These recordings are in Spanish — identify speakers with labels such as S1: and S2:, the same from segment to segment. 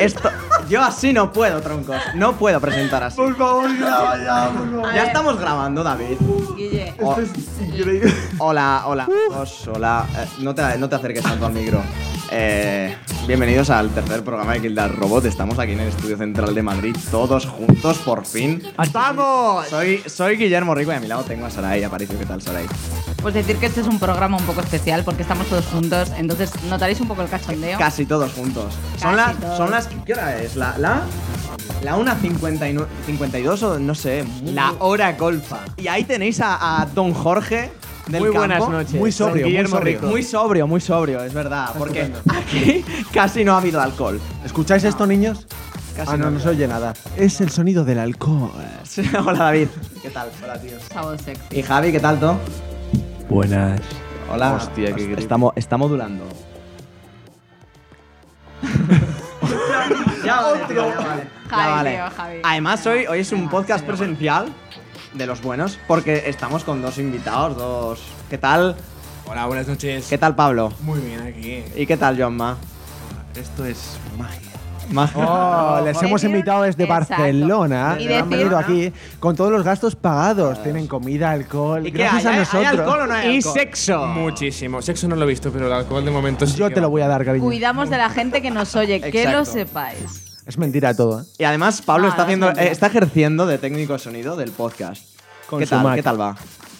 S1: Esto, yo así no puedo, troncos. No puedo presentar así.
S2: Por favor, graba ya, por favor.
S1: Ya estamos grabando, David.
S3: Guille.
S1: Oh,
S2: Esto es increíble.
S1: hola, hola. amigos, hola. Eh, no, te, no te acerques tanto al micro. Eh, bienvenidos al tercer programa de Kill the Robot. Estamos aquí en el estudio central de Madrid, todos juntos, por fin.
S2: ¡Vamos!
S1: Soy, soy Guillermo Rico y a mi lado tengo a Sarai. Aparicio, ¿qué tal, Sarai?
S3: Pues decir que este es un programa un poco especial porque estamos todos juntos, entonces notaréis un poco el cachondeo.
S1: Casi todos juntos. son las.
S3: todos.
S1: Son las. ¿Qué hora es? La. La. La 1.52 o no sé. muy-
S4: La hora golfa.
S1: Y ahí tenéis a, a Don Jorge del
S4: Muy
S1: campo.
S4: buenas noches,
S1: Muy sobrio,
S4: don Guillermo
S1: muy sobrio.
S4: Rico.
S1: Muy sobrio, muy sobrio, es verdad. porque
S4: estupendo.
S1: aquí casi no ha habido alcohol. Ah.
S2: ¿Escucháis esto, niños?
S1: Casi
S2: Ah, no, no se oye nada. Es el sonido del alcohol.
S1: Sí, Hola, David. ¿Qué tal? Hola, tío.
S3: Sábado sexy.
S1: Y Javi, ¿qué tal, tú?
S4: Buenas.
S1: Hola.
S4: Hostia, qué gripe.
S1: está, mo- está modulando. ya vale, tío, ya vale. Ya
S3: Javi,
S1: vale.
S3: tío, Javi.
S1: Además, hoy, hoy es un
S3: Ya,
S1: podcast
S3: ya.
S1: presencial de los buenos porque estamos con dos invitados, dos... ¿Qué tal?
S4: Hola, buenas noches.
S1: ¿Qué tal, Pablo?
S4: Muy bien aquí.
S1: ¿Y qué tal, Joanma?
S4: Esto es magia.
S1: Más-
S2: Oh, les hemos
S3: Medio-
S2: invitado desde
S3: Exacto.
S2: Barcelona.
S3: Y
S2: que han
S3: decir-
S2: venido aquí con todos los gastos pagados. Tienen comida, alcohol.
S1: ¿Y qué
S2: gracias
S1: hay?
S2: a
S1: ¿Hay-
S2: nosotros.
S1: ¿Hay alcohol o no hay
S4: Y
S1: alcohol?
S4: sexo. Muchísimo. Sexo no lo he visto, pero el alcohol de momento
S2: Yo te lo voy a dar, cariño.
S3: Cuidamos de la gente que nos oye, que
S1: Exacto.
S3: lo sepáis.
S2: Es mentira todo, ¿eh?
S1: Y además Pablo
S3: Ah,
S1: está
S3: no,
S1: haciendo,
S3: es mentira.
S1: eh, está ejerciendo de técnico de sonido del podcast.
S2: Con
S1: ¿Qué
S2: su
S1: tal?
S2: Mac.
S1: ¿Qué tal va?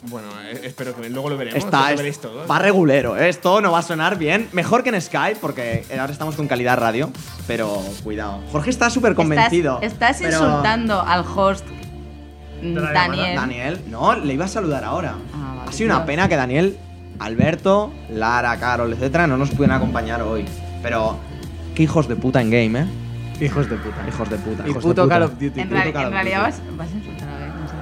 S4: Bueno, eh, espero que luego lo veremos.
S1: Está,
S4: lo
S1: es-
S4: veréis todo.
S1: va regulero, ¿eh? esto no va a sonar bien, mejor que en Skype porque eh, ahora estamos con calidad radio, pero cuidado. Jorge está súper convencido.
S3: Estás, estás
S1: pero-
S3: insultando al host mm, Daniel.
S1: Daniel, no, le iba a saludar ahora.
S3: Ah, vale,
S1: ha sido una
S3: Dios.
S1: pena que Daniel, Alberto, Lara, Carol, etcétera, no nos pudieran acompañar hoy. Pero qué hijos de puta en game, ¿eh?
S2: Hijos de puta.
S1: Hijos de puta.
S4: Y
S1: hijos de
S4: puto
S1: puta.
S4: Call of Duty.
S1: puto
S3: En, real-
S1: Call
S3: en
S1: of
S3: realidad
S1: Duty.
S3: vas, vas a insultar a alguien, no sé.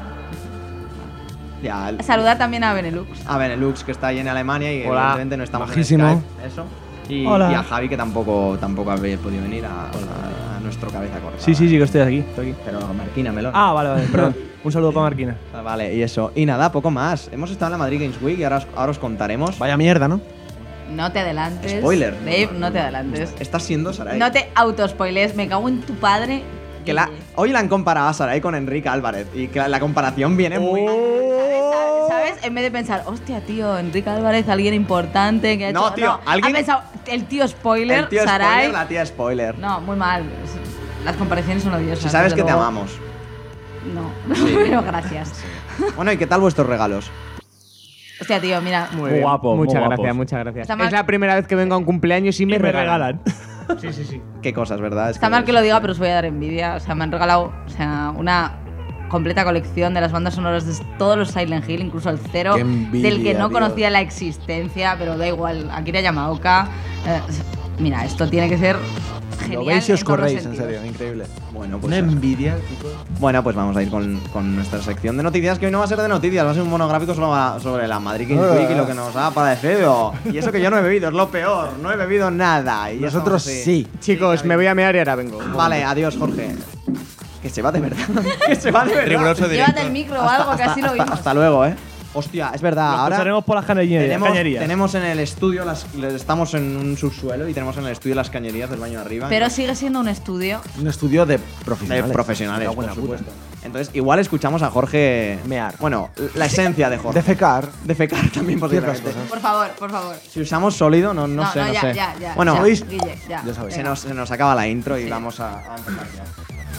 S1: Ya, el-
S3: Saludar también a Benelux.
S1: a Benelux que está ahí en Alemania y
S4: Hola.
S1: evidentemente no estamos
S2: Majísimo.
S1: en Skype, eso. Y,
S2: Hola.
S1: y a Javi que tampoco tampoco habéis podido venir a, a- a nuestro cabeza corta.
S5: Sí, sí, sí, que estoy aquí, estoy aquí.
S1: Pero Marquina Melón.
S5: Ah, vale, vale, perdón. Un saludo para Marquina.
S1: Ah, Vale, y eso. Y nada, poco más. Hemos estado en la Madrid Games Week y ahora os, ahora os contaremos.
S2: Vaya mierda, ¿no?
S3: No te adelantes.
S1: Spoiler.
S3: Dave, no te adelantes.
S1: Está siendo Sarai.
S3: No te autospoilees, me cago en tu padre.
S1: Que la,
S3: Guille.
S1: hoy la han comparado a Sarai con Enrique Álvarez y que la, la comparación viene muy...
S5: Oh.
S3: ¿Sabes? ¿Sabes? En vez de pensar, hostia, tío, Enrique Álvarez, alguien importante que ha
S1: No,
S3: hecho-
S1: tío, alguien-
S3: Ha pensado, el tío spoiler,
S1: El tío
S3: Sarai.
S1: spoiler, la tía spoiler.
S3: No, muy mal. Las comparaciones son odiosas.
S1: si sabes
S3: desde
S1: que te
S3: luego.
S1: amamos.
S3: No,
S1: Sí.
S3: pero gracias.
S1: Bueno, ¿y qué tal vuestros regalos?
S3: Hostia, tío, mira.
S4: Muy
S5: Muy
S4: bien.
S5: guapo, muy
S4: Muchas gracias,
S5: guapos.
S4: muchas gracias.
S3: Está mal-
S4: Es la primera vez que vengo a un cumpleaños y me, regalan. Sí, sí, sí.
S1: Qué cosas, ¿verdad? Es
S3: Está mal que lo diga, pero os voy a dar envidia. O sea, me han regalado o sea, una completa colección de las bandas sonoras de todos los Silent Hill, incluso el cero,
S2: Qué envidia,
S3: del que no
S2: Dios.
S3: conocía la existencia, pero da igual. Akira Yamaoka. eh, mira, esto tiene que ser genial.
S2: lo veis y os
S3: en todos los
S2: corréis, en
S3: sentidos.
S2: serio. Increíble.
S1: Bueno, pues
S2: Una
S1: eso.
S2: envidia, tipo.
S1: Bueno, pues vamos a ir con, con nuestra sección de noticias, que hoy no va a ser de noticias, va a ser un monográfico solo a- sobre la Madrid
S2: Ah.
S1: Games Week y lo que nos ha parecido. Y eso que yo no he bebido, es lo peor, no he bebido nada. Y ya
S2: Nosotros
S1: estamos así.
S2: sí.
S4: Chicos, me voy a mear y ahora vengo.
S1: Vale, adiós, Jorge. Que se va de verdad. que se va de verdad.
S4: Riguroso
S3: Llévate el micro o algo, que así lo
S1: hasta-
S3: vimos.
S1: hasta luego, eh. Hostia, es verdad,
S5: Ahora
S1: ahora.
S5: por las cañerías.
S1: Tenemos,
S5: cañerías.
S1: tenemos en el estudio, las, le- estamos en un subsuelo y tenemos en el estudio las cañerías del baño de arriba.
S3: Pero sigue siendo un estudio.
S2: Un estudio de
S1: de
S2: profesionales.
S1: profesionales,
S2: Me cago
S1: por
S2: en la puta.
S1: supuesto. Entonces, igual escuchamos a Jorge.
S2: Mear.
S1: Bueno, la esencia de Jorge.
S2: Defecar.
S1: Defecar también posiblemente.
S2: Ciertas cosas.
S3: Por favor, por favor.
S1: Si usamos sólido, no, no, sé, no
S3: ya,
S1: sé.
S3: ya, ya.
S1: bueno,
S3: ya,
S1: ¿veis?
S3: Guille, ya.
S2: Ya sabéis.
S1: se,
S3: venga.
S1: nos, se nos acaba la intro y vamos a, a empezar ya.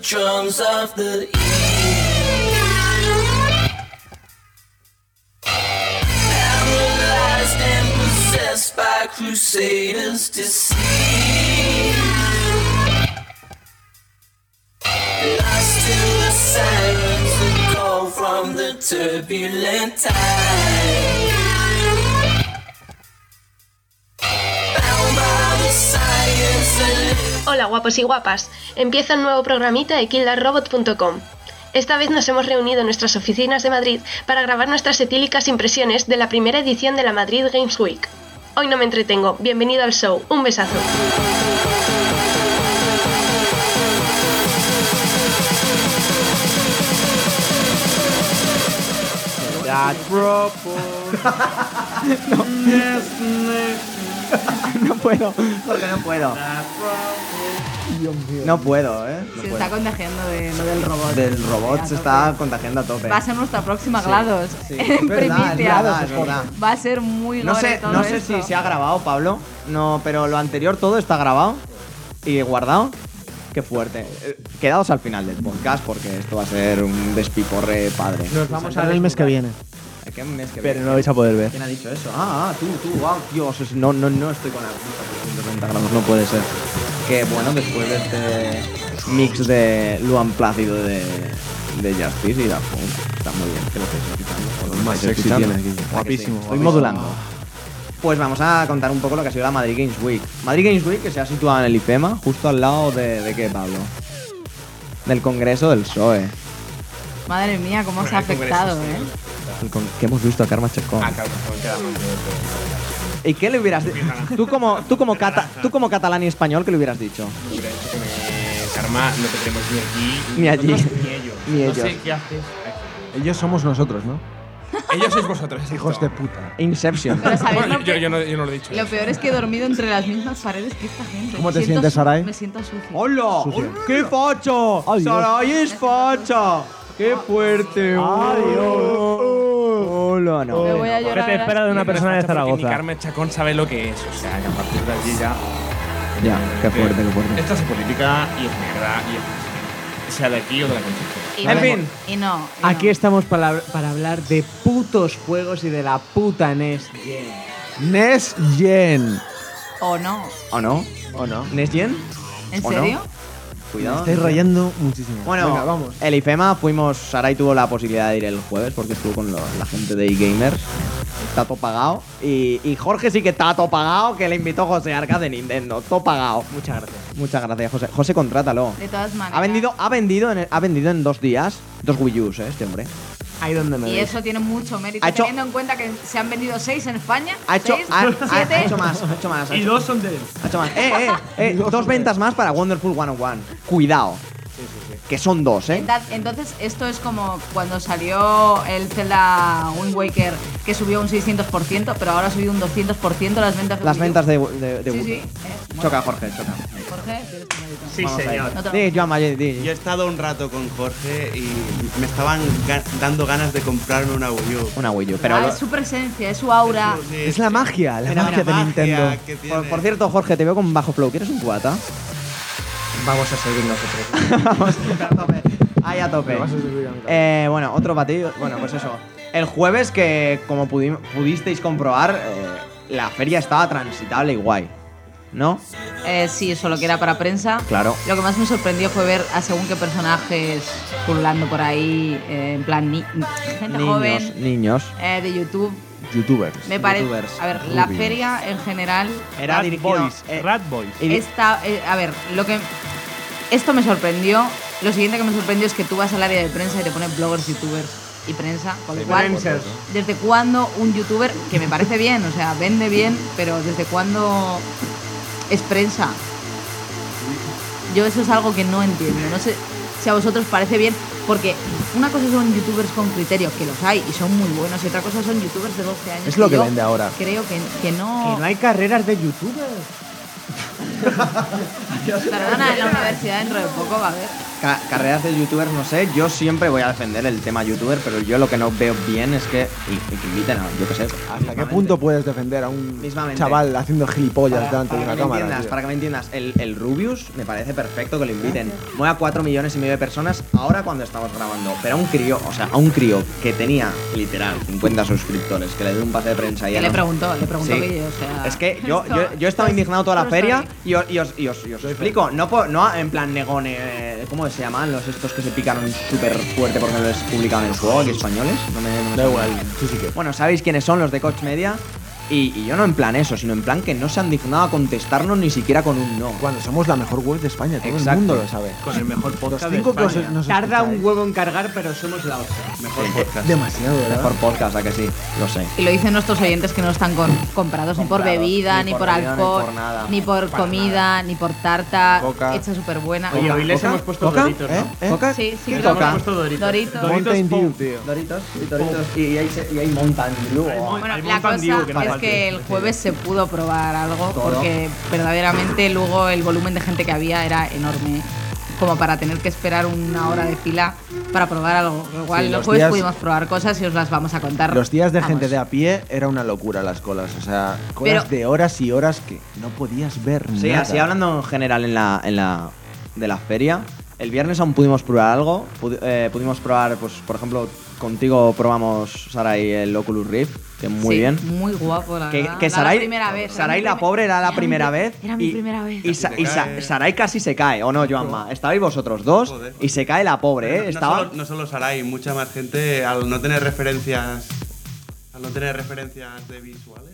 S6: drums of the Paralyzed and possessed by crusaders' deceit. Lost in the sirens that call from the turbulent tide. Bound by the science that
S7: Hola guapos y guapas, empieza un nuevo programita de killarrobot.com. Esta vez nos hemos reunido en nuestras oficinas de Madrid para grabar nuestras etílicas impresiones de la primera edición de la Madrid Games Week. Hoy no me entretengo, bienvenido al show, un besazo.
S1: No puedo, porque no puedo. No puedo, ¿eh? No
S3: Se
S1: puedo.
S3: está contagiando de lo del robot.
S1: Del robot
S3: Ya,
S1: se
S3: no
S1: está contagiando a tope.
S3: puedo. Va a ser nuestra próxima GLaDOS.
S1: sí, es
S3: en
S1: verdad, es
S3: primicia.
S1: verdad, es verdad.
S3: Va a ser muy
S1: No
S3: gore
S1: sé,
S3: todo
S1: no sé
S3: esto.
S1: si se ha grabado, Pablo. No, pero lo anterior todo está grabado y guardado. Qué fuerte. Eh, Quedaos al final del podcast porque esto va a ser un despiporre padre.
S8: Nos vamos a ver el mes que viene.
S1: ¿Qué mes que
S2: Pero
S1: viene?
S2: no lo vais a poder ver.
S1: ¿Quién ha dicho eso? Ah, ah, tú, tú, wow, Dios, es- no, no, no estoy con la 130 gramos, no puede ser. Que bueno, después de este mix de Luan Plácido de, de Justice y la Funk, está muy bien que lo estéis escuchando. o lo
S9: Más
S1: estáis
S9: sexy
S1: escuchando.
S9: tiene aquí.
S1: ¿A que sí?
S2: Guapísimo,
S1: Estoy
S2: guapísimo.
S1: modulando. Pues vamos a contar un poco lo que ha sido la Madrid Games Week. Madrid Games Week que se ha situado en el IFEMA, justo al lado de, ¿de qué, Pablo? Del Congreso del PSOE.
S3: Madre mía, cómo se ha afectado, ¿eh?
S1: El con- que hemos visto a Karma Chacón.
S4: Ah,
S1: ¿Y qué le hubieras dicho? ¿Tú como, tú, como cata- tú como catalán y español, ¿qué le hubieras dicho?
S4: Hubiera dicho que me- Karma, no te queremos ni aquí,
S1: Ni allí.
S4: nosotros, ni ellos.
S1: Ni
S4: no
S1: ellos.
S4: sé qué haces aquí.
S2: Ellos somos nosotros, ¿no?
S4: Ellos sois vosotros.
S8: Hijos de puta.
S1: Inception.
S3: Pero sabéis
S4: Bueno,
S3: lo
S4: yo,
S3: que-
S4: yo no, yo no lo he dicho.
S3: Lo peor es que he dormido entre las mismas paredes que esta gente.
S8: ¿Cómo
S3: Me
S8: te
S3: siento
S8: sientes,
S3: su-
S8: Sarai?
S3: Me siento sucio.
S1: ¡Hola!
S8: Sucio.
S1: ¡Qué facho!
S8: Ay, Dios.
S1: ¡Sarai es facha! ¡Qué fuerte! ¡Oh! ¡Hola! No.
S3: Me voy a
S2: ¿Qué
S3: llorar.
S2: te espera de una persona de
S4: Ni
S2: Zaragoza?
S4: Carmen Chacón sabe lo que es. O sea, que a partir de allí ya.
S1: Ya, qué fuerte, qué fuerte.
S4: Esto es política y es mierda y es. Sea de aquí o de la Constitución.
S3: Y
S1: En
S3: no-
S1: fin.
S3: Y no. y
S5: Aquí
S3: no.
S5: estamos para, para hablar de putos juegos y de la puta E NES Game.
S2: Nes Yen.
S3: O no.
S1: ¿O no? ¿O no? ¿Nesgen?
S3: ¿En
S1: ¿O no?
S3: serio?
S1: Cuidado.
S8: Estáis rayando muchísimo.
S1: Bueno,
S8: Venga, vamos.
S1: el IFEMA fuimos, Sarai tuvo la posibilidad de ir el jueves porque estuvo con lo- la gente de eGamers. Está todo pagado. Y, y Jorge sí que está todo pagado, que le invitó José Arca de Nintendo. Todo pagado. Muchas gracias. Muchas gracias, José. José, contrátalo.
S3: De todas maneras.
S1: Ha vendido, ha vendido, en, ha vendido en dos días dos Wii U's, eh, este hombre.
S5: Ahí donde me
S3: Y
S5: veis.
S3: eso tiene mucho mérito.
S1: Ha hecho-
S3: Teniendo en cuenta que se han vendido seis en España.
S1: Ha hecho,
S3: seis,
S1: ha, ha-
S3: siete.
S1: ha hecho más, ha hecho más. Ha
S9: Y
S1: hecho,
S9: dos son de él.
S1: ha hecho más. Eh, eh, eh, dos ventas más para Wonderful 101. Cuidado. Que son dos, eh.
S3: Enta- Entonces, esto es como cuando salió el Zelda Wind Waker, que subió un 600%, pero ahora ha subido un 200% las ventas de
S1: Las
S3: Wii U.
S1: ventas de, de, de
S3: Sí,
S1: Wii.
S3: sí. eh, bueno,
S1: Choca, Jorge, choca.
S3: Jorge, tienes tu mérito.
S10: Sí,
S1: Vamos a
S10: señor.
S1: ello.
S3: No te-
S1: Di, Joan Mayer, di.
S10: Yo he estado un rato con Jorge y me estaban ga- dando ganas de comprarme una Wii U.
S1: Una Wii U, pero...
S3: Ah,
S1: lo-
S3: es su presencia, es su aura.
S10: Sí,
S8: Es la magia, la
S10: Era
S8: magia de
S10: magia
S8: Nintendo.
S10: que tiene.
S1: Por, por cierto, Jorge, te veo con bajo flow. ¿Quieres un cubata?
S4: Vamos a seguir nosotros.
S1: Vamos, a tope. Ahí a tope. Eh, bueno, otro batido. Bueno, pues eso. El jueves que, como pudi- pudisteis comprobar, eh, la feria estaba transitable y guay. ¿No?
S3: Eh, sí, eso lo que era para prensa.
S1: Claro.
S3: Lo que más me sorprendió fue ver a según qué personajes pululando por ahí, eh, en plan ni- gente
S1: niños,
S3: joven
S1: niños.
S3: eh, de YouTube.
S9: Youtubers.
S3: Me parece.
S1: Youtubers,
S3: A ver, la
S9: rubios.
S3: feria en general
S1: Era
S2: Rat
S1: dirigido...
S2: Boys.
S1: eh,
S2: Rat Boys.
S1: y di-
S3: Esta, eh, a ver, lo que. Esto me sorprendió. Lo siguiente que me sorprendió es que tú vas al área de prensa y te ponen bloggers, youtubers y prensa. Con lo cual,
S5: Influencers.
S3: ¿desde cuándo un youtuber, que me parece bien, o sea, vende bien, pero ¿desde cuándo es prensa? Yo eso es algo que no entiendo. No sé si a vosotros parece bien, porque una cosa son youtubers con criterio, que los hay y son muy buenos, y otra cosa son youtubers de 12 años.
S2: Es lo que
S3: yo
S2: vende ahora.
S3: Creo que, que
S5: Que no hay carreras de youtubers.
S3: Perdona, en la universidad dentro de poco va a haber.
S1: ca- carreras de youtubers, no sé, yo siempre voy a defender el tema youtuber, pero yo lo que no veo bien es que, y, y que inviten a, yo qué sé,
S2: ¿Hasta qué punto puedes defender a un
S1: Mismamente.
S2: chaval haciendo gilipollas
S1: para,
S2: delante de
S1: para
S2: una
S1: que me
S2: cámara?
S1: entiendas,
S2: tío?
S1: para que me entiendas, el, el Rubius me parece perfecto que lo inviten. Mueve a 4 millones y medio de personas ahora cuando estamos grabando. Pero a un crío, o sea, a un crío que tenía literal 50 suscriptores, que le dio un pase de prensa y
S3: Que
S1: ya
S3: le
S1: no-
S3: preguntó, le preguntó
S1: Sí.
S3: que yo, o sea.
S1: Es que yo,
S3: esto-
S1: yo, yo estaba
S3: esto-
S1: indignado toda la
S3: esto no
S1: feria
S3: está bien.
S1: y os, y os- y os- y os explico. No, po- no en plan negone, eh, ¿cómo se llaman los estos que se picaron súper fuerte porque no les publicaban el juego aquí españoles? No me, no me sale. Bueno, sabéis quiénes son los de Coach Media. Y, y yo no en plan eso, sino en plan que no se han dignado a contestarnos ni siquiera con un no.
S2: Cuando somos la mejor web de España, todo
S1: Exacto.
S2: el mundo lo sabe.
S11: Con el mejor
S2: Los
S11: podcast de
S2: cinco que os-
S11: España.
S2: nos
S5: Tarda
S2: escucháis.
S5: un huevo en cargar, pero somos la hostia.
S4: Mejor podcast.
S2: Demasiado, ¿verdad?
S1: Mejor podcast, a que sí, lo sé.
S3: Y lo dicen nuestros oyentes que no están con- comprados ni por
S1: Comprados,
S3: bebida, ni, por,
S1: bebida, ni
S3: alcohol,
S1: por nada.
S3: ni por comida, ni por tarta,
S2: Coca.
S3: hecha súper buena.
S11: Oye, hoy les
S1: ¿Coca?
S11: hemos puesto
S1: ¿Coca?
S11: doritos, ¿no?
S2: ¿Eh? ¿Eh?
S1: ¿Coca?
S3: Sí, sí,
S1: ¿Qué
S11: Les
S3: pero-
S1: toca?
S11: hemos puesto doritos.
S3: Doritos.
S2: Mountain
S11: Pum.
S2: Dew, tío.
S1: Doritos, y doritos. Y ahí, se- y ahí montan Dew.
S11: Hay
S3: Bueno,
S11: Hay
S3: la
S11: Mountain
S3: cosa
S11: Dew que no
S3: es
S11: falte.
S3: que el jueves se pudo probar algo
S1: Todo.
S3: porque verdaderamente luego el volumen de gente que había era enorme como para tener que esperar una hora de fila para probar algo. Igual
S2: Sí,
S3: los
S2: los
S3: jueves
S2: días-
S3: pudimos probar cosas y os las vamos a contar.
S2: Los días de
S3: Vamos.
S2: gente de a pie era una locura las colas, o sea, colas
S3: Pero-
S2: de horas y horas que no podías ver
S1: Sí,
S2: nada.
S1: así hablando en general en la, en la, de la feria. El viernes aún pudimos probar algo. Pudi- eh, pudimos probar, pues, por ejemplo, contigo probamos Sarai el Oculus Rift, que muy
S3: Sí,
S1: bien.
S3: Muy guapo, la
S1: Que,
S3: verdad.
S1: que
S3: Ah, Era
S1: Sarai,
S3: la primera vez. era
S1: Sarai
S3: mi
S1: la
S3: prim-
S1: pobre era la
S3: mi
S1: primera
S3: pri-
S1: vez.
S3: Era mi
S1: y-
S3: primera vez.
S1: Y, Sa-
S4: Casi
S1: y
S4: se
S1: Sa-
S4: cae.
S1: Sarai casi se cae, ¿o no, Joanma? Estabais vosotros dos
S4: Joder.
S1: y se cae la pobre,
S4: Pero
S1: ¿eh?
S4: no- no,
S1: Estaba-
S4: solo, no solo Sarai, mucha más gente al no tener referencias. Al no tener referencias de visuales.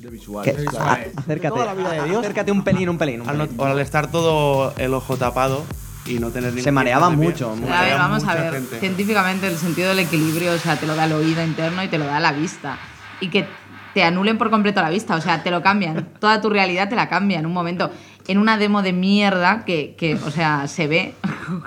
S2: De visual.
S1: que-
S2: ¿eh?
S1: a- a- acércate.
S2: Toda la vida de Dios.
S1: Acércate un pelín, un pelín. un
S4: Al, no-
S1: pelín.
S4: o al estar todo el ojo tapado y no tener ningún
S1: mareaba
S4: tipo de
S1: mucho,
S4: pie, se
S1: mucho.
S3: A ver,
S4: mareaba
S3: vamos a
S4: mucha
S3: ver.
S4: gente.
S3: Científicamente el sentido del equilibrio, o sea, te lo da el oído interno y te lo da la vista. Y que te anulen por completo la vista, o sea, te lo cambian. Toda tu realidad te la cambian en un momento. En una demo de mierda que, que, o sea, se ve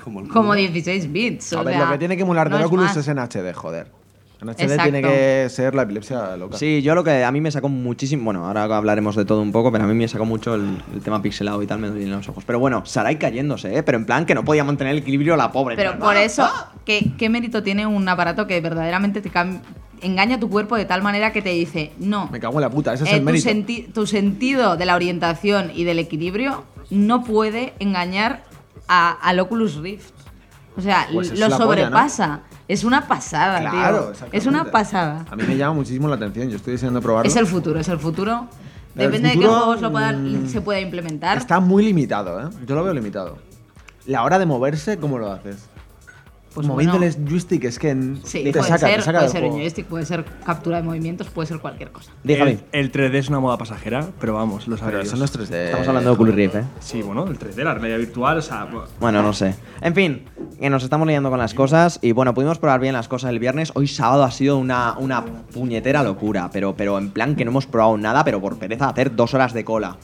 S4: Como el
S3: como
S4: culo.
S3: 16 bits.
S2: A
S3: o
S2: ver,
S3: sea,
S2: lo que tiene que emular
S3: no
S2: del
S3: es
S2: Oculus
S3: más.
S2: es en HD, joder. En HD
S3: Exacto.
S2: tiene que ser la epilepsia loca.
S1: Sí, yo lo que a mí me sacó muchísimo. Bueno, ahora hablaremos de todo un poco, pero a mí me sacó mucho el, el tema pixelado y tal, me dolían los ojos. Pero bueno, Sarai cayéndose, ¿eh? Pero en plan que no podía mantener el equilibrio la pobre. "Ah,
S3: Pero
S1: ¿verdad?
S3: por eso, ¿qué, qué mérito tiene un aparato que verdaderamente te cam- engaña a tu cuerpo de tal manera que te dice, no,
S2: Me cago en la puta, ese es
S3: Eh,
S2: el
S3: tu,
S2: mérito.
S3: senti- tu sentido de la orientación y del equilibrio no puede engañar a- al Oculus Rift. O sea,
S2: Pues es
S3: lo
S2: la polla,
S3: sobrepasa. Es una pasada, tío.
S2: Claro,
S3: Es
S2: exactamente.
S3: una pasada.
S2: A mí me llama muchísimo la atención, yo estoy deseando probarlo.
S3: Es el futuro, es el futuro.
S2: El
S3: Depende de qué
S2: futuro,
S3: juegos lo puedan-
S2: mm,
S3: se pueda implementar.
S2: Está muy limitado, ¿eh? Yo lo veo limitado. La hora de moverse, ¿cómo lo haces?
S3: Pues
S2: Moviéndole
S3: bueno,
S2: el joystick, es que en-
S3: sí,
S2: te,
S3: puede
S2: saca,
S3: ser,
S2: te saca
S3: puede
S2: del
S3: ser
S2: juego.
S3: un joystick, puede ser captura de movimientos, puede ser cualquier cosa.
S1: Dígame.
S4: Eh,
S11: El, el 3D es una moda pasajera, pero vamos, lo
S2: Pero
S11: sabréis.
S2: son los 3D.
S1: Estamos hablando de Oculus Rift, ¿eh?
S11: Sí, bueno, el 3D, la realidad virtual, o sea, bu-
S1: Bueno, no sé. En fin, que nos estamos liando con las cosas y bueno, pudimos probar bien las cosas el viernes. Hoy sábado ha sido una, una puñetera locura, pero, pero en plan que no hemos probado nada, pero por pereza hacer dos horas de cola.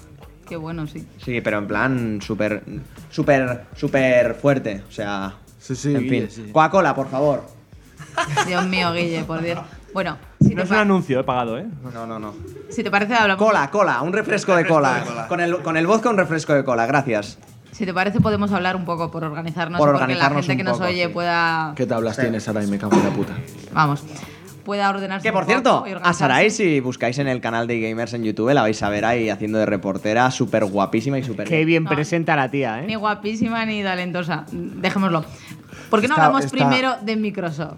S3: Qué bueno, sí.
S1: Sí, pero en plan súper, súper, súper fuerte. O sea,
S2: Sí, sí,
S1: en fin.
S2: Guille, sí.
S1: Coca-Cola, por favor.
S3: Dios mío, Guille, por Dios. Bueno, si,
S11: no
S3: te,
S11: es un
S3: pa-
S11: anuncio, he pagado, ¿eh?
S1: No, no, no.
S3: si te parece, hablamos.
S1: Cola, cola, un refresco de cola.
S4: de cola.
S1: Con, el, con el vodka un refresco de cola, gracias.
S3: Si te parece, podemos hablar un poco por organizarnos,
S1: Por
S3: y porque la
S1: organizarnos
S3: gente
S1: un
S3: que nos
S1: poco,
S3: oye
S1: sí.
S3: pueda.
S2: ¿Qué tablas tienes ahora y me cago en la puta?
S3: Vamos. Pueda ordenarse.
S1: Que por
S3: un poco
S1: cierto,
S3: y
S1: a
S3: organizarse.
S1: Sarai, si buscáis en el canal de Gamers en YouTube, la vais a ver ahí haciendo de reportera, súper guapísima y súper.
S5: Qué bien
S3: No.
S5: presenta la tía,
S3: Ni
S5: ¿eh?
S3: guapísima ni talentosa. Dejémoslo. ¿Por qué no
S2: Está-
S3: hablamos
S2: está-
S3: primero de Microsoft?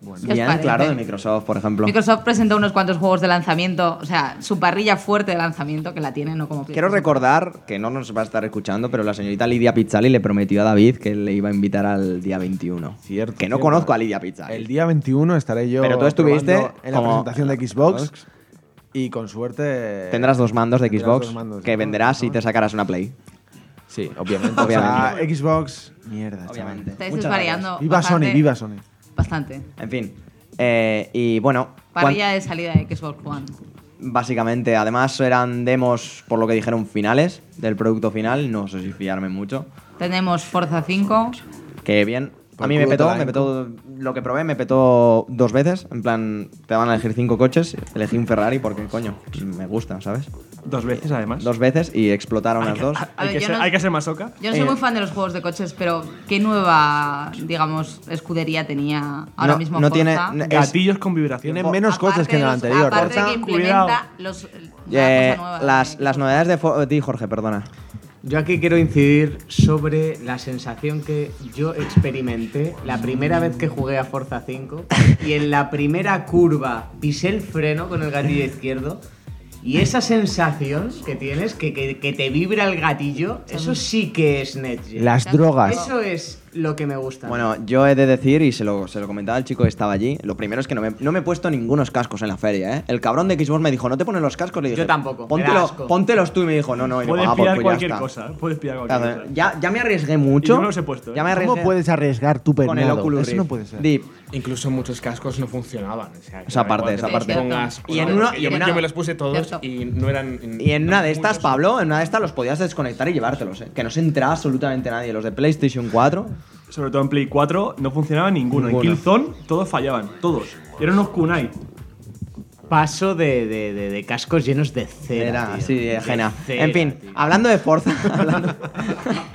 S3: ¿Qué os
S1: Bien,
S3: parece?
S1: claro, de Microsoft, por ejemplo.
S3: Microsoft presentó unos cuantos juegos de lanzamiento, o sea, su parrilla fuerte de lanzamiento que la tiene, no como
S1: Quiero
S3: PlayStation.
S1: recordar que no nos va a estar escuchando, pero la señorita Lidia Pizzali le prometió a David que le iba a invitar al día 21.
S2: Cierto,
S1: Que no
S2: cierto.
S1: conozco a Lidia Pizzali.
S2: El día 21 estaré yo.
S1: Pero tú estuviste
S2: probando en la
S1: como-
S2: presentación de Xbox y con suerte.
S1: Tendrás dos mandos de
S2: Tendrás
S1: Xbox
S2: dos mandos,
S1: que
S2: ¿no?
S1: venderás y te sacarás una Play.
S2: Sí, obviamente.
S1: Obviamente.
S2: O sea, Xbox. Mierda, obviamente.
S3: Estáis desvariando.
S2: Viva
S3: bastante-
S2: Sony, viva Sony.
S3: Bastante.
S1: En fin. eh, y bueno. cuan-
S3: Parrilla de salida de Xbox One.
S1: Básicamente, además eran demos, por lo que dijeron, finales del producto final. No sé si fiarme mucho.
S3: Tenemos Forza 5,
S1: Que bien. A mí me petó, me petó. Lo que probé me petó dos veces. En plan, te van a elegir cinco coches. Elegí un Ferrari porque, coño, me gusta, ¿sabes?
S12: Dos veces, además.
S1: Dos veces y explotaron
S12: Hay
S1: las
S12: que-
S1: dos.
S12: Hay,
S3: A ver,
S12: que
S3: yo
S12: ser,
S3: no-
S12: hay que ser masoca.
S3: Yo no soy
S1: Eh.
S3: muy fan de los juegos de coches, pero ¿qué nueva, digamos, escudería tenía ahora
S1: No-
S3: mismo
S1: no
S3: Forza?
S1: tiene- es-
S12: Gatillos con vibración.
S2: Tienen menos coches
S3: Aparte
S2: que en el
S3: de los-
S2: anterior.
S3: Aparte
S12: Forza,
S3: de que implementa
S12: cuidado.
S3: los,
S1: Eh,
S3: una cosa nueva. ¿eh?
S1: las, las novedades de, Fo- di, Jorge, perdona.
S5: Yo aquí quiero incidir sobre la sensación que yo experimenté la primera vez que jugué a Forza 5 y en la primera curva pisé el freno con el gatillo izquierdo y esa sensación que tienes, que, que- que te vibra el gatillo, eso sí que es NetGen.
S2: Las drogas.
S5: Eso es lo que me gusta.
S1: Bueno, yo he de decir, y se lo, se lo comentaba al chico que estaba allí, lo primero es que no me, no me he puesto ningunos cascos en la feria, ¿eh? El cabrón de Xbox me dijo, no te pones los cascos, le dije,
S5: Yo tampoco, me da
S1: Póntelo,
S5: asco".
S1: póntelos tú, y me dijo, no, no, y
S12: Puedes
S1: digo, "Ah, pues-
S12: pillar
S1: pues ya
S12: cualquier
S1: está".
S12: cosa. ¿eh? Puedes pillar cualquier
S1: Claro, eh,
S12: cosa.
S1: Ya, ya me arriesgué mucho.
S12: Y yo me los he puesto, ¿eh?
S1: Ya me arriesgué.
S2: ¿Cómo puedes arriesgar tu
S1: con el
S2: pernado?
S1: Oculus
S2: Eso no
S1: Rift.
S2: puede ser.
S1: Deep.
S4: Incluso muchos cascos no funcionaban. O sea, que
S1: Esa
S4: da igual
S1: parte,
S4: que
S1: esa
S4: te
S1: parte.
S4: pongas-
S3: Y en
S4: Yo-
S3: una- y
S4: yo,
S3: en
S4: me-
S3: una-
S4: yo me los puse todos
S3: Cierto.
S4: y no eran.
S1: Y en una de estas,
S4: muchos.
S1: Pablo, en una de estas los podías desconectar y llevártelos, ¿eh? Que no se entraba absolutamente nadie. Los de PlayStation 4.
S12: Sobre todo en Play 4 no funcionaba ninguno.
S1: Ninguno.
S12: En Killzone todos fallaban, todos. Eran unos kunai.
S5: Paso de, de- de- de cascos llenos de cera.
S1: Era
S5: tío.
S1: así, de ajena.
S5: cera,
S1: En fin,
S5: tío.
S1: hablando de Forza. hablando-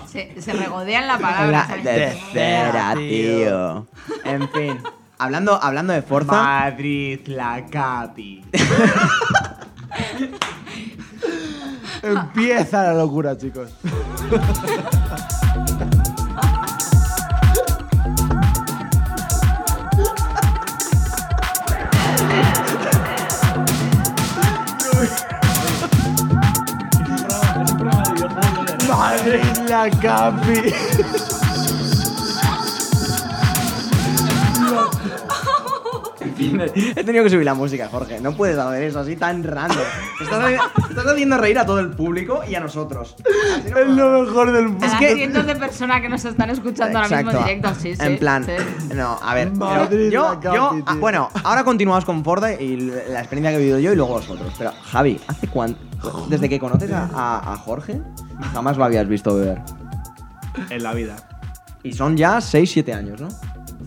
S3: Se, se regodean la palabra.
S1: La-
S3: ¿sabes?
S1: de cera, tío. En fin. Hablando, hablando de Forza.
S5: Madrid, la capi.
S2: Empieza la locura, chicos. Madre la capi.
S1: He tenido que subir la música, Jorge. No puedes hacer eso así tan random. Estás, estás haciendo reír a todo el público y a nosotros. Así no
S2: Es lo mejor del mundo.
S3: A las cientos de personas que nos están escuchando ahora mismo en directo, sí, sí.
S1: En plan,
S3: sí.
S1: no, a ver. pero
S2: Madrid,
S1: yo,
S2: la capi,
S1: yo,
S2: tío.
S1: ah, bueno, ahora continuamos con Forza y l- la experiencia que he vivido yo y luego vosotros. Pero, Javi, ¿hace cuánto? Desde que conoces a, a- a Jorge, jamás lo habías visto beber.
S12: En la vida.
S1: Y son ya 6, 7 años, ¿no?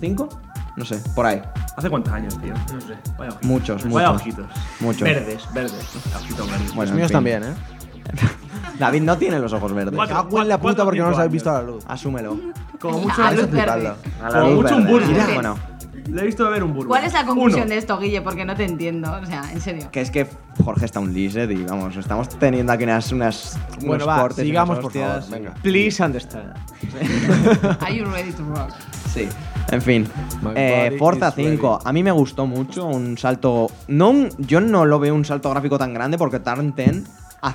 S1: ¿5? No sé, por ahí.
S12: ¿Hace cuántos años, tío? No sé. Vaya ojitos.
S1: Muchos,
S12: Vaya
S1: muchos.
S12: ojitos.
S1: Mucho.
S5: Verdes, verdes.
S12: Ojitos verdes.
S1: Bueno,
S2: Los
S1: en
S2: míos
S1: fin.
S2: también, ¿eh?
S1: David no tiene los ojos verdes.
S12: Cuatro,
S2: Cago en la
S12: cuatro,
S2: puta porque no
S12: cinco
S2: los habéis
S12: años.
S2: visto a la luz.
S1: Asúmelo.
S12: Como
S3: La
S12: mucho.
S3: luz
S12: antes-
S3: verde.
S1: A
S12: Como mucho un burro.
S1: Mira,
S3: Sí.
S1: bueno,
S12: Le he visto beber un burro.
S3: ¿Cuál es la conclusión
S12: Uno.
S3: de esto, Guille? Porque no te entiendo. O sea, en serio.
S1: que es que Jorge está un lised y vamos, estamos teniendo aquí unas. unas
S2: Bueno,
S1: unos
S2: va,
S1: cortes y
S2: sigamos,
S1: unas
S2: por favor,
S1: hostias.
S2: venga.
S5: Please understand.
S3: Are you ready to rock?
S1: Sí, en fin.
S2: My
S1: Eh,
S2: body
S1: Forza
S2: is ready.
S1: 5, a mí me gustó mucho, un salto... No, un- yo no lo veo un salto gráfico tan grande porque Turn 10 ha-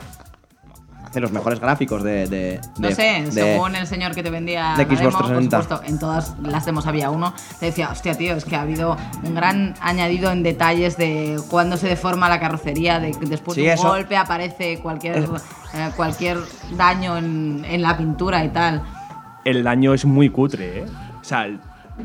S1: hace los mejores gráficos de... de-
S3: No
S1: de-
S3: sé,
S1: de-
S3: según el señor que te vendía
S1: de
S3: la
S1: Xbox 360.
S3: por supuesto, en todas las demos había uno, te decía, hostia tío, es que ha habido un gran añadido en detalles de cuándo se deforma la carrocería, de que después
S1: Sí,
S3: de un
S1: eso.
S3: golpe aparece cualquier, eh, cualquier daño en, en la pintura y tal.
S12: El daño es muy cutre, ¿eh? O sea, el-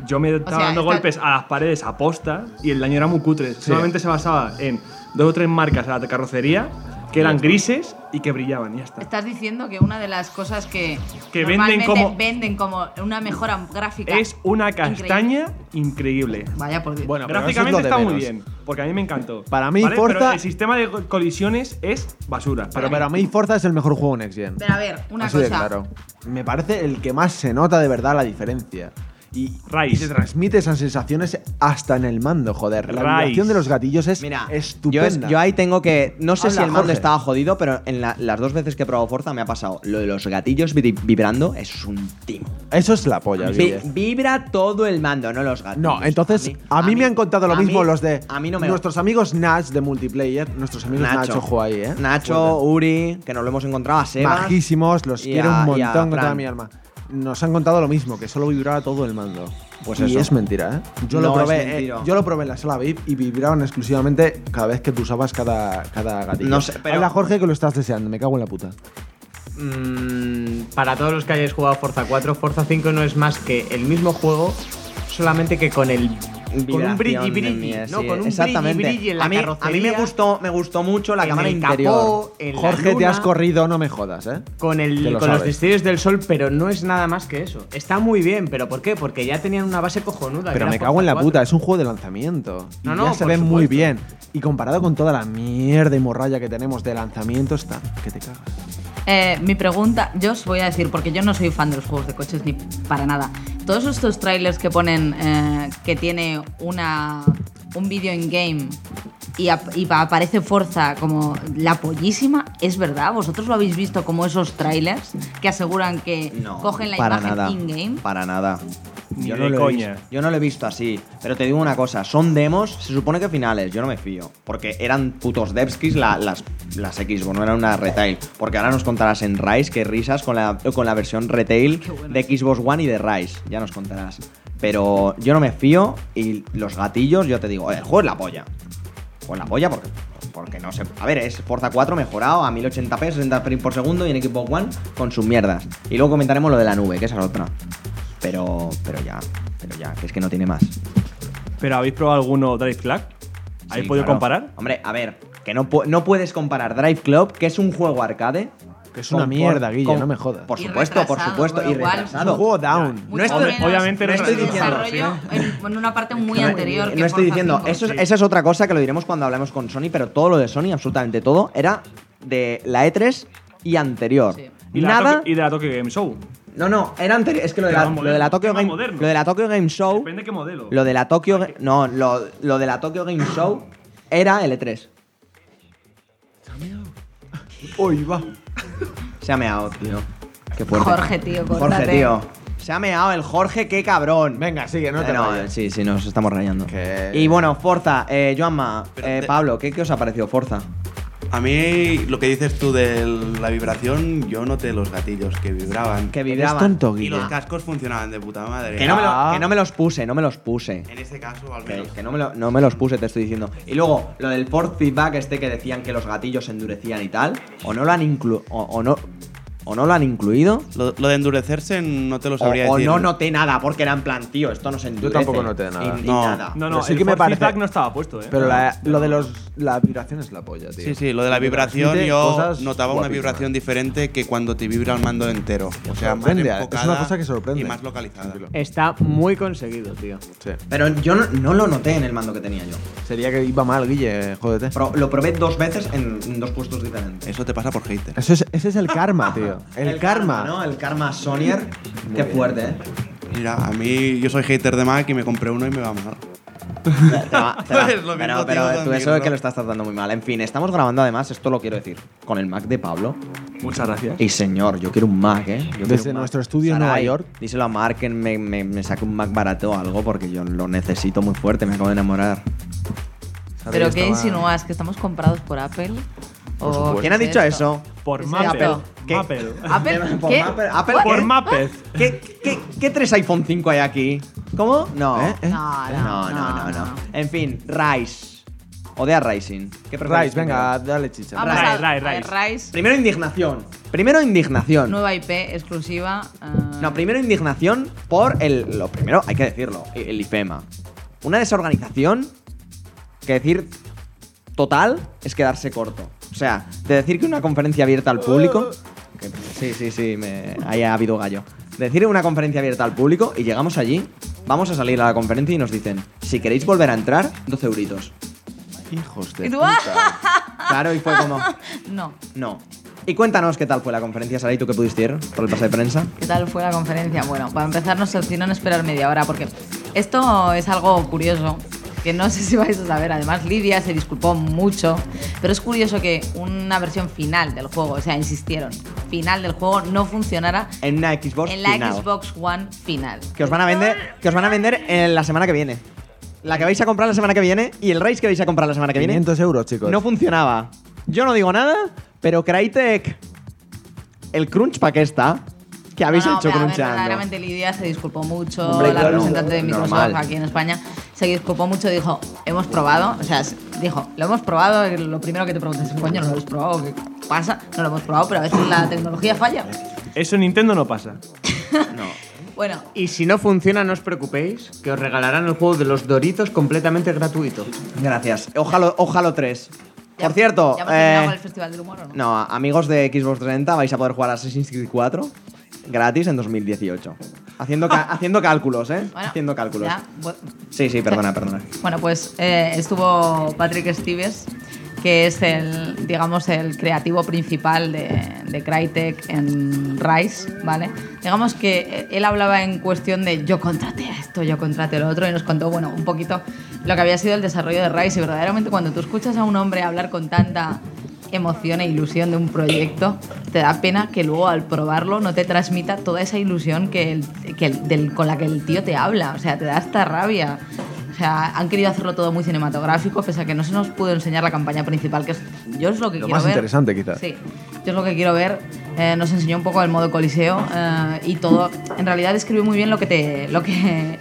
S12: yo me estaba
S3: sea,
S12: dando
S3: está-
S12: golpes a las paredes a posta y el daño era muy cutre. Solamente se basaba en dos o tres marcas a la carrocería que eran grises y que brillaban, y ya está.
S3: Estás diciendo que una de las cosas que,
S12: Que venden
S3: normalmente
S12: como-
S3: venden como una mejora gráfica
S12: Es una
S3: increíble.
S12: castaña increíble.
S3: Vaya por Dios.
S2: Bueno, pero eso es lo
S12: Gráficamente
S2: de
S12: está muy
S2: menos.
S12: bien, porque a mí me encantó.
S2: Para mí,
S12: Pero
S2: Forza-
S12: el sistema de go- colisiones es basura.
S2: Pero para mí Forza es el mejor juego en Next Gen.
S3: Pero a ver, una
S2: Así de
S3: cosa.
S2: claro. Me parece el que más se nota de verdad la diferencia. Y,
S12: Rise.
S2: y te transmite esas sensaciones hasta en el mando, joder. La
S12: Rise.
S2: vibración de los gatillos es
S1: Mira, yo,
S2: estupenda.
S1: es- yo ahí tengo que... No sé si
S2: Habla,
S1: el mando
S2: Jorge.
S1: estaba jodido, pero en la- las dos veces que he probado Forza me ha pasado. Lo de los gatillos vi- vibrando es un timo.
S2: Eso es la polla,
S1: Vi-
S2: Guille.
S1: vibra todo el mando, no los gatillos.
S2: No, entonces a mí, me han contado lo
S1: a
S2: mismo
S1: mí-
S2: los de
S1: A mí no me
S2: nuestros amigos Natch de multiplayer, nuestros amigos Nacho, juega ahí, ¿eh?
S1: Nacho, Uri, que nos lo hemos encontrado, a Sebas.
S2: Majísimos, los
S1: y
S2: quiero
S1: a-
S2: un
S1: y a
S2: montón con toda
S1: Fran.
S2: mi alma. Nos han contado lo mismo, que solo vibraba todo el mando.
S1: Pues
S2: y
S1: eso.
S2: es mentira, ¿eh? Yo,
S1: No
S2: lo
S1: es
S2: probé,
S1: mentira.
S2: eh, yo lo probé en la sala VIP y vibraban exclusivamente cada vez que tú usabas cada, cada gatillo.
S1: No sé, pero-
S2: Habla Jorge que lo estás deseando, me cago en la puta.
S5: Mm, para todos los que hayáis jugado Forza 4, Forza 5 no es más que el mismo juego, solamente que con el Con un brilli
S1: vibración de
S5: brilli.
S1: mierda,
S5: No,
S1: sí,
S5: con un
S1: exactamente.
S5: brilli brilli en la
S1: a mí,
S5: carrocería.
S1: A mí me gustó, me gustó mucho la
S5: en
S1: cámara
S5: el
S1: interior.
S5: capó, en la
S2: Jorge, te has
S5: luna.
S2: corrido, no me jodas, ¿eh?
S5: con, el,
S2: Que lo
S5: con los
S2: sabes.
S5: destellos del sol, pero no es nada más que eso. Está muy bien, pero ¿por qué? Porque ya tenían una base cojonuda. que
S2: Pero
S5: era
S2: me cago en la
S5: Forza
S2: puta, es un juego de lanzamiento. Y
S5: No, no,
S2: ya se
S5: por
S2: ve muy
S5: supuesto.
S2: bien. Y comparado con toda la mierda y morralla que tenemos de lanzamiento, está que te cagas.
S3: Eh, mi pregunta, yo os voy a decir, porque yo no soy fan de los juegos de coches ni para nada. Todos estos trailers que ponen eh, que tiene una, un vídeo en game y, ap- y pa- aparece Forza como la pollísima, ¿es verdad? ¿Vosotros lo habéis visto como esos trailers que aseguran que
S1: No,
S3: cogen la
S1: para
S3: imagen
S1: nada.
S3: in-game?
S1: Para nada.
S12: Ni
S1: yo
S12: de
S1: no lo he
S12: coña.
S1: visto- yo no lo he visto así. Pero te digo una cosa, son demos, se supone que finales, yo no me fío. Porque eran putos devskis la- las, las Xbox, no eran una retail. Porque ahora nos contarás en Rise que risas con la, con la versión retail de Xbox One y de Rise. Ya nos contarás. Pero yo no me fío y los gatillos, yo te digo, el juego es la polla. Pues la polla porque, porque no sé. A ver, es Forza 4 mejorado a 1080p, 60 frames por segundo y en Xbox One con sus mierdas. Y luego comentaremos lo de la nube, que esa es otra. Pero, pero ya, pero ya, que es que no tiene más.
S12: ¿Pero habéis probado alguno Drive Club? ¿Habéis
S1: Sí, claro.
S12: podido comparar?
S1: Hombre, a ver, que no, pu- no puedes comparar Drive Club, que es un juego arcade.
S2: Que es una mierda, Guille, no me jodas.
S1: Por
S3: Y
S1: supuesto, por
S3: retrasado,
S1: supuesto,
S3: con
S1: y
S3: lo cual-
S2: Es un
S1: retrasado.
S2: juego down.
S3: Mucho
S12: estoy-
S3: menos
S12: obviamente
S3: el
S1: no estoy diciendo,
S3: desarrollo en, en una parte muy
S1: No,
S3: anterior. que
S1: no estoy
S3: Forza
S1: diciendo,
S3: 5.
S1: eso es- esa es otra cosa que lo diremos cuando hablemos con Sony, pero todo lo de Sony, absolutamente todo, era de la E3 y anterior.
S3: Sí.
S12: Y de la
S1: Nada.
S12: Tokyo- y de la Tokyo Game Show.
S1: No, no, era anterior. Es que lo de,
S12: Pero
S1: la,
S12: más
S1: lo de la
S12: moderno,
S1: Tokyo
S12: más
S1: Game.
S12: moderno.
S1: Lo de la Tokyo Game Show.
S12: Depende qué modelo.
S1: Lo de la Tokyo. Ga- No, lo, lo de la Tokyo Game Show era L3.
S2: Hoy va.
S1: Se ha meado, tío. Qué fuerte.
S3: Jorge, tío,
S1: Jorge,
S3: córtate.
S1: tío. Se ha meado el Jorge, qué cabrón.
S2: Venga, sigue, no te
S1: Eh, no,
S2: rayes.
S1: sí, sí, nos estamos rayando.
S2: Que-
S1: Y bueno, Forza, eh, Joanma,
S6: Pero
S1: eh,
S6: te-
S1: Pablo, ¿qué, ¿qué os ha parecido Forza?
S6: A mí lo que dices tú de la vibración, yo noté los gatillos que vibraban.
S1: Que
S2: Eres
S1: vibraba.
S2: tonto,
S6: y
S2: Guille.
S6: los cascos funcionaban de puta madre.
S1: Que no, me lo-
S2: Ah.
S1: que no me los puse, no me los puse.
S6: En este caso, al
S1: Que,
S6: menos.
S1: que no, me lo- no me los puse, te estoy diciendo. Y luego, lo del force feedback este que decían que los gatillos se endurecían y tal, o no lo han inclu o, o no o no lo han incluido
S6: Lo, lo de endurecerse no te lo
S1: o,
S6: sabría
S1: o
S6: decir.
S1: no noté nada porque era en plan, tío, esto no se endurece.
S2: tampoco noté nada.
S1: Ni- ni
S6: No.
S1: nada.
S12: No,
S2: Pero
S12: no,
S2: sí
S12: el
S2: que me
S12: Force
S2: parece-
S12: Feedback no estaba puesto, ¿eh?
S2: Pero la- lo de los, la vibración es la polla, tío.
S6: Sí, sí, lo de la vibración
S2: Transmite
S6: yo
S2: cosas
S6: notaba una
S2: guapísimas.
S6: vibración diferente que cuando te vibra el mando entero. O sea, más
S2: Sorprende, es
S6: enfocada
S2: una cosa que sorprende.
S6: Y más localizada.
S2: Tranquilo.
S5: Está muy conseguido, tío.
S2: Sí.
S1: Pero yo no, no lo noté en el mando que tenía yo.
S2: Sería que iba mal, Guille, jódete.
S1: Pro- lo probé dos veces en, en dos puestos diferentes.
S6: Eso te pasa por hater.
S2: Eso es, ese es el karma, tío. El, karma.
S1: ¿no? El karma Sonyer. Qué fuerte, ¿eh?
S6: Mira, a mí yo soy hater de Mac y me compré uno y me va mal.
S1: Te va- te va.
S6: Es lo mismo,
S1: Pero,
S6: tío,
S1: pero tú
S6: conmigo,
S1: eso es
S6: ¿no?
S1: que lo estás tratando muy mal. En fin, estamos grabando además, esto lo quiero decir, con el Mac de Pablo.
S12: Muchas gracias.
S1: Y señor, yo quiero un Mac, ¿eh? Yo quiero
S2: Desde
S1: un Mac.
S2: nuestro estudio en Nueva
S1: Sarai,
S2: York.
S1: Díselo a Mark que me, me, me saque un Mac barato o algo porque yo lo necesito muy fuerte, me acabo de enamorar.
S3: ¿Pero qué insinúas? ¿Que estamos comprados por Apple? ¿O qué
S1: ¿Quién ha
S3: es
S1: dicho
S3: esto?
S1: eso?
S12: Por
S3: Ese
S12: Mappel.
S3: Apple.
S1: ¿Qué?
S12: Mappel.
S3: ¿Apple?
S1: Por
S3: ¿Qué?
S1: Mappel- Apple,
S3: ¿What?
S12: Por
S1: ¿Qué?
S12: Mappet.
S1: ¿Qué, qué, qué tres iPhone 5 hay aquí? ¿Cómo? No.
S2: ¿Eh? ¿Eh?
S3: No,
S1: No, no, no, no. En fin, Rice. Odea Rising. ¿Qué preferís
S2: Rice, venga, dale
S6: Ah,
S2: chicha.
S3: Vamos a-
S12: Rai,
S3: a
S12: Rai,
S3: ver, Rise,
S1: Primero indignación. Primero indignación.
S3: nueva IP exclusiva. eh,
S1: No, primero indignación por el. Lo primero, hay que decirlo, el IFEMA. Una desorganización que decir total es quedarse corto. O sea, de decir que una conferencia abierta al público. que- sí, sí, sí, me, ahí ha habido gallo. Decir una conferencia abierta al público y llegamos allí, vamos a salir a la conferencia y nos dicen: si queréis volver a entrar, 12 euritos.
S2: Hijos
S3: ¿Y
S1: pues
S2: de
S3: tú? Ah,
S2: puta.
S1: Claro, y fue como:
S3: no.
S1: no. Y cuéntanos qué tal fue la conferencia, Saray, tú que pudiste ir por el pase de prensa.
S3: ¿Qué tal fue la conferencia? Bueno, para empezar nos opcionaron esperar media hora porque esto es algo curioso que no sé si vais a saber. Además, Lidia se disculpó mucho, pero es curioso que una versión final del juego, o sea, insistieron, final del juego no funcionara
S1: En una Xbox.
S3: en la
S1: final.
S3: Xbox One final.
S1: que os van a vender que os van a vender en la semana que viene la que vais a comprar la semana que viene y el Race que vais a comprar la semana que viene
S2: 500 euros, chicos.
S1: no funcionaba yo no digo nada pero Crytek el crunch pa' qué está que habéis
S3: No, no,
S1: hecho
S3: pero a ver,
S1: crunchando
S3: Verdaderamente Lidia se disculpó mucho,
S1: Hombre,
S3: la
S1: claro,
S3: representante de Microsoft
S1: normal.
S3: aquí en España se disculpó mucho, dijo, hemos probado, o sea, dijo, lo hemos probado, y lo primero que te preguntas es, coño, no lo hemos probado, ¿qué pasa? No lo hemos probado, pero a veces la tecnología falla.
S12: Eso en Nintendo no pasa.
S3: Bueno,
S5: Y si no funciona, no os preocupéis, que os regalarán el juego de los Doritos completamente gratuito.
S1: Gracias. Ojalá, ojalá 3. Por cierto,
S3: ¿ya hemos terminado
S1: eh,
S3: con el Festival del Humor o no?
S1: no, amigos de Xbox 30 vais a poder jugar a Assassin's Creed 4 gratis en 2018. Haciendo, ca- haciendo cálculos, ¿eh?
S3: Ah. Bueno,
S1: haciendo cálculos.
S3: ya, bu-
S1: Sí, sí, perdona, perdona.
S3: Bueno, pues eh, estuvo Patrick Stives, que es el, digamos, el creativo principal de, de Crytek en Rise, ¿vale? Digamos que eh, él hablaba en cuestión de yo contraté a esto, yo contraté a lo otro, y nos contó, bueno, un poquito lo que había sido el desarrollo de Rise. Y verdaderamente cuando tú escuchas a un hombre hablar con tanta emoción e ilusión de un proyecto, te da pena que luego al probarlo no te transmita toda esa ilusión que el- que el- del- con la que el tío te habla. O sea, te da hasta rabia. O sea, han querido hacerlo todo muy cinematográfico, pese a que no se nos pudo enseñar la campaña principal, que es, yo es lo que
S2: Lo
S3: quiero
S2: más
S3: ver.
S2: interesante, quizás.
S3: Sí, yo es lo que quiero ver. Eh, nos enseñó un poco el modo coliseo eh, y todo. En realidad describe muy bien lo que te, lo que,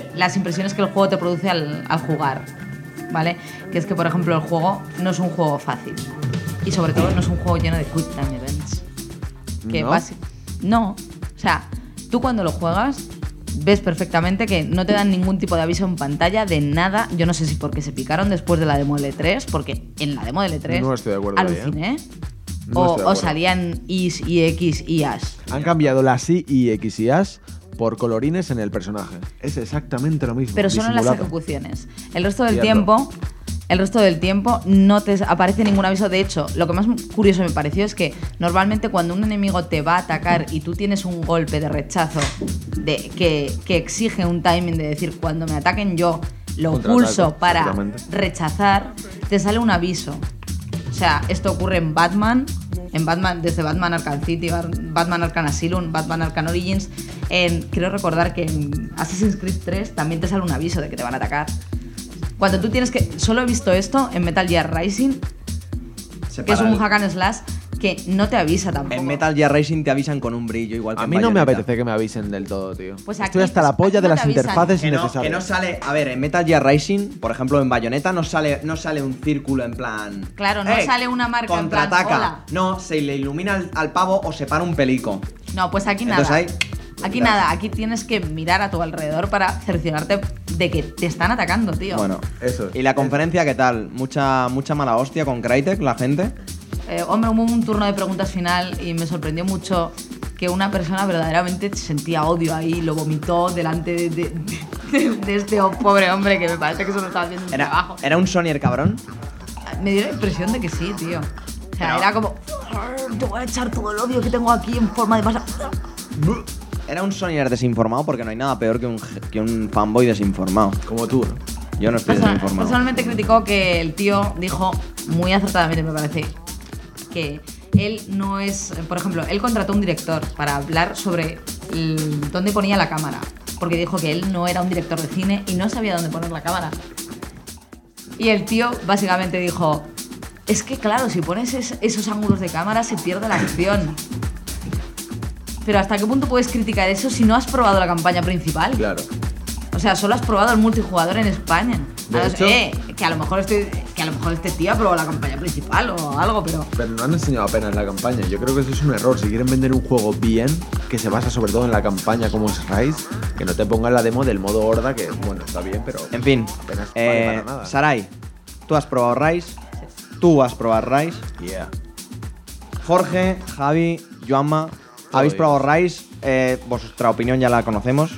S3: las impresiones que el juego te produce al, al jugar, ¿vale? Que es que, por ejemplo, el juego no es un juego fácil y sobre todo no es un juego lleno de quick time events. Que
S2: ¿No?
S3: basi- no, o sea, tú cuando lo juegas ves perfectamente que no te dan ningún tipo de aviso en pantalla de nada. Yo no sé si porque se picaron después de la demo L3, porque en la demo L3
S2: No estoy de acuerdo ahí, ¿eh? No
S3: aluciné. o,
S2: estoy de
S3: o
S2: acuerdo.
S3: salían is y x y as.
S2: Han cambiado las I y X y As por colorines en el personaje. Es exactamente lo mismo.
S3: Pero solo en las
S2: disimulado.
S3: ejecuciones. El resto del
S2: Cierto.
S3: tiempo, el resto del tiempo no te aparece ningún aviso. De hecho, lo que más curioso me pareció es que normalmente cuando un enemigo te va a atacar y tú tienes un golpe de rechazo de, que, que exige un timing de decir cuando me ataquen yo lo
S2: Contraataco,
S3: pulso para
S2: exactamente.
S3: rechazar, te sale un aviso. O sea, esto ocurre en Batman, en Batman, desde Batman Arkham City, Bar- Batman Arkham Asylum, Batman Arkham Origins. En, creo recordar que en Assassin's Creed 3 también te sale un aviso de que te van a atacar. Cuando tú tienes que. Solo he visto esto en Metal Gear Rising,
S1: Se
S3: que es
S1: para
S3: un
S1: el-
S3: hack and slash que no te avisa tampoco.
S1: En Metal Gear Racing te avisan con un brillo igual que
S2: A
S1: en
S2: mí no me
S1: Bayonetta.
S2: apetece que me avisen del todo, tío.
S3: Pues aquí-
S2: Estoy hasta la polla de
S3: aquí no
S2: las
S3: te avisan.
S2: interfaces
S1: Que no,
S2: innecesarias.
S1: que no sale, a ver, en Metal Gear Racing, por ejemplo, en Bayonetta no sale, no sale un círculo en plan.
S3: Claro, no
S1: "Eh,
S3: sale una marca. en plan,
S1: Contraataca.
S3: "Hola".
S1: no, se le ilumina al, al pavo o se para un pelico.
S3: No, pues aquí nada.
S1: Entonces ahí-
S3: Aquí
S1: Claro.
S3: nada, aquí tienes que mirar a tu alrededor para cerciorarte de que te están atacando, tío.
S1: Bueno,
S2: Eso es.
S1: ¿y la conferencia qué tal? Mucha, mucha mala hostia con Crytek, la gente.
S3: Eh, hombre, hubo un turno de preguntas final y me sorprendió mucho que una persona verdaderamente sentía odio ahí, lo vomitó delante de, de- de- de este pobre hombre que me parece que solo estaba haciendo un
S1: Era,
S3: trabajo.
S1: era un Sonyer cabrón.
S3: Me dio la impresión de que sí, tío. O sea,
S1: Pero-
S3: era como, "Arr, te voy a echar todo el odio que tengo aquí en forma de masa.
S1: Era un Sonyer desinformado porque no hay nada peor que un, je- que un fanboy desinformado.
S2: Como tú, ¿no?
S1: Yo no estoy
S3: Persona-
S1: desinformado.
S3: personalmente criticó que el tío dijo muy acertadamente, me parece, que él no es. Por ejemplo, él contrató un director para hablar sobre el- dónde ponía la cámara. Porque dijo que él no era un director de cine y no sabía dónde poner la cámara. Y el tío básicamente dijo: Es que claro, si pones es- esos ángulos de cámara se pierde la acción. Pero ¿hasta qué punto puedes criticar eso si no has probado la campaña principal?
S2: Claro.
S3: O sea, solo has probado el multijugador en España.
S2: De
S3: A los-
S2: hecho-
S3: eh, que a lo mejor estoy, que a lo mejor este tío ha probado la campaña principal o algo, pero
S2: Pero no han enseñado apenas la campaña. Yo creo que eso es un error. Si quieren vender un juego bien, que se basa sobre todo en la campaña como es Rise, que no te pongan la demo del modo horda, que bueno, está bien, pero.
S1: En fin,
S2: Apenas
S1: eh,
S2: vale para nada.
S1: Sarai, tú has probado Rise, tú has probado Rise,
S2: Yeah.
S1: Jorge, Javi, Joanma, habéis
S2: ellos.
S1: probado Rise, eh, vuestra opinión ya la conocemos,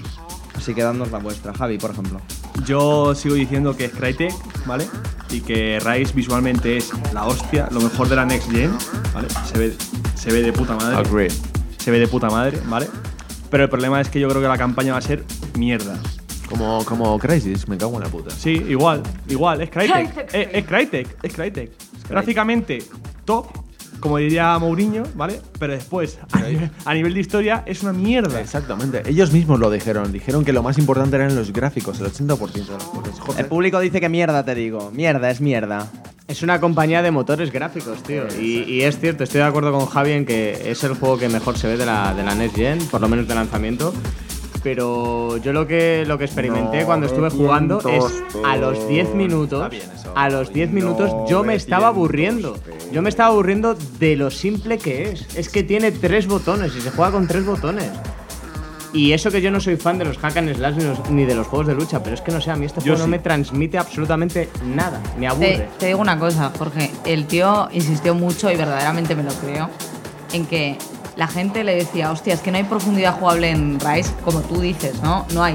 S1: así que dadnos la vuestra. Javi, por ejemplo.
S12: Yo sigo diciendo que es Crytek, ¿vale? Y que Rise visualmente es la hostia, lo mejor de la Next Gen, ¿vale? Se ve, se ve de puta madre.
S2: Agree.
S12: Se ve de puta madre, ¿vale? Pero el problema es que yo creo que la campaña va a ser mierda.
S2: Como, como Crisis, me cago en la puta.
S12: Sí, igual, igual, es Crytek.
S3: Crytek.
S12: Eh, es, Crytek, es Crytek. Gráficamente, top, como diría Mourinho, ¿vale? Pero después, a nivel, a nivel de historia, es una mierda.
S2: Exactamente. Ellos mismos lo dijeron. Dijeron que lo más importante eran los gráficos, el 80% de los juegos.
S1: El
S2: Joder.
S1: público dice que mierda, te digo. Mierda, es mierda.
S5: Es una compañía de motores gráficos, tío. Y, y es cierto, estoy de acuerdo con Javi en que es el juego que mejor se ve de la, de la Next Gen, por lo menos de lanzamiento. Pero yo lo que, lo que experimenté cuando estuve jugando es a los 10 minutos, a los 10 minutos yo me estaba aburriendo. Yo me estaba aburriendo de lo simple que es. Es que tiene tres botones y se juega con tres botones. Y eso que yo no soy fan de los hack and slash ni, los- ni de los juegos de lucha, pero es que no sé, a mí este
S13: Yo
S5: juego no
S13: sí.
S5: me transmite absolutamente nada, me aburre.
S3: Te, te digo una cosa, Jorge. El tío insistió mucho y verdaderamente me lo creo en que la gente le decía, hostia, es que no hay profundidad jugable en Rise, como tú dices, ¿no? No hay.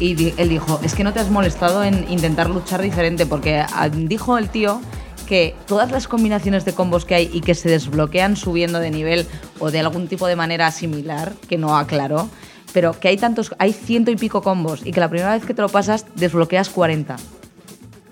S3: Y di- él dijo, es que no te has molestado en intentar luchar diferente, porque ah, dijo el tío que todas las combinaciones de combos que hay y que se desbloquean subiendo de nivel o de algún tipo de manera similar, que no aclaró, pero que hay tantos, hay ciento y pico combos y que la primera vez que te lo pasas desbloqueas 40.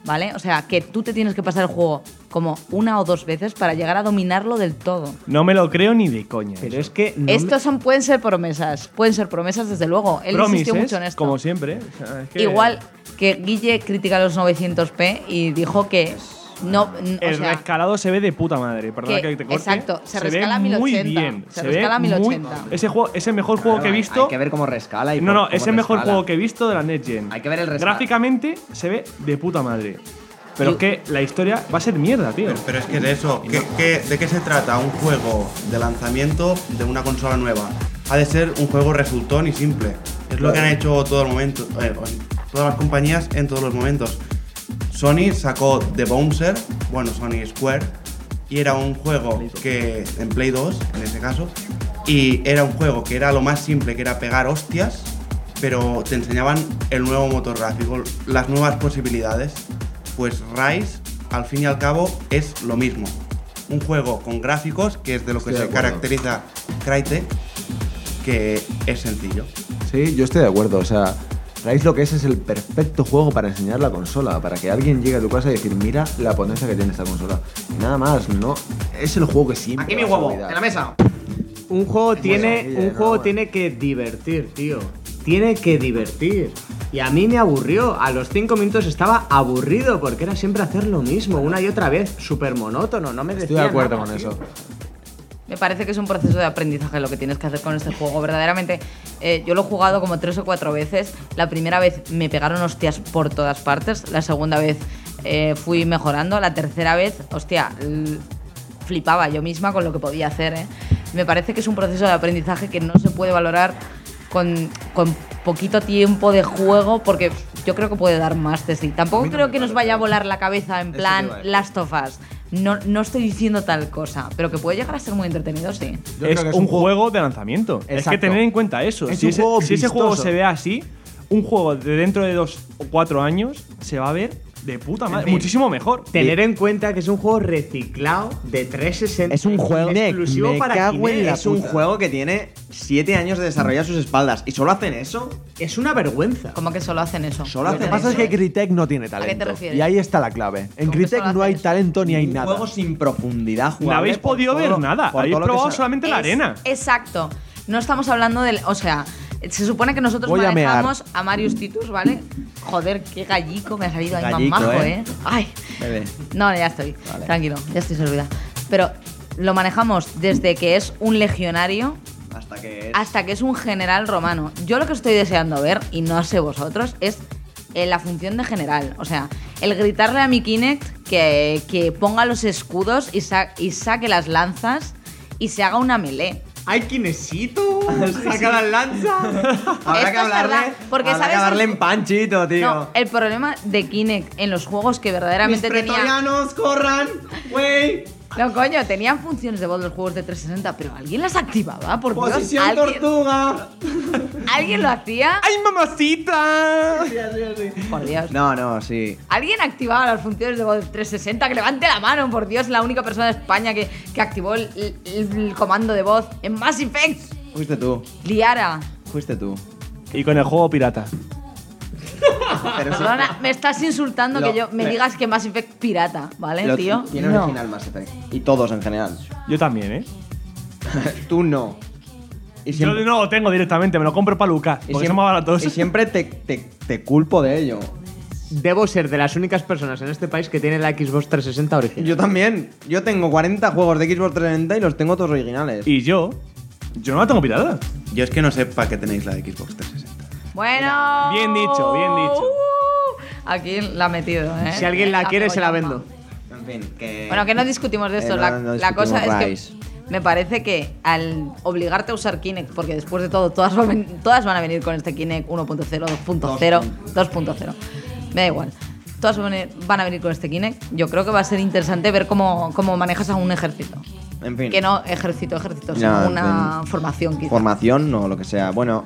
S3: ¿Vale? O sea, que tú te tienes que pasar el juego como una o dos veces para llegar a dominarlo del todo.
S13: No me lo creo ni de coña.
S5: Pero
S13: eso.
S5: es que no me-
S3: Estos son, pueden ser promesas, pueden ser promesas desde luego. Él insistió
S13: Promises,
S3: mucho en esto.
S13: como siempre. o sea, es que-
S3: Igual que Guille critica los 900p y dijo que no... n- o
S13: El
S3: sea,
S13: rescalado se ve de puta madre, perdón
S3: que-
S13: que te corte.
S3: exacto, se
S13: ve
S3: rescala a
S13: Muy
S3: 1080,
S13: bien,
S3: se
S13: ve
S3: rescala a
S13: muy-
S3: 1080.
S13: Ese juego, es el mejor juego que he visto.
S14: Hay que ver cómo rescala y
S13: no, no,
S14: cómo
S13: es el mejor
S14: rescala.
S13: juego que he visto de la Next Gen.
S14: Hay que ver el rescala.
S13: Gráficamente se ve de puta madre. Pero es que la historia va a ser mierda, tío.
S6: Pero es que es eso, ¿qué- qué- ¿de qué se trata un juego de lanzamiento de una consola nueva? Ha de ser un juego resultón y simple. Es lo que han hecho todo el momento, eh, todas las compañías en todos los momentos. Sony sacó The Bouncer, bueno, Sony Square, y era un juego que, en Play 2, en ese caso, y era un juego que era lo más simple, que era pegar hostias, pero te enseñaban el nuevo motor gráfico, las nuevas posibilidades. Pues Rise, al fin y al cabo, es lo mismo. Un juego con gráficos, que es de lo que
S2: Estoy de
S6: se
S2: acuerdo.
S6: caracteriza Crytek, que es sencillo.
S2: Sí, yo estoy de acuerdo. O sea, Rise lo que es es el perfecto juego para enseñar la consola, para que alguien llegue a tu casa y decir, mira la potencia que tiene esta consola. Y nada más, no. Es el juego que siempre.
S1: Aquí mi
S2: vas a
S1: huevo, en
S2: olvidar.
S1: la mesa.
S5: Un juego tiene,
S2: Guille,
S5: un
S2: no,
S5: juego
S2: bueno.
S5: tiene que divertir, tío. Tiene que divertir. Y a mí me aburrió. A los cinco minutos estaba aburrido porque era siempre hacer lo mismo, una y otra vez, súper monótono. No me
S2: Estoy
S5: decía
S2: de acuerdo
S5: nada,
S2: con
S5: tío.
S2: eso.
S3: Me parece que es un proceso de aprendizaje lo que tienes que hacer con este juego. Verdaderamente, eh, yo lo he jugado como tres o cuatro veces. La primera vez me pegaron hostias por todas partes. La segunda vez eh, fui mejorando. La tercera vez, hostia, l- flipaba yo misma con lo que podía hacer. ¿eh? Me parece que es un proceso de aprendizaje que no se puede valorar con, con poquito tiempo de juego porque yo creo que puede dar más de sí. Tampoco creo que nos vaya a volar la cabeza en plan Last of Us. No, no estoy diciendo tal cosa, pero que puede llegar a ser muy entretenido, sí.
S2: Yo
S13: es,
S2: creo que
S13: un juego de lanzamiento. Es que
S2: Exacto.
S13: tener en cuenta eso.
S2: Es
S13: si,
S2: un
S13: ese,
S2: juego
S13: si ese juego
S2: vistoso.
S13: se ve así, un juego de dentro de dos o cuatro años se va a ver de puta madre.
S5: fin.
S13: Muchísimo mejor.
S5: Tener en cuenta que es un juego reciclado de 360.
S1: Es un juego.
S5: exclusivo
S1: me
S5: para
S1: cago en
S5: Kinect.
S1: la
S5: es, un
S1: puta. juego que tiene 7 años de desarrollo a sus espaldas. ¿Y solo hacen eso?
S5: es una vergüenza.
S3: Como que solo hacen eso.
S1: Solo
S3: No
S1: hacen
S2: Lo que
S3: tienen
S2: pasa es que
S3: eso.
S2: Crytek no tiene talento.
S3: refieres?
S2: Y ahí está la clave. En
S3: ¿Cómo que
S2: Crytek
S3: solo
S2: no hay
S3: haces?
S2: talento ni hay
S1: un
S2: nada.
S1: juego sin profundidad
S13: No
S1: jugable.
S13: habéis
S1: por
S13: podido
S1: todo-
S13: ver nada.
S1: por
S13: Habéis
S1: todo lo que
S13: probado
S1: se-
S13: solamente la
S3: Es-
S13: arena.
S3: Exacto. No estamos hablando del. O sea, se supone que nosotros
S2: Voy a mear.
S3: manejamos a, Marius Titus, ¿vale? Joder, qué gallico me ha salido ahí
S1: Gallico,
S3: más majo,
S1: ¿eh?
S3: ¿eh? Ay.
S1: Bebé.
S3: No, ya estoy. Tranquilo, ya estoy servida. Pero lo manejamos desde que es un legionario
S1: Hasta que es-
S3: hasta que es un general romano. Yo lo que estoy deseando ver, y no sé vosotros, es eh, la función de general. O sea, el gritarle a mi Kinect que, que ponga los escudos y, sa- y saque las lanzas y se haga una melee.
S5: ¡Ay, Kinesito! ¡Saca la lanza!
S1: Habrá
S3: Esto
S1: que
S3: es
S1: hablarle,
S3: verdad, porque
S1: habrá que
S3: sabes-
S1: hablarle en panchito, tío.
S3: No, el problema de Kinect en los juegos que
S1: Mis
S3: verdaderamente tenía.
S1: pretorianos, corran, güey.
S3: No, coño, tenían funciones de voz los juegos de 360, pero alguien las activaba, por Dios.
S1: Posición
S3: ¿alguien,
S1: tortuga.
S3: alguien lo hacía?
S13: ¡Ay, mamacita!
S3: Por Dios.
S1: No, no, sí.
S3: ¿Alguien activaba las funciones de voz 360? Que levante la mano, por Dios, la única persona de España que, que activó el, el- el comando de voz en Mass Effect.
S1: Fuiste tú,
S3: Liara,
S1: fuiste tú.
S13: Y con el juego pirata.
S1: Pero sí,
S3: perdona, me estás insultando
S1: Lo-
S3: que yo me
S1: me-
S3: digas que Mass Effect pirata, ¿vale,
S1: lo-
S3: ¿eh, tío?
S1: Tiene original Mass Effect. Y todos en general.
S13: Yo también, ¿eh?
S1: Tú no. Y
S13: Yo
S1: siempre,
S13: no lo tengo directamente, me lo compro para Lucas. Porque
S1: y siempre-
S13: son más baratos.
S1: y siempre te, te- te culpo de ello.
S5: Debo ser de las únicas personas en este país que tiene la Xbox 360 original.
S1: Yo también. Yo tengo 40 juegos de Xbox 360 y los tengo todos originales.
S13: Y yo. Yo no la tengo pirata.
S6: Yo es que no sé para qué tenéis la Xbox 360.
S3: Bueno.
S13: Bien dicho, bien dicho.
S3: Uh, aquí la ha metido, ¿eh?
S5: Si alguien la quiere, se la vendo.
S1: En fin, que.
S3: Bueno, que no discutimos de
S1: Eh,
S3: esto.
S1: no,
S3: la,
S1: no
S3: la cosa
S1: discutimos
S3: es
S1: Rise.
S3: que me parece que al obligarte a usar Kinect, porque después de todo todas van, a ven- todas van a venir con este Kinect 1.0, 2.0, 2.0, me da igual. Todas van a venir- van a venir con este Kinect. Yo creo que va a ser interesante ver cómo, cómo manejas a un ejército.
S1: En fin.
S3: Que no ejército, ejército,
S1: No,
S3: sino
S1: en
S3: una
S1: fin.
S3: formación quizá.
S1: Formación o lo que sea. Bueno,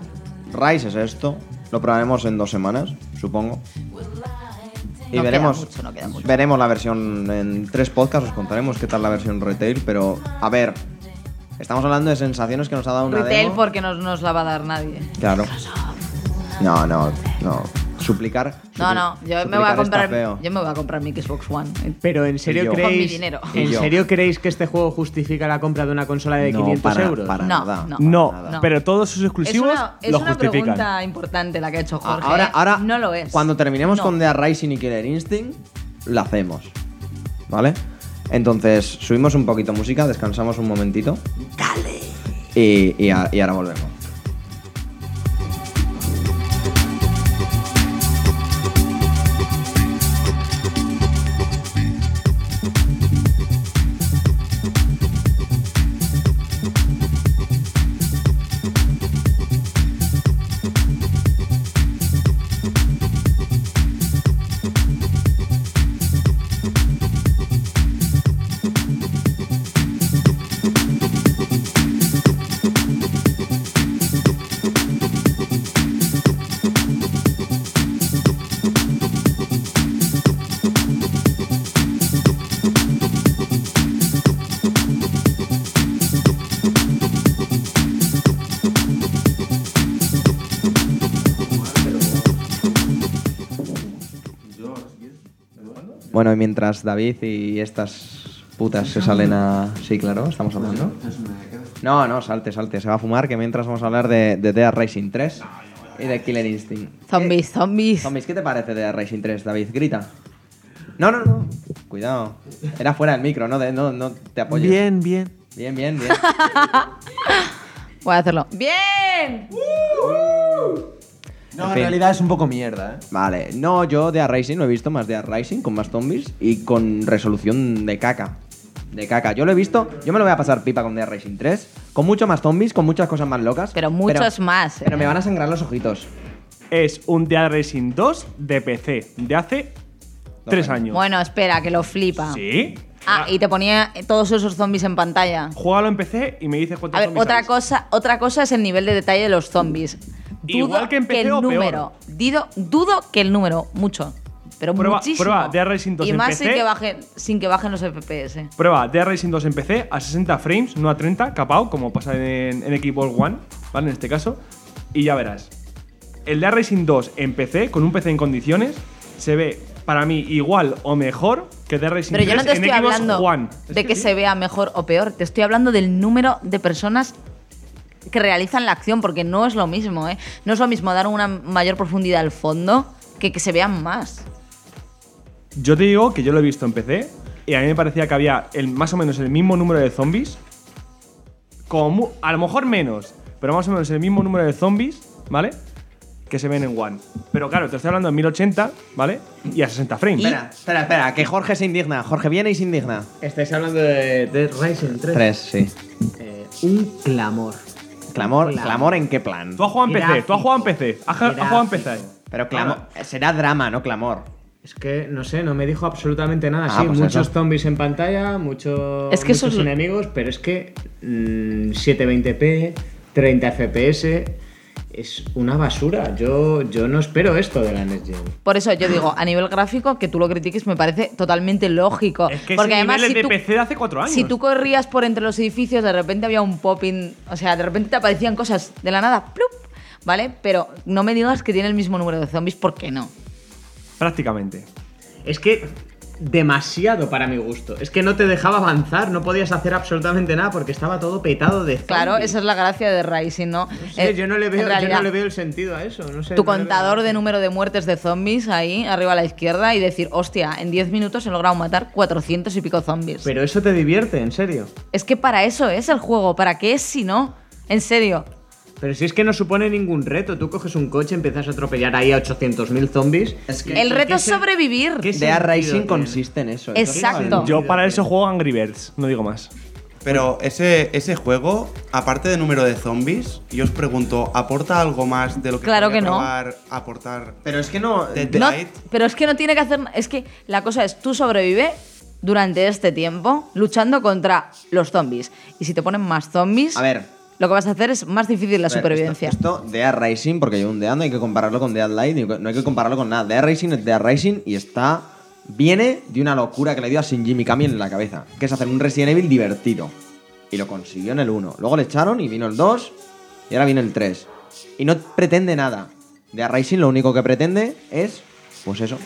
S1: Rise es esto. Lo probaremos en dos semanas, supongo. Y
S3: No queda
S1: veremos,
S3: mucho, no queda mucho.
S1: veremos la versión en tres podcasts, os contaremos qué tal la versión retail, pero a ver, estamos hablando de sensaciones que nos ha dado una
S3: Retail
S1: demo.
S3: porque no nos la va a dar nadie.
S1: Claro. No, no, no. Suplicar.
S3: No,
S1: supli-
S3: no, yo me voy
S1: suplicar
S3: a
S1: está
S3: comprar,
S1: feo.
S3: yo me voy a comprar mi Xbox One.
S5: Pero en
S1: Y
S5: serio
S1: yo.
S3: Con mi
S5: creéis.
S3: dinero.
S1: Y
S5: ¿En
S1: yo.
S5: serio creéis que este juego justifica la compra de una consola de
S1: No,
S5: 500
S1: para-
S5: euros?
S1: para
S3: No,
S1: nada.
S3: no.
S12: No,
S3: nada.
S12: pero todos sus
S3: Es
S12: exclusivos
S3: una, es
S12: lo
S3: una
S12: justifican. Ah,
S3: pregunta importante la que ha hecho
S1: A-
S3: Jorge.
S1: ahora,
S3: ¿eh?
S1: ahora,
S3: no lo es.
S1: Cuando terminemos
S3: No.
S1: con The Rising y Killer Instinct, la hacemos. ¿Vale? Entonces, subimos un poquito música, descansamos un momentito. Dale. Y, y a- y ahora volvemos. Bueno, y mientras David y estas putas se salen a. Sí, claro, estamos hablando. No, no, salte, salte. Se va a fumar que mientras vamos a hablar de, de Dead Rising 3 y de Killer Instinct.
S12: Eh,
S3: Zombies, zombies.
S1: Zombies, ¿qué te parece de Racing 3, David? Grita. No, no, no. Cuidado. Era fuera del micro, no, de- no, no te apoyes.
S12: Bien, bien.
S1: Bien, bien, bien.
S3: Voy a hacerlo. ¡Bien!
S1: En
S2: No, en
S1: fin.
S2: realidad es un poco mierda, ¿eh?
S1: Vale. No, yo de Racing lo he visto más de Racing con más zombies y con resolución de caca. De caca. Yo lo he visto, yo me lo voy a pasar pipa con The Racing 3. Con mucho más zombies, con muchas cosas más locas.
S3: Pero muchos más.
S1: Pero
S3: ¿eh?
S1: me van a sangrar los ojitos.
S12: Es un Dead Racing 2 de PC de hace tres años.
S3: Bueno, espera, que lo flipa.
S12: Sí.
S3: Ah, y te ponía todos esos zombies en pantalla.
S12: Juégalo en PC y me dices cuántos
S3: A ver,
S12: zombies
S3: otra
S12: hay.
S3: cosa, otra cosa es el nivel de detalle de los zombies. Dudo
S12: Igual que en PC
S3: el
S12: o peor.
S3: número. Dido- dudo que el número, mucho. Pero
S12: Prueba-
S3: muchísimo.
S12: prueba Dead Rising 2
S3: y
S12: en
S3: más
S12: PC.
S3: sin que bajen, sin que bajen los FPS.
S12: Prueba Dead Racing 2 en PC a 60 frames, no a 30, capao, como pasa en, en Xbox One, ¿vale? En este caso. Y ya verás. El Dead Racing 2 en PC, con un PC en condiciones, se ve para mí igual o mejor que Dead Racing
S3: Pero yo no
S12: 3
S3: te estoy
S12: en Xbox
S3: hablando
S12: One.
S3: de que se vea mejor o peor. Te estoy hablando del número de personas que realizan la acción, porque no es lo mismo, ¿eh? No es lo mismo dar una mayor profundidad al fondo que que se vean más.
S12: Yo te digo que yo lo he visto en PC y a mí me parecía que había el, más o menos el mismo número de zombies. Como, mu- a lo mejor menos, pero más o menos el mismo número de zombies, ¿vale? Que se ven en One. Pero claro, te estoy hablando en 1080, ¿vale? Y a 60 frames.
S1: Espera, espera, espera, que Jorge se indigna. Jorge viene y se indigna.
S5: Estáis hablando de Dead Rising 3.
S1: Tres, sí.
S5: Eh, un clamor.
S1: Clamor,
S5: Clamor.
S1: clamor en qué plan.
S12: Tú has jugado en PC, tú has jugado en PC, has, has jugado en
S5: Gráfico.
S12: PC.
S1: Pero clamor. Será drama, no clamor.
S5: Es que no sé, no me dijo absolutamente nada.
S1: Ah,
S5: sí,
S1: pues
S5: muchos
S1: eso.
S5: zombies en pantalla, mucho-
S3: Es que eso
S5: muchos
S3: es lo-
S5: enemigos, pero es que mm, 720p, 30 FPS, es una basura. Yo, yo no espero esto de la Next Gen.
S3: Por eso yo digo, a nivel gráfico, que tú lo critiques me parece totalmente lógico.
S12: Es que
S3: porque
S12: ese
S3: además,
S12: nivel
S3: si
S12: es de
S3: tú,
S12: PC de hace 4 años.
S3: si tú corrías por entre los edificios, de repente había un popping. O sea, de repente te aparecían cosas de la nada. ¡plup! ¿Vale? Pero no me digas que tiene el mismo número de zombies, porque no?
S12: Prácticamente.
S5: Es que demasiado para mi gusto. Es que no te dejaba avanzar, no podías hacer absolutamente nada porque estaba todo petado de zombies.
S3: Claro, esa es la gracia de Rising, ¿no? Eh,
S5: Sí, yo, no le
S3: en
S5: veo, yo
S3: realidad,
S5: no le veo el sentido a eso. No
S3: Tu
S5: sé, no le veo
S3: contador de
S5: sentido.
S3: número de muertes de zombies ahí, arriba a la izquierda, y decir, hostia, en 10 minutos he logrado matar 400 y pico zombies.
S5: Pero eso te divierte, en serio.
S3: es que para eso es el juego, ¿para qué es si no? En serio.
S5: Pero si es que no supone ningún reto, tú coges un coche, empiezas a atropellar ahí a 800.000 zombies.
S3: El reto es sobrevivir.
S5: ¿Qué
S1: The
S5: sentido
S1: Rising
S5: tiene?
S1: consiste en eso.
S3: Exacto.
S12: Yo para eso juego Angry Birds, no digo más.
S6: Pero ese, ese juego, aparte de número de zombies, yo os pregunto, ¿aporta algo más de lo que
S3: Claro
S6: podría
S3: que no.
S6: probar aportar
S1: Pero es que no.
S6: Dead
S3: No,
S6: Light?
S3: pero es que no tiene que hacer. Es que la cosa es: tú sobrevive durante este tiempo luchando contra los zombies. Y si te ponen más zombies.
S1: A ver.
S3: Lo que vas a hacer es más difícil la
S1: A ver,
S3: supervivencia.
S1: Esto, esto, Dead Rising, porque yo un Dead no hay que compararlo con Dead Light, ni- no hay que compararlo con nada. Dead Rising es Dead Rising y está. Viene de una locura que le dio a Shinji Mikami en la cabeza, que es hacer un Resident Evil divertido. Y lo consiguió en el 1. Luego le echaron y vino el 2 y ahora viene el 3. Y no pretende nada. Dead Rising lo único que pretende es, pues eso,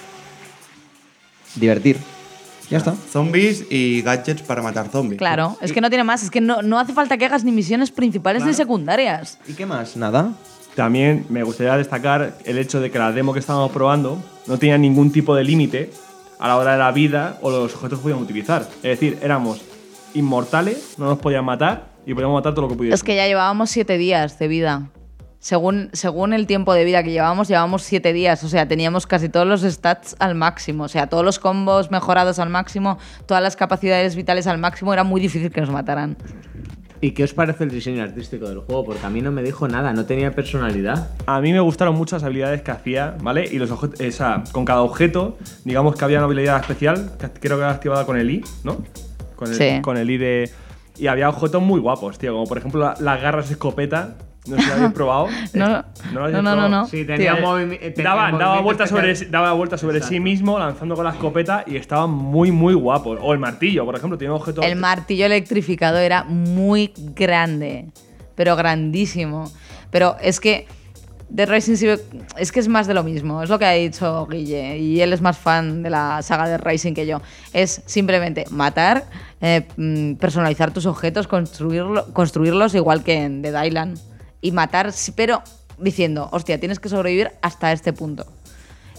S1: divertir. Ya está.
S6: Zombies y gadgets para matar zombies.
S3: Claro, es que no tiene más. Es que no, no hace falta que hagas ni misiones principales ni secundarias.
S1: ¿Y qué más? Nada.
S12: También me gustaría destacar el hecho de que la demo que estábamos probando no tenía ningún tipo de límite a la hora de la vida o los objetos que podíamos utilizar. Es decir, éramos inmortales, no nos podían matar y podíamos matar todo lo que pudiéramos.
S3: Es que ya llevábamos siete días de vida. Según, según el tiempo de vida que llevábamos, llevábamos siete días. O sea, teníamos casi todos los stats al máximo. O sea, todos los combos mejorados al máximo, todas las capacidades vitales al máximo. Era muy difícil que nos mataran.
S5: ¿Y qué os parece el diseño artístico del juego? Porque a mí no me dijo nada, no tenía personalidad.
S12: A mí me gustaron mucho las habilidades que hacía, ¿vale? Y los objetos, o sea, con cada objeto, digamos que había una habilidad especial, que creo que era activada con el I, ¿no? Con el,
S3: Sí.
S12: con el I de... Y había objetos muy guapos, tío, como por ejemplo la- las garras escopeta. No sé si lo habéis probado.
S3: No,
S12: lo habéis
S3: no, no,
S12: probado?
S3: no, no.
S5: Sí, tenía
S3: Tío.
S5: movimi- eh, tenía
S12: Daba, daba
S5: movimientos
S12: vueltas sobre,
S5: especiales.
S12: sí- daba vueltas sobre sí mismo, lanzando con la escopeta y estaban muy, muy guapos. O el martillo, por ejemplo, tiene un objeto.
S3: El martillo electrificado era muy grande, pero grandísimo. Pero es que The Rising sirve- es que es más de lo mismo, es lo que ha dicho Guille, y él es más fan de la saga de Rising que yo. Es simplemente matar, eh, mm, personalizar tus objetos, construirlo- construirlos igual que en The Dylan. Y matar, sí, pero diciendo, hostia, tienes que sobrevivir hasta este punto.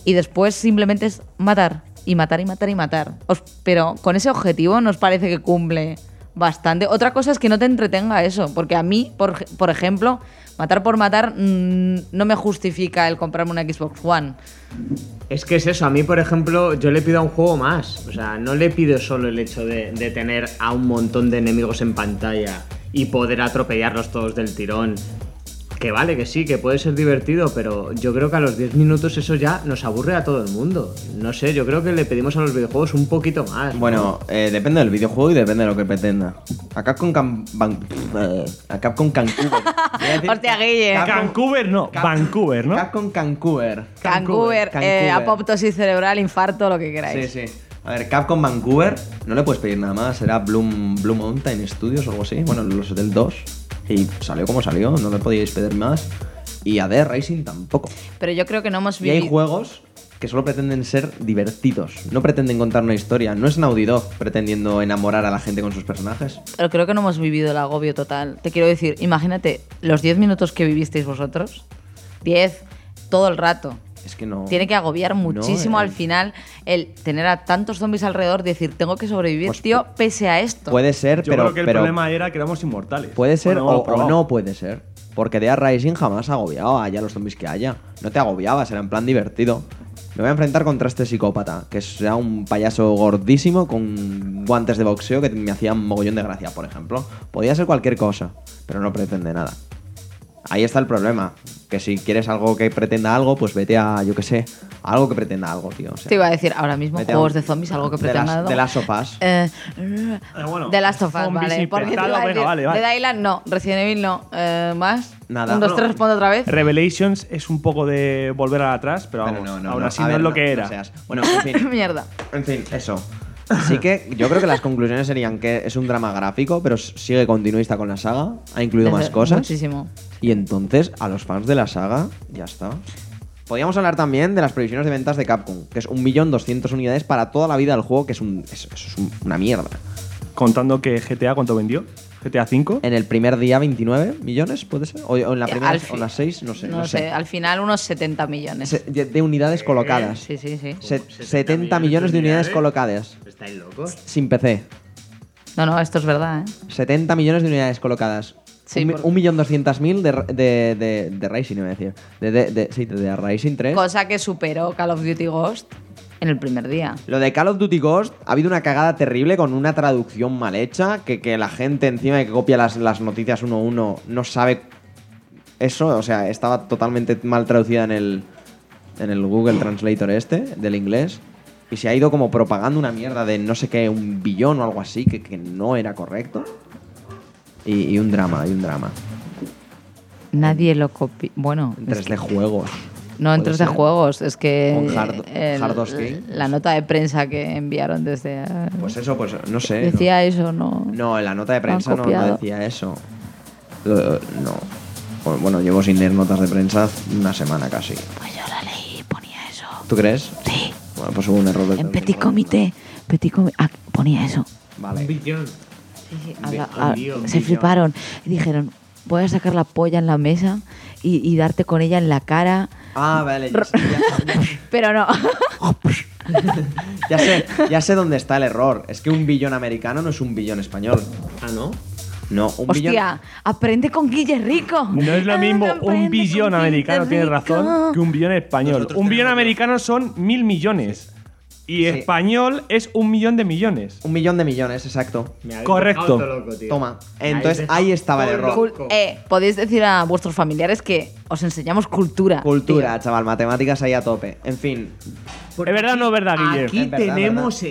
S3: Y después simplemente es matar y matar y matar y matar. Os- pero con ese objetivo nos parece que cumple bastante. Otra cosa es que no te entretenga eso, porque a mí, por, ej- por ejemplo, matar por matar mm, no me justifica el comprarme una Xbox One.
S5: Es que es eso, a mí por ejemplo yo le pido a un juego más, o sea, no le pido solo el hecho de, de tener a un montón de enemigos en pantalla y poder atropellarlos todos del tirón, que vale, que sí, que puede ser divertido, pero yo creo que a los 10 minutos eso ya nos aburre a todo el mundo, no sé, yo creo que le pedimos a los videojuegos un poquito más. ¿no?
S1: Bueno, eh, depende del videojuego y depende de lo que pretenda. A Capcom Can... Van- eh, a Capcom Vancouver. Voy a decir
S3: Hostia, Guille.
S12: Vancouver, no. Vancouver, ¿no?
S1: Capcom Vancouver.
S3: Vancouver, eh, apoptosis cerebral, infarto, lo que
S1: Sí,
S3: queráis.
S1: sí. A ver, Capcom Vancouver, no le puedes pedir nada más. Será Bloom, Blue Mountain Studios o algo así. Bueno, los del 2. Y salió como salió, no le podíais pedir más. Y a Dead Racing tampoco.
S3: Pero yo creo que no hemos
S1: Y hay
S3: vivido.
S1: juegos que solo pretenden ser divertidos. No pretenden contar una historia. No es Naughty Dog pretendiendo enamorar a la gente con sus personajes.
S3: Pero eh, creo que no hemos vivido el agobio total. Te quiero decir, imagínate los 10 minutos que vivisteis vosotros. 10, todo el rato.
S1: Es que no.
S3: Tiene que agobiar muchísimo
S1: eh.
S3: al final el tener a tantos zombies alrededor, decir, tengo que sobrevivir,
S1: Pues
S3: tío, pese a esto.
S1: Puede ser,
S12: Yo
S1: pero,
S12: creo que el
S1: pero
S12: problema era que éramos inmortales.
S1: puede ser
S12: Bueno,
S1: o,
S12: hemos probado.
S1: o no puede ser. Porque Dead Rising jamás agobiaba allá los zombies que haya. No te agobiabas, era en plan divertido. Me voy a enfrentar contra este psicópata, que sea un payaso gordísimo con guantes de boxeo que me hacían mogollón de gracia, por ejemplo. Podía ser cualquier cosa, pero no pretende nada. Ahí está el problema. Que si quieres algo que pretenda algo, pues vete a, yo qué sé, a algo que pretenda algo, tío. O sea,
S3: Te iba a decir, ahora mismo
S1: vete a
S3: juegos
S1: un-
S3: de zombies, algo que
S1: de las-
S3: pretenda. algo.
S1: De las sofás.
S3: Eh,
S12: Eh, bueno,
S3: de Last of Us,
S12: zombies
S3: vale. Porque te iba a
S12: infectados,
S3: decir,
S12: venga, vale, vale.
S3: De Dylan no, Resident Evil no. Eh, ¿Más?
S1: Nada.
S3: Un, dos, tres, respondo otra vez.
S12: Revelations es un poco de volver atrás, pero
S1: Pero
S12: vamos,
S1: no, no,
S12: aún
S1: no.
S12: así
S1: A
S12: no
S1: ver,
S12: es lo que era.
S1: no seas- Bueno, en fin.
S3: Mierda.
S1: En fin, eso. Así que yo creo que las conclusiones serían que es un drama gráfico, pero s- sigue continuista con la saga, ha incluido más
S3: Desde-
S1: cosas.
S3: Eh, Muchísimo.
S1: Y entonces, a los fans de la saga, ya está. Podríamos hablar también de las previsiones de ventas de Capcom, que es 1.200.000 unidades para toda la vida del juego, que es, un, es- es un- una mierda.
S12: Contando que GTA, ¿cuánto vendió? GTA 5.
S1: En el primer día 29 millones, ¿puede ser? O, o en la
S3: Eh,
S1: primera,
S3: al
S1: o
S3: fin.
S1: en las 6, no sé.
S3: No, sé. al final unos 70 millones.
S1: Se- De, de unidades colocadas.
S3: Sí, sí, sí.
S1: Se- 70 millones de unidades colocadas.
S5: ¿Estáis locos?
S1: Sin PC.
S3: No, no, esto es verdad, ¿eh?
S1: 70 millones de unidades colocadas.
S3: Sí,
S1: un, mi-
S3: por-
S1: un millón doscientas mil de, de, de, de Rising, iba a decir. De, de, de- sí, de, de Rising 3.
S3: Cosa que superó Call of Duty Ghost. en el primer día.
S1: Lo de Call of Duty Ghost ha habido una cagada terrible con una traducción mal hecha, que, que la gente encima de que copia las, las noticias uno a uno no sabe eso, o sea, estaba totalmente mal traducida en el, en el Google Translator este, del inglés, y se ha ido como propagando una mierda de no sé qué, un billón o algo así, que, que no era correcto. Y, y un drama, y un drama.
S3: Nadie lo copia. Bueno,
S1: En
S3: es
S1: 3D juegos.
S3: No, en
S1: Puede
S3: 3D
S1: ser.
S3: juegos, es que
S1: Un hard-
S3: el-
S1: hard dos game.
S3: la nota de prensa que enviaron desde eh,
S1: Pues eso, pues no sé. no-
S3: decía eso, ¿no?
S1: No, en la nota de
S3: Lo han
S1: prensa no, no
S3: copiado.
S1: decía eso. Eh, no. Bueno, Bueno, llevo sin leer notas de prensa una semana casi.
S3: Pues yo la leí, ponía eso.
S1: ¿Tú crees?
S3: Sí,
S1: Bueno, pues hubo un error. de
S3: en
S1: traducción.
S3: Petit Comité, Petit Comité, ah, ponía eso.
S5: Un
S1: Vale.
S5: billón.
S3: Sí, sí, habla-
S5: un
S3: ah,
S5: lío, un
S3: se
S5: lío.
S3: fliparon y dijeron, voy a sacar la polla en la mesa y, y darte con ella en la cara,
S1: Ah, vale. Ya, sé,
S3: pero no.
S1: ya- ya sé, ya sé dónde está el error. Es que un billón americano no es un billón español.
S5: Ah, ¿no?
S1: No, un billón.
S3: Hostia, aprende con Guille Rico.
S12: No es lo mismo un billón americano, tienes razón, que un billón español.
S6: Nosotros
S12: Un billón
S6: tenemos-
S12: americano son mil millones. Y español es un millón de millones.
S1: Un millón de millones, exacto.
S5: Me habéis
S12: Correcto.
S5: dejado todo loco, tío.
S1: Toma. Entonces ahí estaba el error.
S5: Cul-
S3: Eh, podéis decir a vuestros familiares que os enseñamos cultura.
S1: Cultura, chaval, matemáticas ahí a tope. En fin,
S5: Porque
S12: ¿Es verdad o no es verdad, Guille?
S5: Aquí
S1: Es verdad,
S5: tenemos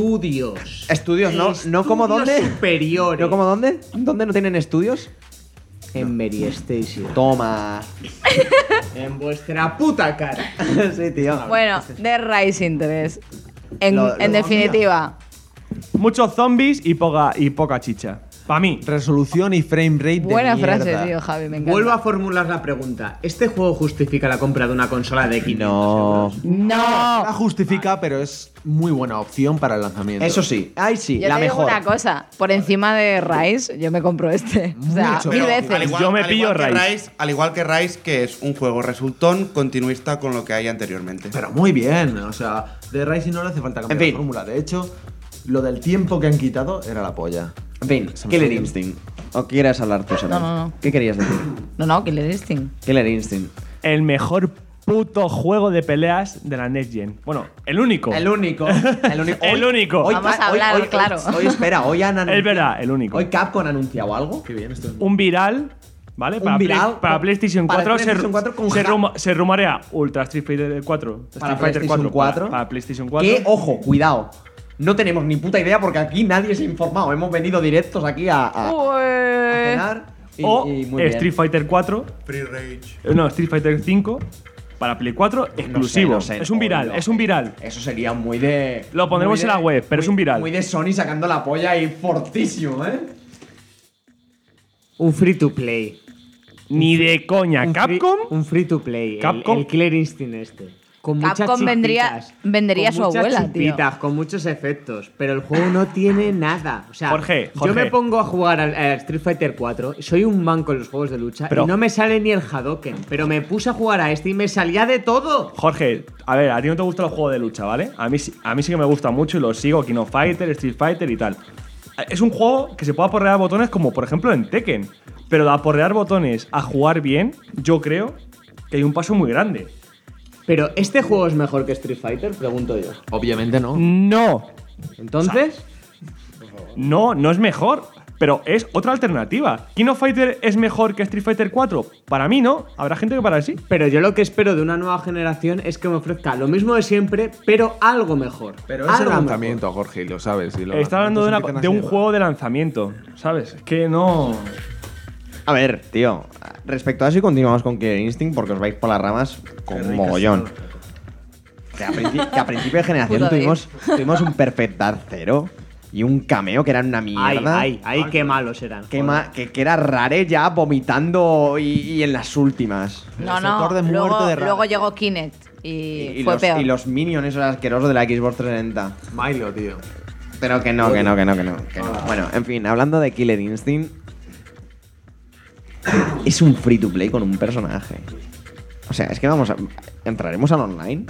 S5: estudios.
S1: Estudios, ¿no? ¿No como
S5: Estudios
S1: dónde?
S5: Superiores.
S1: ¿no como dónde? ¿Dónde no tienen estudios?
S5: En Mary Station.
S1: Toma.
S5: En vuestra puta cara.
S1: sí, tío.
S3: Bueno, The Rising 3. En,
S1: Lo-
S3: en
S1: lo-
S3: definitiva,
S12: Muchos zombies y poca, y poca chicha. Para mí.
S2: Resolución y frame rate de
S3: buena
S2: mierda.
S3: frase, tío, Javi, me encanta.
S5: Vuelvo a formular la pregunta. ¿Este juego justifica la compra de una consola de 500
S1: No.
S5: euros?
S3: ¡No!
S2: La justifica, pero es muy buena opción para el lanzamiento.
S1: Eso sí, ahí sí,
S3: Yo
S1: la
S3: te digo
S1: mejor.
S3: una cosa, por encima de Rise, yo me compro este. O sea,
S2: Mucho.
S3: mil
S2: Pero,
S3: veces.
S6: Al igual,
S12: Yo me
S6: al
S12: pillo
S6: igual que
S12: Rise.
S6: Al igual que Rise, que es un juego resultón, continuista con lo que hay anteriormente.
S2: Pero muy bien, o sea, de Rising no le hace falta cambiar
S1: En fin.
S2: la fórmula. De hecho, lo del tiempo que han quitado era la polla.
S1: En fin,
S2: Se me
S1: Killer
S2: fue.
S1: Instinct. ¿O quieres hablar tú, Sarai?
S3: No, no, no.
S1: ¿Qué querías decir?
S3: No, no, Killer Instinct.
S1: Killer Instinct.
S12: El mejor puto juego de peleas de la Next Gen. Bueno, el único.
S1: El único. El único.
S12: El único.
S3: Vamos a hablar, claro.
S1: Hoy, espera, hoy han anunciado.
S12: Es verdad, el único.
S1: Hoy Capcom ha anunciado algo.
S12: Un viral, ¿vale?
S1: Un
S12: para, Play-
S1: viral
S12: para
S1: con-
S12: PlayStation
S1: para
S12: 4,
S1: PlayStation
S12: se,
S1: 4 con
S12: se
S1: ja-
S12: ruma- se rumorea Ultra Street Fighter 4.
S1: Para
S12: Street Fighter
S1: PlayStation 4.
S12: Para, para PlayStation 4.
S1: Que, ojo, cuidado. No tenemos ni puta idea porque aquí nadie se ha informado. Hemos venido directos aquí a, a- a
S3: Ué.
S1: cenar. y-
S12: o
S1: y muy bien.
S12: Street Fighter 4.
S6: Free Rage.
S12: eh, No, Street Fighter 5 para Play 4 exclusivo.
S1: no sé,
S12: es un viral,
S1: obvio.
S12: es un viral.
S1: Eso sería muy de.
S12: Lo pondremos
S1: muy
S12: en la web, pero
S1: muy-
S12: es un viral.
S1: Muy de Sony sacando la polla y fortísimo, ¿eh?
S5: Un free to play.
S12: Ni de coña.
S5: Un free-
S12: Capcom.
S5: un free to play. el-
S12: Capcom.
S5: El, Killer Instinct este. Con muchas
S3: Capcom vendría-
S5: chispitas,
S3: vendería
S5: con
S3: a su
S5: muchas
S3: abuela, tío.
S5: chispitas, Con muchos efectos. Pero el juego no tiene nada. O sea,
S12: Jorge,
S5: yo
S12: Jorge.
S5: me pongo a jugar al, al Street Fighter 4. Soy un manco en los juegos de lucha.
S12: Pero-
S5: y no me sale ni el Hadoken. Pero me puse a jugar a este y me salía de todo.
S12: Jorge, a ver, a ti no te gusta el juego de lucha, ¿vale? A mí, sí- a mí sí que me gusta mucho y lo sigo, Kino Fighter, Street Fighter y tal. Es un juego que se puede aporrear botones como por ejemplo en Tekken. Pero de aporrear botones a jugar bien, yo creo que hay un paso muy grande.
S5: Pero ¿este juego es mejor que Street Fighter? Pregunto yo.
S2: Obviamente no.
S12: No,
S5: Entonces.
S12: no, no es mejor. Pero es otra alternativa. ¿Kino Fighter es mejor que Street Fighter 4? Para mí no. Habrá gente que para sí.
S5: Pero yo lo que espero de una nueva generación es que me ofrezca lo mismo de siempre, pero algo mejor.
S2: Pero es el
S5: algo
S2: lanzamiento, Jorge, y lo sabes. y los
S12: Está hablando de, una-
S2: lanzamientos
S12: de un
S2: empiezan
S12: juego de lanzamiento, ¿sabes? Es que no.
S1: A ver, tío, respecto a eso y continuamos con Killer Instinct porque os vais por las ramas con un mogollón. Que a, princi- que a principio de generación
S3: Puta
S1: tuvimos, tuvimos un Perfect Dark Zero y un cameo que era una
S5: Ay,
S1: mierda.
S5: ay, ay, qué malos eran.
S1: Que,
S5: joder.
S1: ma- que, que era rare ya vomitando y, y en las últimas.
S3: No,
S2: El sector
S3: no.
S2: de
S3: Luego,
S2: muerte de
S3: luego
S2: Rara.
S3: llegó Kinect y,
S1: Y,
S3: fue
S1: los,
S3: peor.
S1: y los minions esos asquerosos de la Xbox 360.
S2: así. Milo, tío.
S1: Pero que no, que no, que no, que no. que no. Bueno, en fin, hablando de Killer Instinct. Es un free to play con un personaje. O sea, es que vamos a. Entraremos al online.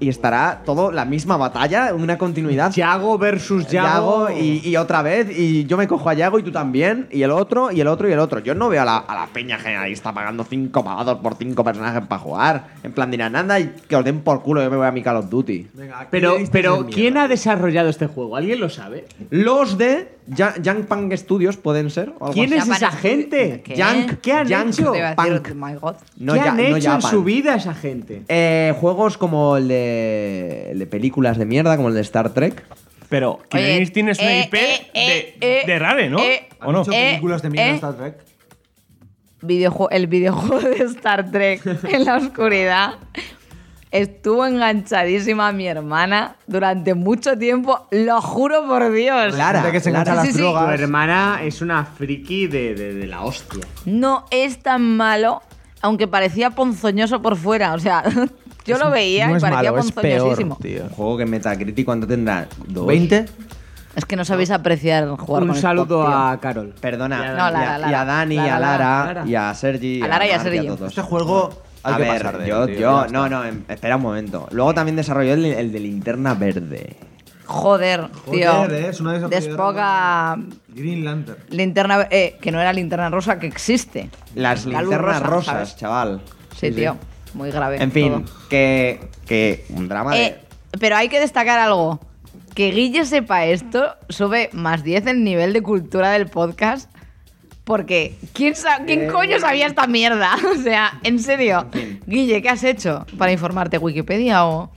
S1: y estará todo la misma batalla, una continuidad.
S5: Yago versus Yago.
S1: Yago y, y otra vez, y yo me cojo a Yago y tú también, y el otro, y el otro, y el otro. Yo no veo a la, a la peña generalista pagando 5 pavados por 5 personajes para jugar. En plan, dirán, anda y que os den por culo, yo me voy a mi Call of Duty.
S5: Pero, pero ¿quién ha desarrollado este juego? ¿Alguien lo sabe?
S1: Los de Ya- Young Punk Studios pueden ser. o algo
S5: ¿Quién
S1: así.
S5: es esa gente?
S3: ¿Qué?
S1: Yank-
S5: ¿Qué han
S1: Yank
S5: hecho?
S3: Te iba a decir, oh
S1: Punk.
S3: my God.
S1: No
S5: ¿Qué
S1: ya-
S5: han
S1: no
S5: hecho en
S1: Japan.
S5: su vida esa gente?
S1: Eh, juegos como el de, el de películas de mierda, como el de Star Trek.
S12: Pero Killer
S3: Oye,
S12: Instinct es una
S3: eh,
S12: IP
S3: eh, eh,
S12: de,
S3: eh,
S12: de Rare, ¿no?
S3: eh,
S12: ¿O no?
S2: hecho
S3: eh,
S2: películas de mierda
S3: eh.
S2: en Star Trek?
S3: videojue- el videojuego de Star Trek en la oscuridad. Estuvo enganchadísima a mi hermana durante mucho tiempo, lo juro por Dios.
S1: Clara,
S2: Gente que se
S1: Clara.
S2: engancha a las
S3: Sí, sí, sí.
S5: Tu
S2: drogas.
S5: hermana es una friki de, de- de la hostia.
S3: No es tan malo, aunque parecía ponzoñoso por fuera. O sea, yo lo veía
S4: no
S3: y
S4: es
S3: parecía
S4: malo, es
S3: ponzoñosísimo.
S4: peor, tío.
S1: Un juego que Metacritic, ¿cuánto tendrá? ¿20?
S3: Es que no sabéis apreciar jugar con
S5: Un
S3: Xbox,
S5: saludo
S3: tío.
S5: a Carol.
S1: Perdona,
S3: No,
S1: y,
S3: Lara,
S1: a,
S3: Lara.
S1: y a Dani,
S3: Lara,
S1: y a Lara,
S5: Lara.
S1: y a Sergi,
S3: A Lara y a
S1: Marc,
S3: Sergi.
S1: todos.
S2: Este juego hay
S1: A
S2: que
S1: ver,
S2: pasar de él,
S1: yo,
S2: tío, ya
S1: yo,
S2: está.
S1: no, no, em- espera un momento. Luego también desarrolló el, el de linterna verde.
S3: Joder, tío.
S2: Joder, eh, es una de esas
S3: Despoca
S2: Green Lantern.
S3: linterna, eh, que no era linterna rosa, que existe.
S1: Las
S3: La luz
S1: linternas
S3: rosa,
S1: rosas,
S3: ¿sabes?
S1: chaval.
S3: Sí, tío. Muy grave.
S1: En fin,
S3: todo.
S1: que, que un drama de.
S3: Eh, pero hay que destacar algo. Que Guille sepa esto sube más 10 el nivel de cultura del podcast. Porque, ¿quién, sa-
S2: Eh.
S3: ¿quién coño sabía esta mierda? O sea, en serio. Guille, ¿qué has hecho para informarte? ¿Wikipedia o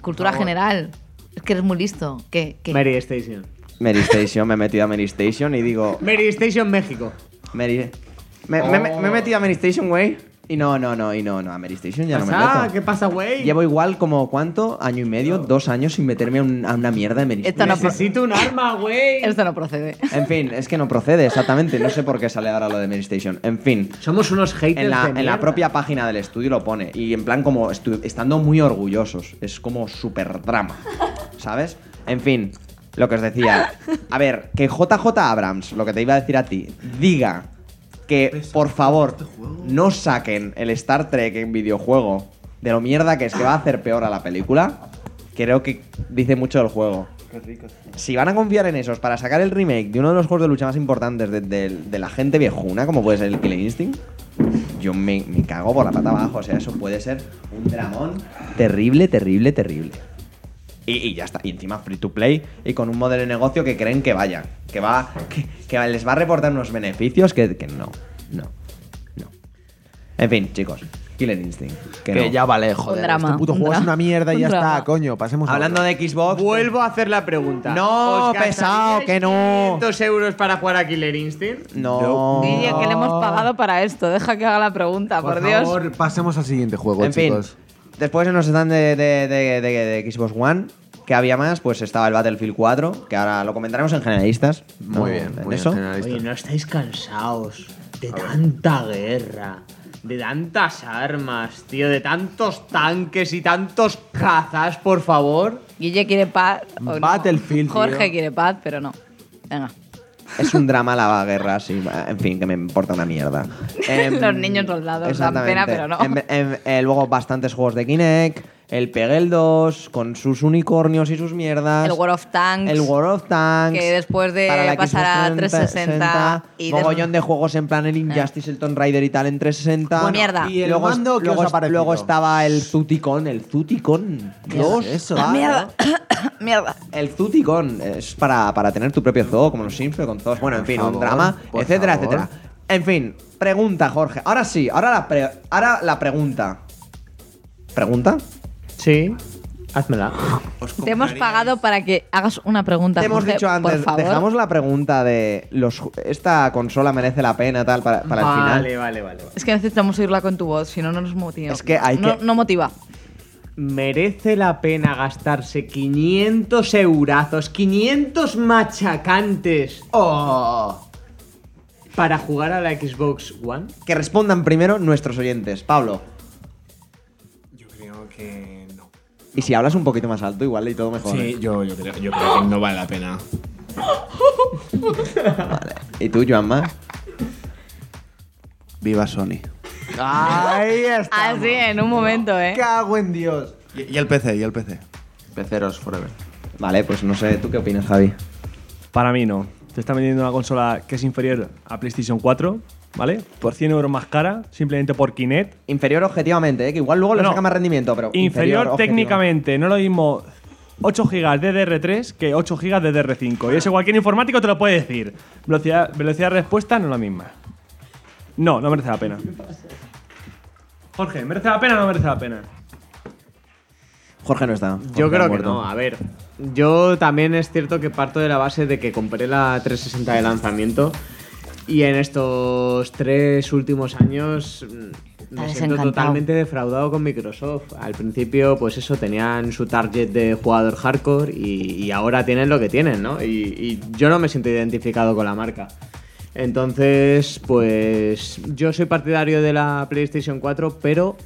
S3: cultura general? Es que eres muy listo. ¿Qué? qué?
S5: Mary Station.
S1: Mary Station, me he metido a Mary Station y digo.
S5: Mary Station México.
S1: Mary. Me, me- me- me he metido a Mary Station, güey. Y no, no, no, y no, no, a Mary Station ya no me
S5: Pasa,
S1: meto.
S5: ¿Qué pasa, güey?
S1: Llevo igual como cuánto, año y medio, dos años sin meterme a, un- a una mierda de Mary
S3: Esto no, pro-
S5: Necesito un arma, güey.
S3: esto no procede.
S1: En fin, es que no procede exactamente. No sé por qué sale ahora lo de Mary Station. En fin,
S5: Somos unos haters
S1: en la,
S5: de
S1: en la
S5: mierda.
S1: propia página del estudio lo pone. Y en plan, como estu- estando muy orgullosos. Es como super drama. ¿Sabes? En fin, lo que os decía. A ver, que JJ Abrams, lo que te iba a decir a ti, diga que, por favor, no saquen el Star Trek en videojuego de lo mierda que es que va a hacer peor a la película. Creo que dice mucho del juego. Si van a confiar en esos para sacar el remake de uno de los juegos de lucha más importantes de, de- de la gente viejuna, como puede ser el Killing Instinct, yo me, me cago por la pata abajo. O sea, eso puede ser un dramón terrible, terrible, terrible. Y, y ya está. Y encima free to play y con un modelo de negocio que creen que vaya, que va, que, que les va a reportar unos beneficios que, que no, no, no. En fin, chicos, Killer Instinct. Que,
S2: Que
S1: no.
S2: ya vale, joder.
S3: drama,
S2: este puto
S3: un
S2: juego es
S3: drama,
S2: una mierda y
S3: un
S2: ya
S3: drama.
S2: está, coño. Pasemos a
S1: Hablando
S2: otro.
S1: de Xbox.
S5: Vuelvo a hacer la pregunta.
S1: No,
S5: ¿Os gastaríais
S1: pesado, que no.
S5: 500 euros para jugar a Killer Instinct?
S1: No.
S3: Guille, que le hemos pagado para esto. Deja que haga la pregunta, por,
S2: Por
S3: Dios.
S2: favor, pasemos al siguiente juego,
S1: En fin,
S2: chicos.
S1: después nos están de, de, de- de- de Xbox One, que había más, pues estaba el Battlefield 4, que ahora lo comentaremos en generalistas. ¿no?
S2: Muy bien,
S1: En
S2: muy
S1: eso.
S2: bien. generalista.
S5: Oye, ¿no estáis cansados de tanta guerra? De tantas armas, tío, de tantos tanques y tantos cazas, por favor.
S3: Guille quiere paz. o no.
S2: Battlefield,
S3: Jorge
S2: tío.
S3: quiere paz, pero no. Venga.
S1: Es un drama la guerra, sí. En fin, que me importa una mierda. Em,
S3: Los niños soldados, dan pena,
S1: exactamente.
S3: pero no.
S1: Em, em, eh, luego bastantes juegos de Kinect, el Pegel 2, con sus unicornios y sus mierdas.
S3: El World of Tanks.
S1: El World of Tanks.
S3: Que después de
S1: para la
S3: pasar a
S1: Xbox
S3: 360 y de-
S1: mogollón de juegos en plan el Injustice, el Tomb Raider y tal en 360.
S3: Bueno, Pues Mierda.
S2: ¿Y el
S1: luego, es-
S2: mando qué
S1: luego
S2: os ha
S1: es-
S2: parecido?
S1: luego estaba el Zuticon, el Zuticon 2.
S2: eso?
S1: Ah,
S3: Ah, mierda. mierda.
S1: El Zuticon es para, para tener tu propio zoo, como los Sims, pero con todos. Bueno, en fin, un
S2: favor,
S1: drama,
S2: por
S1: etcétera,
S2: favor.
S1: etcétera. En fin, pregunta, Jorge. Ahora sí, ahora la, pre- ahora la pregunta. ¿Pregunta?
S5: Sí, házmela.
S3: Te hemos pagado para que hagas una pregunta.
S1: Te hemos
S3: Jorge,
S1: dicho
S3: Por
S1: antes,
S3: favor.
S1: dejamos la pregunta de los, ju- esta consola merece la pena, tal, para, para el final.
S5: Vale, vale, vale.
S3: Es que necesitamos oírla con tu voz, si no, no nos motiva.
S1: Es que hay
S3: no,
S1: que-
S3: no motiva.
S5: ¿Merece la pena gastarse 500 eurazos, 500 machacantes oh, para jugar a la Xbox One?
S1: Que respondan primero nuestros oyentes. Pablo.
S4: Yo creo que no.
S1: Y si hablas un poquito más alto, igual y todo mejor.
S4: Sí,
S1: ¿eh?
S4: yo, yo, creo, yo creo que no vale la pena.
S1: ¿Y tú, Joanma?
S6: Viva Sony.
S2: Ahí está.
S1: Ah.
S3: Así, en un momento, ¿eh?
S2: Cago en Dios.
S6: Y, y el PC, y el PC.
S1: Peceros forever. Vale, pues no sé, ¿tú qué opinas, Javi?
S12: Para mí no. Te están vendiendo una consola que es inferior a PlayStation 4, ¿vale? Por 100 euros más cara, simplemente por Kinect.
S1: Inferior objetivamente, ¿eh? que igual luego le
S12: No, no.
S1: saca más rendimiento, pero.
S12: Inferior,
S1: objetivo.
S12: técnicamente, no es lo mismo 8 GB DDR3 que 8 GB DDR5. Y eso cualquier informático te lo puede decir. Velocidad, velocidad de respuesta no es la misma. No, no merece la pena. Jorge, ¿merece la pena o no merece la pena?
S1: Jorge no está. Jorge
S5: Yo
S1: ha
S5: creo que
S1: muerto.
S5: no, a ver. Yo también es cierto que parto de la base de que compré la 360 de lanzamiento y en estos tres últimos años mm, me
S3: Estás
S5: siento
S3: encantado.
S5: totalmente defraudado con Microsoft. Al principio, pues eso, tenían su target de jugador hardcore y, y ahora tienen lo que tienen, ¿no? Y, y yo no me siento identificado con la marca. Entonces, pues yo soy partidario de la PlayStation 4, pero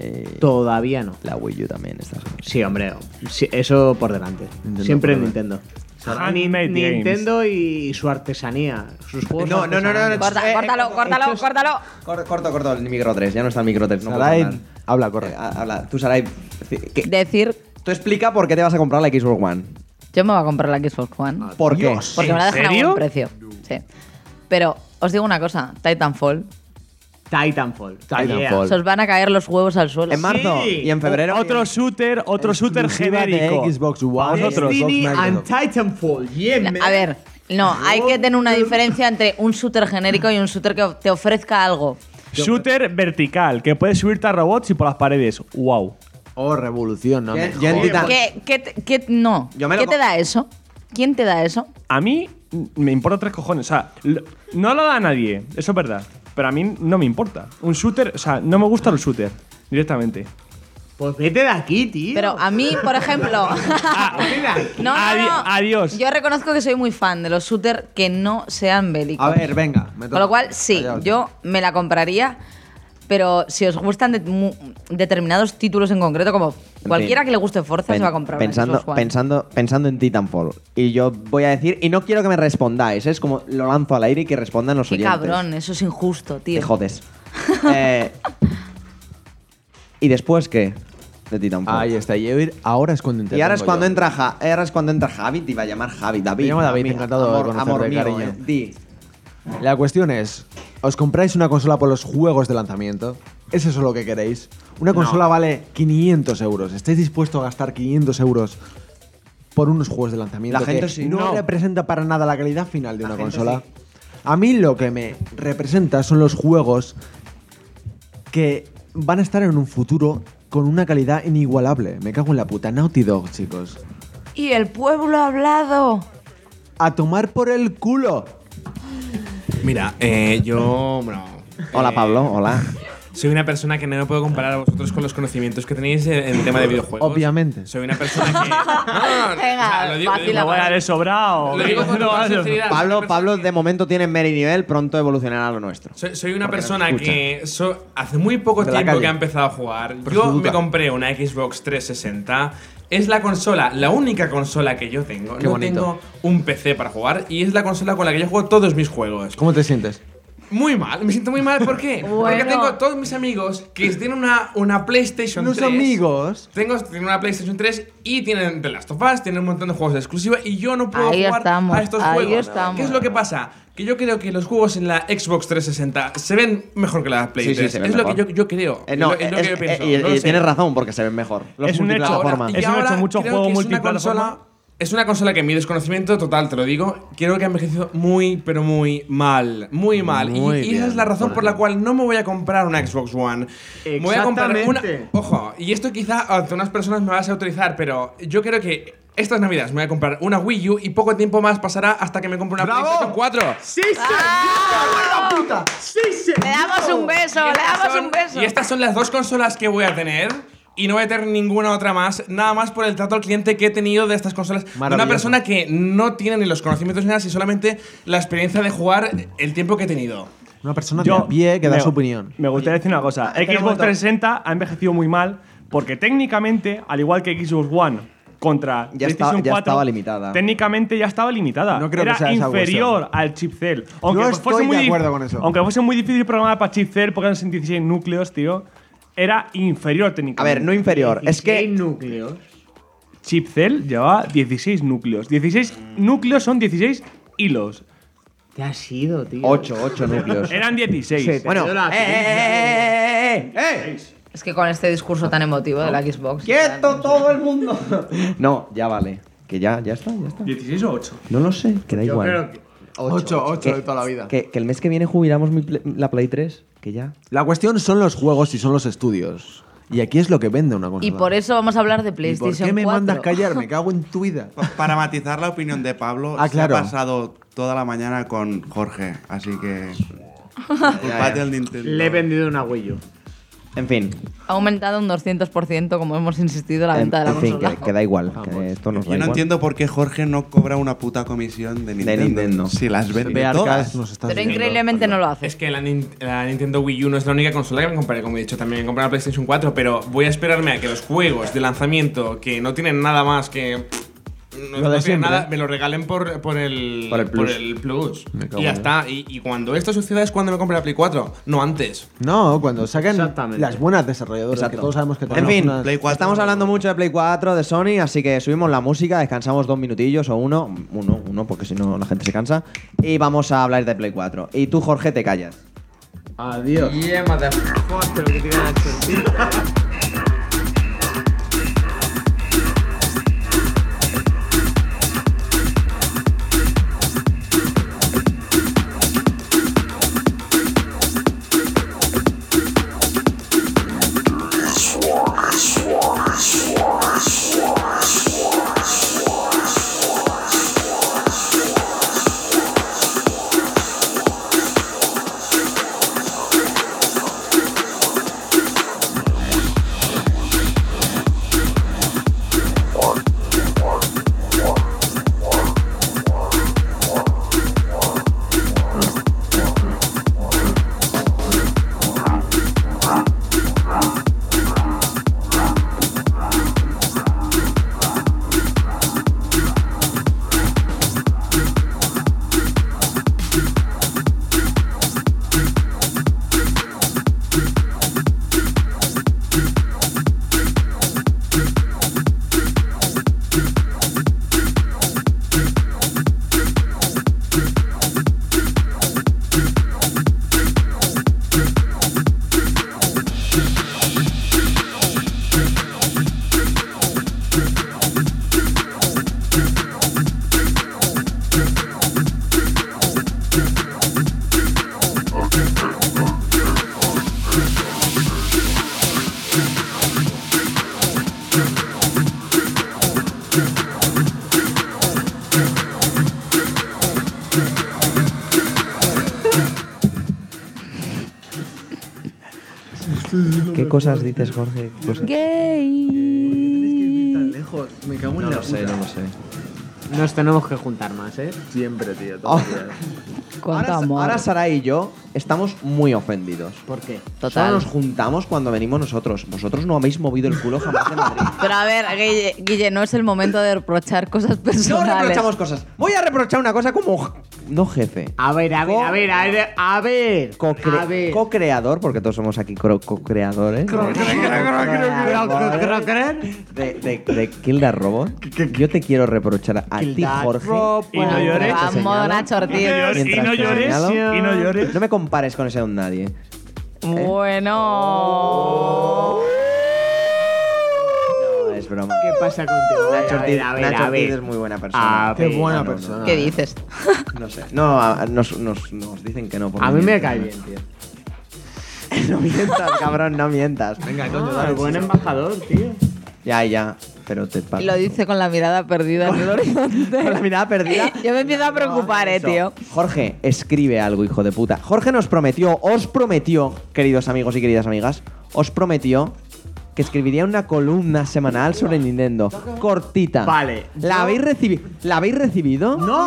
S1: Eh,
S5: todavía no.
S1: la Wii U también está.
S5: Sí, hombre, sí, eso por delante. Siempre Nintendo.
S12: Handmade games.
S5: Nintendo y su artesanía, sus juegos.
S1: No, no, no, no,
S5: artesanales.
S3: Corta, córtalo, córtalo, córtalo.
S1: Cor- corto, corto, el micro 3, ya no está el micro 3. No puedo
S2: Sarai,
S1: hablar.
S2: habla, corre.
S1: Eh, ha- habla, tú, Sarai. ¿qué-
S3: Decir,
S1: Tú explica por qué te vas a comprar la Xbox One.
S3: yo me voy a comprar la Xbox One.
S1: ¿Por qué?
S3: Porque me la dejan a buen precio. Sí. Pero os digo una cosa, Titanfall.
S5: Titanfall.
S2: Titanfall.
S3: Se os van a caer los huevos al suelo.
S1: En marzo
S5: Sí.
S1: y en febrero.
S12: Otro shooter, otro shooter
S2: Exclusiva de
S12: genérico.
S2: Xbox One.
S12: A vosotros.
S5: Destiny
S2: Xbox
S5: and
S2: Microsoft.
S5: Titanfall. Yeah, man.
S3: A ver, no, hay que tener una diferencia entre un shooter genérico y un shooter que te ofrezca algo.
S12: Shooter vertical, que puedes subirte a robots y por las paredes. ¡Wow!
S2: Oh, revolución, no. me
S1: Yo- yo en Titan-
S3: ¿Qué, qué, te- qué- no.
S1: Ah. Yo me lo
S3: ¿Qué
S1: co-
S3: te da eso? ¿Quién te da eso?
S12: A mí mm, me importa tres cojones. O sea, lo- no lo da a nadie, eso es verdad. Pero a mí no me importa. Un shooter, o sea, no me gusta los shooter directamente.
S5: Pues vete de aquí, tío. Ah,
S3: Pero a mí, por ejemplo.
S5: Vete de aquí.
S3: No, no,
S12: Adi-
S3: no.
S12: adiós.
S3: Yo reconozco que soy muy fan de los shooters que no sean bélicos.
S2: A ver, venga. me
S3: Con
S2: toca.
S3: lo cual, sí,
S2: Callaos.
S3: yo me la compraría. Pero si os gustan de- mu- determinados títulos en concreto, como cualquiera que le guste Forza se
S1: Pen-
S3: va a comprar una
S1: pensando,
S3: Xbox One.
S1: pensando, pensando en Titanfall. Y yo voy a decir, y no quiero que me respondáis, es como lo lanzo al aire y que respondan los
S3: Qué
S1: oyentes.
S3: cabrón, eso es injusto, tío.
S1: Te jodes. Eh, ¿Y después qué? De Titanfall.
S2: Ahí está, y hoy- ahora es cuando
S1: y ahora es
S2: intervengo
S1: cuando
S2: yo.
S1: entra Ja- eh, ahora es cuando entra Javi, te iba a llamar Javi, David.
S2: Me llamo David,
S1: amigo,
S2: encantado de
S1: amor,
S2: conocerte,
S1: amor mío,
S2: cariño.
S1: eh, di.
S2: La cuestión es, ¿os compráis una consola por los juegos de lanzamiento? ¿Es eso lo que queréis? Una consola vale 500 euros. ¿Estáis dispuestos a gastar 500 euros por unos juegos de lanzamiento
S1: La gente
S2: que
S1: sí.
S2: no,
S1: No.
S2: representa para nada la calidad final de una consola? A mí lo que me representa son los juegos que van a estar en un futuro con una calidad inigualable. Me cago en la puta. Naughty Dog, chicos.
S3: Y el pueblo ha hablado.
S2: A tomar por el culo.
S4: Mira, eh, yo. Bueno,
S1: Hola
S4: eh,
S1: Pablo, hola.
S4: Soy una persona que no me puedo comparar a vosotros con los conocimientos que tenéis en en tema de videojuegos.
S2: Obviamente.
S4: Soy una persona que. No, no, no,
S3: Venga,
S4: o sea, lo digo, lo digo-
S12: Me voy a dar el sobrado.
S4: lo digo con
S12: No,
S4: toda
S12: no.
S4: sinceridad, soy
S2: pues
S1: Pablo,
S4: una persona
S1: Pablo
S4: que-
S1: de momento tiene nivel, pronto evolucionará lo nuestro.
S4: Soy, soy una
S1: Porque no
S4: persona
S1: escucha.
S4: que so- hace muy poco
S2: De la
S4: tiempo
S2: calle.
S4: que ha empezado a jugar. Yo
S2: Prostituta.
S4: me compré una Xbox 360. Es la consola, la única consola que yo tengo.
S2: Qué
S4: no
S2: bonito.
S4: tengo un PC para jugar y es la consola con la que yo juego todos mis juegos.
S2: ¿Cómo te sientes?
S4: Muy mal, me siento muy mal. ¿Por qué? Porque
S3: Bueno.
S4: tengo todos mis amigos que tienen una, una PlayStation
S2: Los
S4: 3.
S2: amigos.
S4: Tengo tienen una PlayStation 3 y tienen The Last of Us, tienen un montón de juegos de exclusiva y yo no puedo
S3: Ahí
S4: jugar
S3: estamos,
S4: a estos
S3: ahí
S4: juegos.
S3: estamos.
S4: ¿Qué es lo que pasa? Que yo creo que los juegos en la Xbox 360 se ven mejor que la Play
S1: Sí, sí,
S4: 3.
S1: se
S4: es
S1: ven
S4: lo que
S1: mejor.
S4: yo, yo creo.
S1: Eh, no,
S4: es lo, es lo
S1: es-
S4: que yo
S1: eh,
S4: pienso.
S1: y,
S4: no
S1: y
S4: lo sé.
S1: tienes razón porque se ven mejor. Los
S12: Es un hecho.
S1: multiplataforma.
S4: Ahora-
S12: Es un hecho, mucho
S4: creo
S12: juego
S4: que es una
S12: multiplataforma.
S4: consola- Es una consola que en mi desconocimiento total, te lo digo, creo que ha envejecido muy, pero muy mal. Muy mal. Y-
S2: Muy
S4: y, esa es la
S2: bien,
S4: razón
S2: por
S4: por la
S2: ejemplo.
S4: cual no me voy a comprar una Xbox One. Me voy a comprar una.
S5: Exactamente.
S4: Ojo, y esto quizá a unas personas me vas a autorizar, pero yo creo que estas navidades me voy a comprar una Wii U y poco tiempo más pasará hasta que me compre una PlayStation 4.
S3: ah.
S5: Sí, sí.
S1: Ah.
S5: puta. Sí, sí.
S3: Le damos un beso, le
S4: Y estas
S3: damos
S4: son-
S3: un beso.
S4: Y estas son las dos consolas que voy a tener. Y no voy a tener ninguna otra más, nada más por el trato al cliente que he tenido de estas consolas. De Una
S2: Maravilloso.
S4: persona que no tiene ni los conocimientos ni nada, sino solamente la experiencia de jugar el tiempo que he tenido.
S2: Una persona de a pie que da
S12: me-
S2: su opinión.
S12: Me gustaría decir una cosa.
S1: espera un
S12: Xbox
S1: momento.
S12: 360 ha envejecido muy mal porque técnicamente, al igual que Xbox One contra
S1: Ya
S12: PlayStation
S1: estaba- ya
S12: 4,
S1: estaba limitada.
S12: Técnicamente ya estaba limitada.
S2: No creo que
S12: Era
S2: sea esa
S12: inferior al chip Cell. Aunque
S2: No
S12: fuese
S2: estoy
S12: muy
S2: de
S12: dif-
S2: acuerdo con eso.
S12: Aunque fuese muy difícil programar para chip Cell porque eran 66 núcleos, tío. era inferior
S1: A
S12: técnicamente.
S1: ver, no inferior. Es que.
S5: núcleos.
S12: Chip Cell llevaba 16 núcleos. 16 núcleos son 16 hilos.
S5: ¿Qué ha sido, tío?
S1: 8, 8 núcleos.
S12: Eran 16.
S5: Sí, te-
S1: Bueno,
S5: Yo la-
S1: eh, eh, eh, eh, eh, eh, eh.
S3: Es que con este discurso tan emotivo de la Xbox.
S1: ¡Quieto todo el mundo! no, ya vale. Que ya, ya está, ya está.
S12: 16 o 8.
S1: No lo sé, que da
S5: Yo
S1: igual.
S5: creo que.
S2: 8, 8
S1: de
S2: toda la vida.
S1: Que, que el mes que viene jubilamos mi Play- la Play 3, que ya.
S2: La cuestión son los juegos y son los estudios. Y aquí es lo que vende una consola.
S3: Y por eso vamos a hablar de
S2: ¿Y
S3: PlayStation Pues
S2: por qué me
S3: 4.
S2: mandas callar? Me cago en tu vida.
S6: Pa- Para matizar la opinión de Pablo,
S2: Ah, claro.
S6: se ha pasado toda la mañana con Jorge, así que. Culpate al
S3: eh.
S6: Nintendo.
S5: Le he vendido una Wii U.
S1: En fin,
S3: Ha aumentado un 200%, como hemos insistido, la venta de la
S1: en fin,
S3: consola.
S1: que, que da igual.
S2: Ah, pues.
S1: Que esto nos da
S6: Yo no
S1: igual.
S6: entiendo por qué Jorge no cobra una puta comisión de Nintendo.
S1: Nintendo.
S6: Si las vende
S2: Ve, Arcas,
S6: todas.
S2: nos estás
S3: Pero
S2: viendo.
S3: increíblemente no lo hace.
S4: Es que la, Nin- la Nintendo Wii U no es la única consola que me compraré, como he dicho, también me compré la PlayStation 4, pero voy a esperarme a que los juegos de lanzamiento que no tienen nada más que. No, no tienen
S2: ¿eh?
S4: nada, me lo regalen por, por el,
S1: Por el Plus.
S4: Plus.
S2: Me cago
S4: Y ya
S2: en-
S4: está. Y, y cuando esto suceda es cuando me compré la Play 4, no antes.
S2: No, cuando sacan
S5: Exactamente.
S2: las buenas desarrolladoras, que
S1: Exacto.
S2: todos sabemos que
S1: En
S2: tenemos
S1: fin,
S2: unas-
S6: Play 4.
S1: estamos hablando mucho de Play 4, de Sony, así que subimos la música, descansamos dos minutillos o uno, uno, uno, porque si no la gente se cansa, y vamos a hablar de Play 4. Y tú, Jorge, te callas.
S5: Adiós. Joder, que te iban a hacer.
S1: ¿Qué cosas dices, Jorge? ¿Qué cosas?
S3: Gay.
S5: Me cago en
S1: No
S5: la
S1: lo sé, no lo sé.
S5: puta. Nos tenemos que juntar más, ¿eh? Siempre, tío. todos los días.
S3: Cuánto
S1: Oh. Ahora,
S3: amor.
S1: ahora Sarai y yo estamos muy ofendidos.
S5: ¿Por qué?
S1: Solo
S3: Total.
S1: nos juntamos cuando venimos nosotros. Vosotros no habéis movido el culo jamás de Madrid.
S3: Pero a ver, Guille, Guille, no es el momento de reprochar cosas
S1: No
S3: personales.
S1: reprochamos cosas. Voy a reprochar una cosa como... No jefe.
S5: A ver, a ver, a ver, a ver, a ver.
S1: Co-cre-
S5: a ver.
S1: Co-creador, porque todos somos aquí cro- co-creadores. de, de, de Kill the Robot, yo te quiero reprochar a ti, Jorge.
S12: Y no llores.
S1: mientras te
S3: Vamos,
S1: señalo,
S3: Nacho Ortiz.
S12: Y no
S1: mientras te
S12: llores,
S1: señalo,
S12: y no llores.
S1: No me compares con ese don nadie. Oh.
S3: Bueno.
S1: No, es broma.
S5: ¿Qué pasa contigo?
S1: Nacho
S5: A ver,
S1: Ortiz,
S5: a ver,
S1: Nacho
S5: a
S1: Ortiz
S5: ver. Ah,
S1: es muy buena persona.
S5: A ver.
S2: Qué buena
S1: No, no, no.
S2: persona.
S3: ¿Qué dices?
S1: No sé. No, a- nos, nos- nos dicen que no. por
S5: A mí me
S1: mientras.
S5: cae bien, tío.
S1: no mientas, cabrón, no mientas. Venga,
S5: Ah, buen embajador, tío.
S1: Ya, ya. Pero te pa-
S3: Y lo dice con la mirada perdida en el horizonte.
S1: Con la mirada perdida.
S3: Yo me empiezo a preocupar, eh,
S1: Eso.
S3: tío.
S1: Jorge, escribe algo, hijo de puta. Jorge nos prometió, os prometió, queridos amigos y queridas amigas, os prometió que escribiría una columna semanal sobre Nintendo. Cortita.
S5: Vale.
S1: ¿La habéis recibido? ¿La habéis recibido?
S5: No.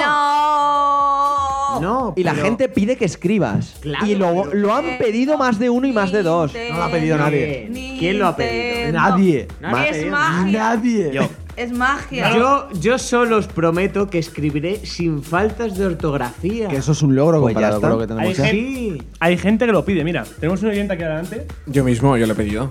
S3: ¡No!
S5: No,
S1: Y la
S5: pero-
S1: gente pide que escribas.
S5: Claro,
S1: y lo,
S5: pero-
S1: lo han pedido más de uno y más de dos.
S2: No lo ha pedido nadie.
S5: ¿Quién lo ha pedido?
S3: Nintendo.
S2: Nadie.
S5: No lo ha
S3: es
S5: pedido
S3: magia.
S2: Nadie.
S6: Yo,
S3: Es magia.
S5: Yo, yo solo os prometo que escribiré sin faltas de ortografía.
S2: Que eso es un logro
S1: Pues ya
S2: comparado
S1: está.
S2: con lo que
S12: Hay
S2: tenemos
S12: gen-
S2: aquí.
S5: Sí.
S12: Hay gente que lo pide, mira. Tenemos un oyente aquí adelante.
S4: Yo mismo, yo lo he pedido.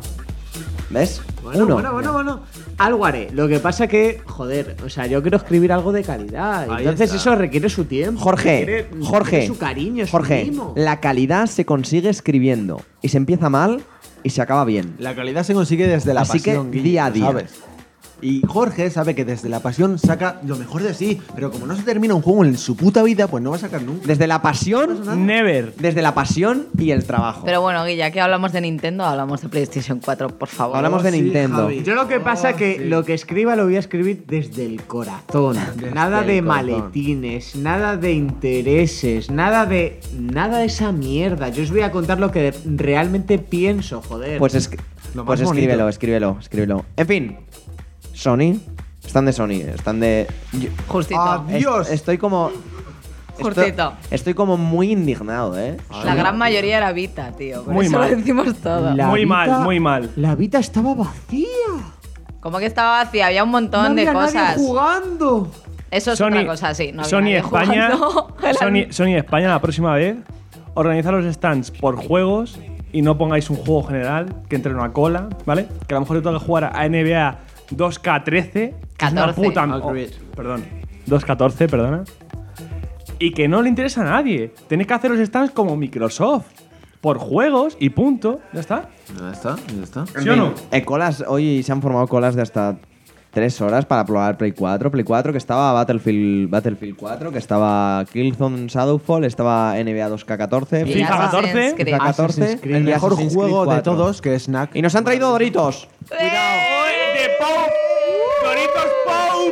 S1: ¿Ves?
S5: Bueno,
S1: Uno.
S5: bueno, bueno, bueno. Algo haré. Lo que pasa que, joder, o sea, yo quiero escribir algo de calidad.
S12: Ahí
S5: entonces eso
S12: está.
S5: requiere su tiempo.
S1: Jorge,
S5: requiere-
S1: Jorge,
S5: requiere su cariño, su
S1: Jorge,
S5: mimo.
S1: la calidad se consigue escribiendo y se empieza mal y se acaba bien.
S2: La calidad se consigue desde la
S1: Así
S2: pasión,
S1: que
S2: Guille,
S1: día a día.
S2: ¿sabes? Y Jorge sabe que desde la pasión saca lo mejor de sí, pero como no se termina un juego en su puta vida, pues no va a sacar nunca.
S1: Desde la
S3: Ah.
S1: pasión,
S12: Never.
S1: desde la pasión y el trabajo.
S3: Pero bueno, Guilla, que hablamos de Nintendo, hablamos de PlayStation 4, por favor.
S1: Hablamos de Nintendo.
S5: Yo lo que pasa
S12: Ah,
S5: que lo que escriba lo voy a escribir desde el corazón. nada de maletines, nada de intereses, nada de nada de esa mierda. Yo os voy a contar lo que realmente pienso, joder.
S1: Pues, es- pues escríbelo, escríbelo, escríbelo. En fin, Sony. Están de Sony, están de. yo-
S3: Justito.
S1: Est- estoy como. esto-
S3: Cortito.
S1: estoy como muy indignado, ¿eh?
S3: la gran mayoría era Vita, tío. Por
S12: Muy
S3: eso
S12: mal.
S3: lo decimos todo.
S5: La
S12: muy
S5: vida-
S12: mal, muy mal.
S5: La vida estaba vacía.
S3: Como que estaba vacía, había un montón
S5: no
S3: de
S5: había nadie
S3: cosas.
S5: jugando.
S3: Eso es otra cosa, sí. No había
S12: Sony
S3: nadie
S12: España,
S3: jugando.
S12: Sony, Sony España, la próxima vez, organiza los stands por juegos y no pongáis un juego general que entre en una cola, ¿vale? Que a lo mejor yo tengo que jugar a NBA 2K13. que es una
S3: 14.
S12: puta- oh, perdón. 2K14, perdona. Y que no le interesa a nadie. Tenéis que hacer los stands como Microsoft. Por juegos y punto. Ya está.
S2: Ya está, ya está.
S12: ¿Sí o no?
S1: Eh, colas, hoy se han formado colas de hasta 3 horas para probar Play 4. Play 4 que estaba Battlefield, Battlefield 4, que estaba Killzone Shadowfall, estaba NBA 2K14.
S3: Y
S12: FIFA
S3: Assassin's
S12: 14,
S3: Creed.
S1: FIFA 14,
S2: Assassin's Creed. el mejor
S1: Assassin's Creed
S2: juego de
S1: 4.
S2: todos, que es Knack.
S1: Y nos han traído Doritos.
S3: ¡Eh!
S12: ¡De Pou! ¡Doritos Pou!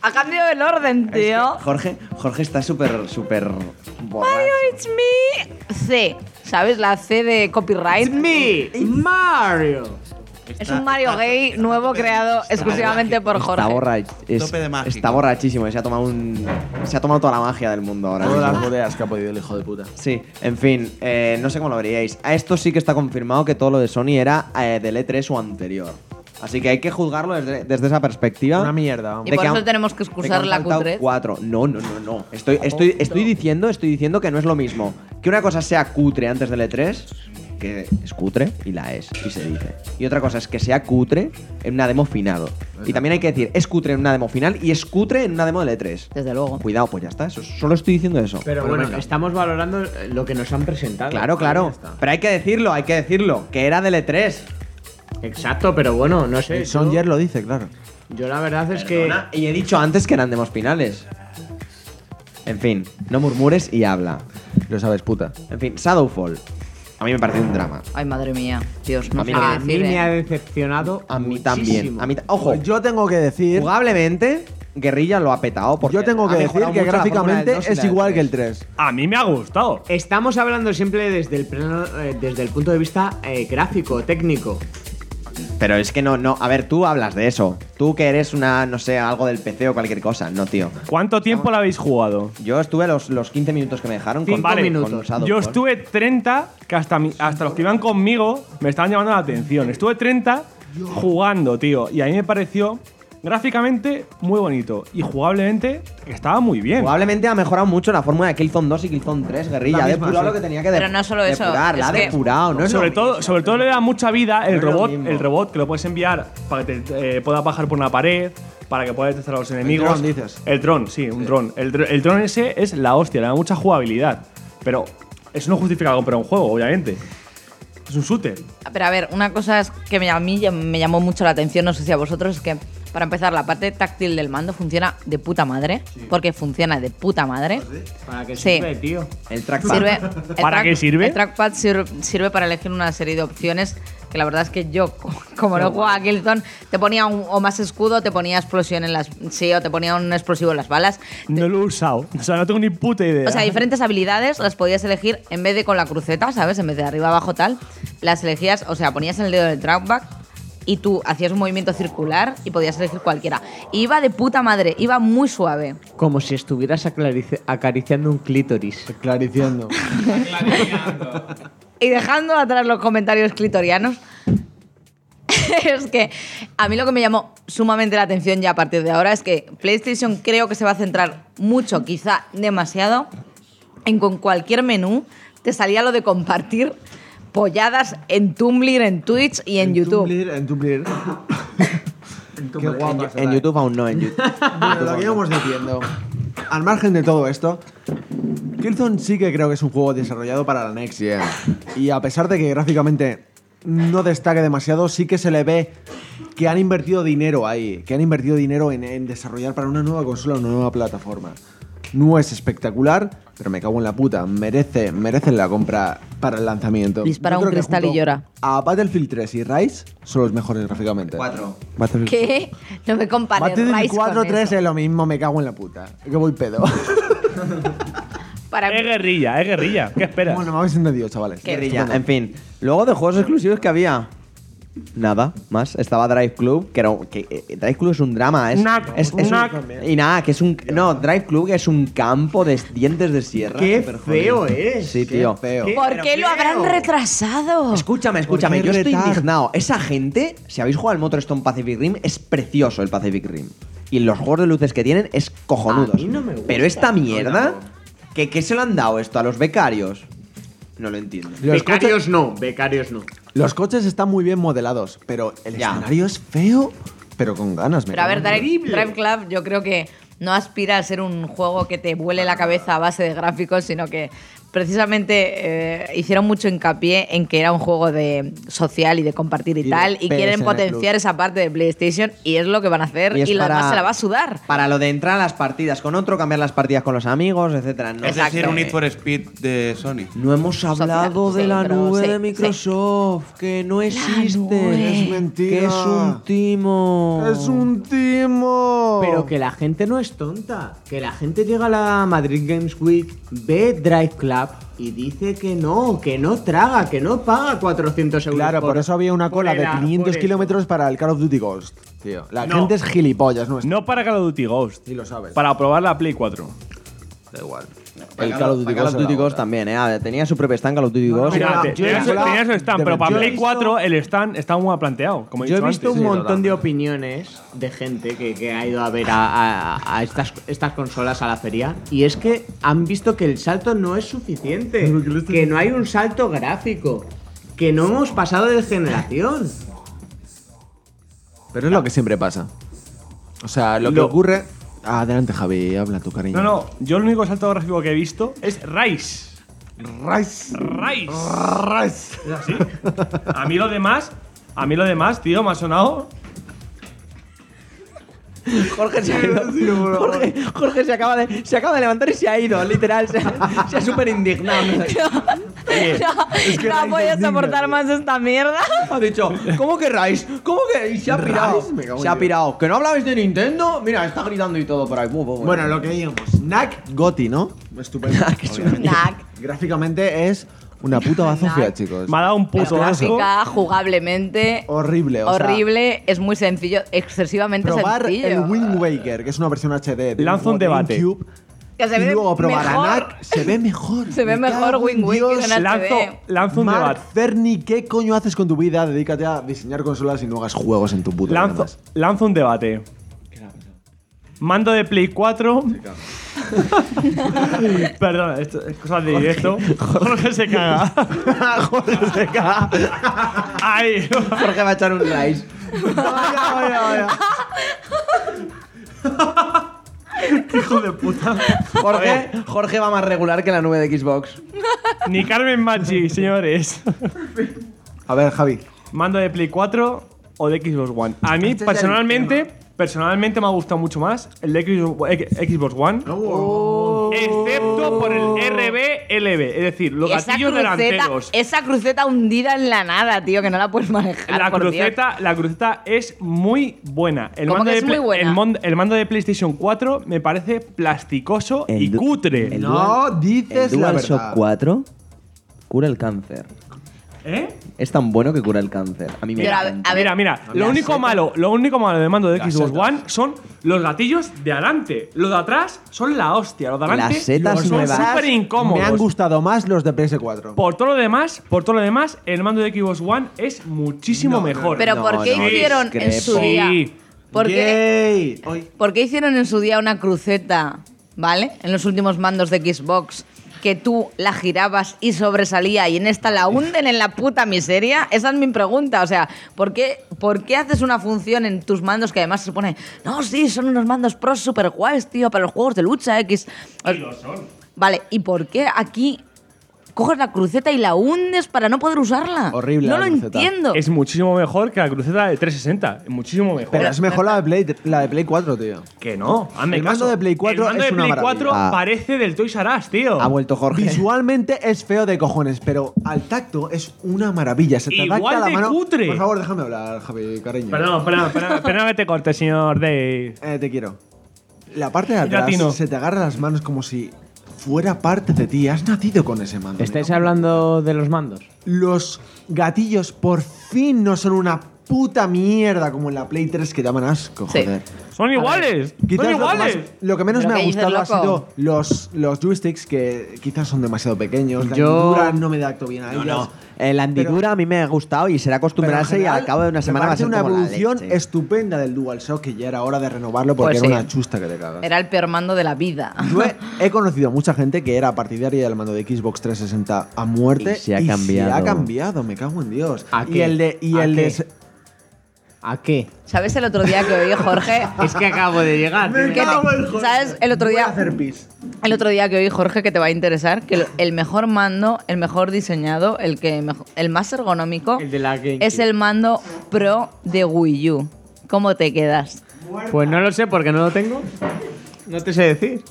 S3: Ha cambiado el orden, tío.
S1: Jorge, Jorge está súper, súper borracho.
S3: It's me. C. ¿Sabes? La C de copyright.
S5: Me, Mario.
S3: Es un Mario gay nuevo creado exclusivamente por Jorge.
S1: Está, borra- es-
S6: Tope de mágico.
S1: está borrachísimo. y Se ha tomado un, se ha tomado toda la magia del mundo ahora.
S2: Todas las
S1: mismo.
S2: bodeas que ha podido el hijo de puta.
S1: Sí, en fin, eh, no sé cómo lo veríais. A esto sí que está confirmado que todo lo de Sony era eh, del E3 o anterior. Así que hay que juzgarlo desde, desde esa perspectiva.
S2: Una mierda, vamos.
S3: Y
S1: de
S3: por
S1: que
S3: eso
S1: han-
S3: tenemos que
S1: de
S3: excusar
S1: han
S3: la
S1: faltado
S3: cutre.
S1: Cuatro. No, no, no, no. Estoy, estoy, estoy diciendo, estoy diciendo que no es lo mismo. Que una cosa sea cutre antes del E3, que es cutre y la es, y se dice. Y otra cosa es que sea cutre en una demo final. Y también hay que decir, es cutre en una demo final y es cutre en una demo del E3.
S3: Desde luego.
S1: Cuidado, pues ya está. Eso, solo estoy diciendo eso.
S5: Pero bueno, estamos valorando eh, lo que nos han presentado.
S1: Claro, claro.
S5: Ya está.
S1: Pero hay que decirlo, hay que decirlo. Que era del E E3.
S5: Exacto, pero bueno, no sé.
S2: El
S5: yo-
S2: Songer lo dice, claro.
S5: Yo la verdad es que.
S1: Y he dicho antes que eran demos finales. En fin, no murmures y habla.
S2: Lo sabes, puta.
S1: En fin, Shadowfall. A mí me parece un drama.
S3: Ay, madre mía. Dios, no
S1: A
S3: sé
S1: mí
S3: qué
S1: no.
S5: A
S3: decir.
S5: mí me
S3: eh.
S5: ha decepcionado.
S1: A mí también.
S5: muchísimo.
S1: A mí ta- Ojo,
S2: Yo tengo que decir.
S1: jugablemente, Guerrilla lo ha petado. Porque
S2: Yo tengo
S1: ha
S2: que decir
S1: mejorado
S2: que
S1: mucho la fórmula del
S2: gráficamente
S1: dos y la
S2: es
S1: del
S2: igual que el
S1: tres.
S2: 3.
S12: A mí me ha gustado.
S5: Estamos hablando siempre desde el, plano, eh, desde el punto de vista eh, gráfico, técnico.
S1: Pero es que no, no. A ver, tú hablas de eso. Tú que eres una, no sé, algo del PC o cualquier cosa. No, tío.
S12: ¿Cuánto tiempo la habéis jugado?
S1: Yo estuve los, los 15 minutos que me dejaron con,
S5: Cinco
S1: con
S5: minutos.
S1: Shadowfall.
S12: Yo estuve 30, que hasta, mi- hasta los que iban conmigo me estaban llamando la atención. Estuve 30 jugando, tío. Y a mí me pareció gráficamente muy bonito. Y jugablemente estaba muy bien.
S1: Probablemente ha mejorado mucho la fórmula de Killzone 2 y Killzone 3, guerrilla.
S2: La
S1: Ha
S2: misma,
S1: depurado
S2: sí.
S1: lo que tenía que de-
S3: Pero no solo eso,
S1: depurar.
S3: es
S1: la ha
S3: que-
S1: depurado. No es
S12: sobre,
S1: lo
S12: todo,
S1: mismo.
S12: sobre todo le da mucha vida el
S1: No es lo
S12: robot,
S1: mismo.
S12: el robot que lo puedes enviar para que te eh, pueda bajar por una pared, para que puedas detectar a los enemigos.
S2: dron, dices.
S12: El dron, sí, un dron. El, dr- el dron ese es la hostia, le da mucha jugabilidad. Pero eso no justifica comprar un juego, obviamente. Es un shooter.
S3: Pero a ver, una cosa es que me- a mí ya me llamó mucho la atención, no sé si a vosotros, es que para empezar, la parte táctil del mando funciona de puta madre, porque funciona de puta madre.
S5: ¿Ah, Para que
S3: Sí.
S5: sirve, tío.
S1: El trackpad.
S3: Sirve, el
S12: ¿Para qué sirve?
S3: El trackpad sir- sirve, para elegir una serie de opciones que la verdad es que yo, co- como no jugaba a Killzone, te ponía un- o más escudo, te ponía explosión en las... Sí, o te ponía un explosivo en las balas.
S12: No lo he usado. O sea, no tengo ni puta idea.
S3: O sea, diferentes habilidades las podías elegir en vez de con la cruceta, ¿sabes? En vez de arriba, abajo, tal. Las elegías, o sea, ponías el dedo del trackback y tú hacías un movimiento circular y podías elegir cualquiera. Y iba de puta madre, iba muy suave.
S5: Como si estuvieras aclarice- acariciando un clítoris.
S2: Clariciando.
S3: Y dejando atrás los comentarios clitorianos, es que a mí lo que me llamó sumamente la atención ya a partir de ahora es que PlayStation creo que se va a centrar mucho, quizá demasiado, en con cualquier menú te salía lo de compartir polladas en Tumblr, en Twitch y en, YouTube.
S2: Tumblr, en Tumblr. Qué guapo.
S1: En YouTube aún no, en YouTube.
S2: Bueno, lo que íbamos diciendo. Al margen de todo esto, Killzone sí que creo que es un juego desarrollado para la Next Gen. Y a pesar de que gráficamente no destaque demasiado, sí que se le ve que han invertido dinero ahí, que han invertido dinero en, en desarrollar para una nueva consola, una nueva plataforma. No es espectacular, pero me cago en la puta, merece, merece la compra para el lanzamiento.
S3: Dispara
S2: Yo
S3: un
S2: creo que
S3: cristal y
S2: junto
S3: llora.
S2: A Battlefield 3 y Rise son los mejores gráficamente.
S6: Cuatro.
S2: Battlefield
S3: ¿Qué? No me compares.
S2: Battlefield
S3: Rice,
S2: 4
S3: con
S2: 3
S3: eso.
S2: es lo mismo, me cago en la puta. Que voy pedo.
S3: Para
S12: Es guerrilla, es guerrilla. ¿Qué esperas?
S2: bueno, me habéis entendido, chavales.
S3: Qué
S1: Guerrilla. En fin, luego de juegos exclusivos que había. Nada más. Estaba Drive Club, que era. un- que, eh, Drive Club es un drama, es.
S12: Knack,
S1: es- es un-
S12: knack.
S1: y nada, que es un. No, Drive Club es un campo de dientes de sierra.
S5: Qué
S1: súper jodido.
S5: feo es.
S1: Sí, tío.
S2: Feo.
S3: ¿Por qué lo habrán retrasado?
S1: Escúchame, escúchame,
S2: qué
S1: yo estoy
S2: retar?
S1: indignado. Esa gente, si habéis jugado al Motor Stone Pacific Rim, es precioso el Pacific Rim. Y los juegos de luces que tienen es cojonudos.
S5: A mí no me gusta.
S1: Pero esta mierda,
S5: No,
S1: ¿qué, qué se lo han dado esto a los becarios? No lo entiendo.
S2: Los
S5: becarios
S2: coches,
S5: no, becarios no.
S2: los coches están muy bien modelados, pero el
S1: Ya.
S2: escenario es feo, pero con ganas. me
S3: Pero a
S2: cago
S3: ver,
S2: en-
S3: Drive, Drive Club yo creo que no aspira a ser un juego que te vuele la cabeza a base de gráficos, sino que precisamente eh, hicieron mucho hincapié en que era un juego de social y de compartir y,
S2: Y de
S3: tal, y quieren
S2: PSN
S3: potenciar
S2: Plus.
S3: esa parte de PlayStation y es lo que van a hacer y,
S1: es
S3: lo
S1: para-
S3: demás se la va a sudar.
S1: Para lo de entrar a las partidas con otro, cambiar las partidas con los amigos, etcétera. No,
S6: Es
S3: Exacto.
S6: decir, un Need for Speed de Sony.
S1: No hemos hablado
S3: Social,
S1: de
S3: sí,
S1: la
S3: pero
S1: nube
S3: sí,
S1: de Microsoft, que no existe.
S3: nube.
S2: Es mentira.
S1: Que es un timo.
S2: Es un timo.
S5: Pero que la gente no es tonta. Que la gente llega a la Madrid Games Week, ve Drive Club y dice que no, que no traga, que no paga 400 euros.
S2: Claro, por eso había una
S5: por
S2: cola
S5: el
S2: de
S5: ar-
S2: 500
S5: por
S2: kilómetros para el Call of Duty Ghost, tío. La
S5: No.
S2: gente es gilipollas,
S1: pues-
S2: ¿no? es-
S12: No para Call of Duty Ghost.
S2: Y lo sabes.
S12: Para probar la Play 4.
S2: Da igual.
S1: El Call of Duty Ghost,
S2: era la otra.
S1: también, ¿eh? A ver, Tenía su propio stand Call of Duty Ghost.
S2: Mira,
S12: Mira, te-
S2: yo he
S12: tenías
S2: visto la-
S12: tenías el stand,
S2: de
S12: pero para
S2: verdad.
S12: Play
S2: Yo he
S12: 4 el stand está muy mal planteado. Como he
S5: Yo he
S12: dicho
S5: visto
S12: antes.
S5: un montón de opiniones de gente que, que ha ido a ver a, a- a estas, estas consolas a la feria y es que han visto que el salto no es suficiente, que no hay un salto gráfico, que no hemos pasado de generación.
S2: Pero es lo que siempre pasa. O sea, lo que
S12: Lo-
S2: ocurre. Adelante, Javi, habla tu cariño.
S12: No, no, yo el único salto gráfico que he visto es Rice.
S2: Rice.
S12: Rice.
S2: Ah.
S12: ¿Es así? A mí lo demás, a mí lo demás, tío, me ha sonado.
S1: Jorge se ha ido. Jorge, Jorge se, acaba de, se acaba de levantar y se ha ido, literal. Se ha, se ha súper indignado. No sé.
S3: no, no puedes soportar más esta mierda.
S1: Ha dicho, ¿cómo que Rice? ¿Cómo que.? Y se ha pirado.
S2: Rice, me cago en
S1: Se ha
S2: Dios.
S1: pirado. ¿Que no hablabais de Nintendo? Mira, está gritando y todo por ahí. Bu, bu, bu.
S2: Bueno, lo que digamos. Knack Gotti, ¿no? Estupendo.
S3: Knack.
S2: Gráficamente es una puta bazofia,
S3: Knack.
S2: chicos.
S12: Me ha dado un
S3: Es
S12: puto asco.
S3: gráfica, jugablemente.
S2: Horrible, o sea-
S3: horrible, es muy sencillo, excesivamente
S2: Probar
S3: sencillo.
S2: el Wind Waker, que es una versión HD. de
S12: Lanza
S2: juego
S12: un
S2: de
S12: debate.
S2: GameCube,
S3: Que se
S2: y
S3: ve
S2: luego probar
S3: mejor.
S2: a Knack, se ve mejor.
S3: Se ve
S2: Me
S3: mejor
S2: cago en
S3: Wind Waker
S2: Dios.
S3: en HD.
S12: Lanzo, lanzo un
S2: Mark
S12: debate.
S2: Cerny, ¿qué coño haces con tu vida? Dedícate a diseñar consolas y no hagas juegos en tu puta vida
S12: Lanzo,
S2: más.
S12: lanzo un debate. Mando de Play 4. Perdón, esto es cosa de directo. Jorge se caga.
S2: Jorge se caga.
S12: Ay,
S1: Jorge va a echar un Rice.
S2: Vaya, vaya, vaya.
S12: hijo de puta.
S1: Jorge, Jorge va más regular que la nube de Xbox.
S12: Ni Carmen Machi, señores.
S2: A ver, Javi.
S12: Mando de Play 4 o de Xbox One. A
S3: Este
S12: mí personalmente, personalmente me ha gustado mucho más el de Xbox eh, Xbox One. Excepto por el RBLB, es decir, los
S3: Oh. esa
S12: gatillos
S3: cruceta,
S12: delanteros.
S3: Esa cruceta hundida en la nada, tío, que no la puedes manejar.
S12: La
S3: por Dios.
S12: cruceta, la cruceta es muy buena. El
S3: ¿Cómo
S12: mando,
S3: que
S12: de
S3: es muy
S12: Play-
S3: buena?
S12: El, mon- el mando de PlayStation 4 me parece plasticoso
S1: El
S12: y
S1: du-
S12: cutre.
S1: el
S2: No
S1: Dual-
S2: dices la verdad.
S1: 4 cura el cáncer.
S12: ¿Eh?
S1: Es tan bueno que cura el cáncer. A mí me
S3: Pero a-
S1: encanta.
S3: a ver,
S12: Mira, mira, lo único malo, lo único malo del mando de
S4: Las
S12: Xbox
S4: setas.
S12: One son los gatillos de adelante. Los de atrás son la hostia. Los de adelante
S1: Las setas
S12: Pues son
S1: nuevas
S12: súper incómodos.
S2: Me han gustado más los de PS4.
S12: Por todo lo demás, por todo lo demás, el mando de Xbox One es muchísimo mejor.
S3: Pero ¿por qué
S1: no,
S3: hicieron en
S1: discrepo.
S3: su día?
S12: Sí.
S3: ¿Por qué,
S2: Yay. Hoy-
S3: por qué hicieron en su día una cruceta, ¿vale? En los últimos mandos de Xbox, que tú la girabas y sobresalía y en esta la hunden en la puta miseria. Esa es mi pregunta. O sea, ¿por qué, por qué haces una función en tus mandos que además se supone, no, sí, son unos mandos pros super guays, tío, para los juegos de lucha X? Vale, ¿y por qué aquí coges la cruceta y la hundes para no poder usarla?
S2: Horrible
S3: No
S2: la
S3: lo
S2: cruceta.
S3: entiendo.
S12: Es muchísimo mejor que la cruceta de 360. Muchísimo mejor.
S2: Pero es mejor la de Play, la de Play 4, tío.
S12: que no. hazme
S2: El mando
S12: caso.
S2: de Play 4
S12: El mando
S2: es
S12: de
S2: una
S12: Play
S2: maravilla. Ah,
S12: 4
S1: Ah.
S12: parece del Toys R Us, tío.
S1: Ha vuelto Jorge.
S2: Oh. Visualmente es feo de cojones, pero al tacto es una maravilla. Se te
S12: Igual
S2: adapta a la
S12: de
S2: mano.
S12: cutre.
S2: Por favor, déjame hablar, Javi, cariño.
S12: Perdón, perdón, perdón, perdón que te corte, señor Dave.
S2: Eh, te quiero. La parte de
S12: Y
S2: atrás
S12: latino.
S2: se te agarra las manos como si fuera parte de ti. Has nacido con ese mando.
S3: Este
S5: ¿Estáis hablando de los mandos?
S2: Los gatillos por fin no son una puta mierda como en la Play 3 que daban asco,
S3: Sí.
S2: joder.
S12: Son iguales. Son
S2: Quizás lo que, más-
S12: iguales.
S2: lo que menos me
S3: Pero
S2: ha
S3: que dices,
S2: gustado ha sido
S3: loco.
S2: los, los joysticks que quizás son demasiado pequeños. La
S5: Yo-
S2: hendidura no me da acto bien a ellos.
S1: No, eh, la hendidura
S2: Pero-
S1: a mí me ha gustado y será
S2: Pero en
S1: acostumbrarse y
S2: general,
S1: al cabo de
S2: me
S1: una semana va a
S2: parece
S1: ser
S2: una
S1: como la
S2: evolución
S1: leche.
S2: estupenda del DualShock que ya era hora de renovarlo porque
S3: Pues
S2: era
S3: sí.
S2: una chusta que te cagas.
S3: Era el peor mando de la vida.
S2: Yo he, he conocido a mucha gente que era partidaria del mando de Xbox 360 a muerte
S1: Y se ha cambiado.
S2: ha cambiado, me cago en Dios.
S5: ¿A
S2: Y
S5: qué?
S2: el de y
S5: ¿A
S2: el de
S5: qué?
S2: se-
S5: ¿A qué?
S3: ¿Sabes el otro día que oí, Jorge?
S5: Es que acabo de llegar.
S3: que te- ¿Sabes el otro día? El otro día que oí, Jorge, que te va a interesar, que lo- el mejor mando, el mejor diseñado, el, que mejo- el más ergonómico,
S5: El de la GameCube.
S3: es el mando Pro de Wii U. ¿Cómo te quedas?
S5: Pues no lo sé porque no lo tengo. No te sé decir.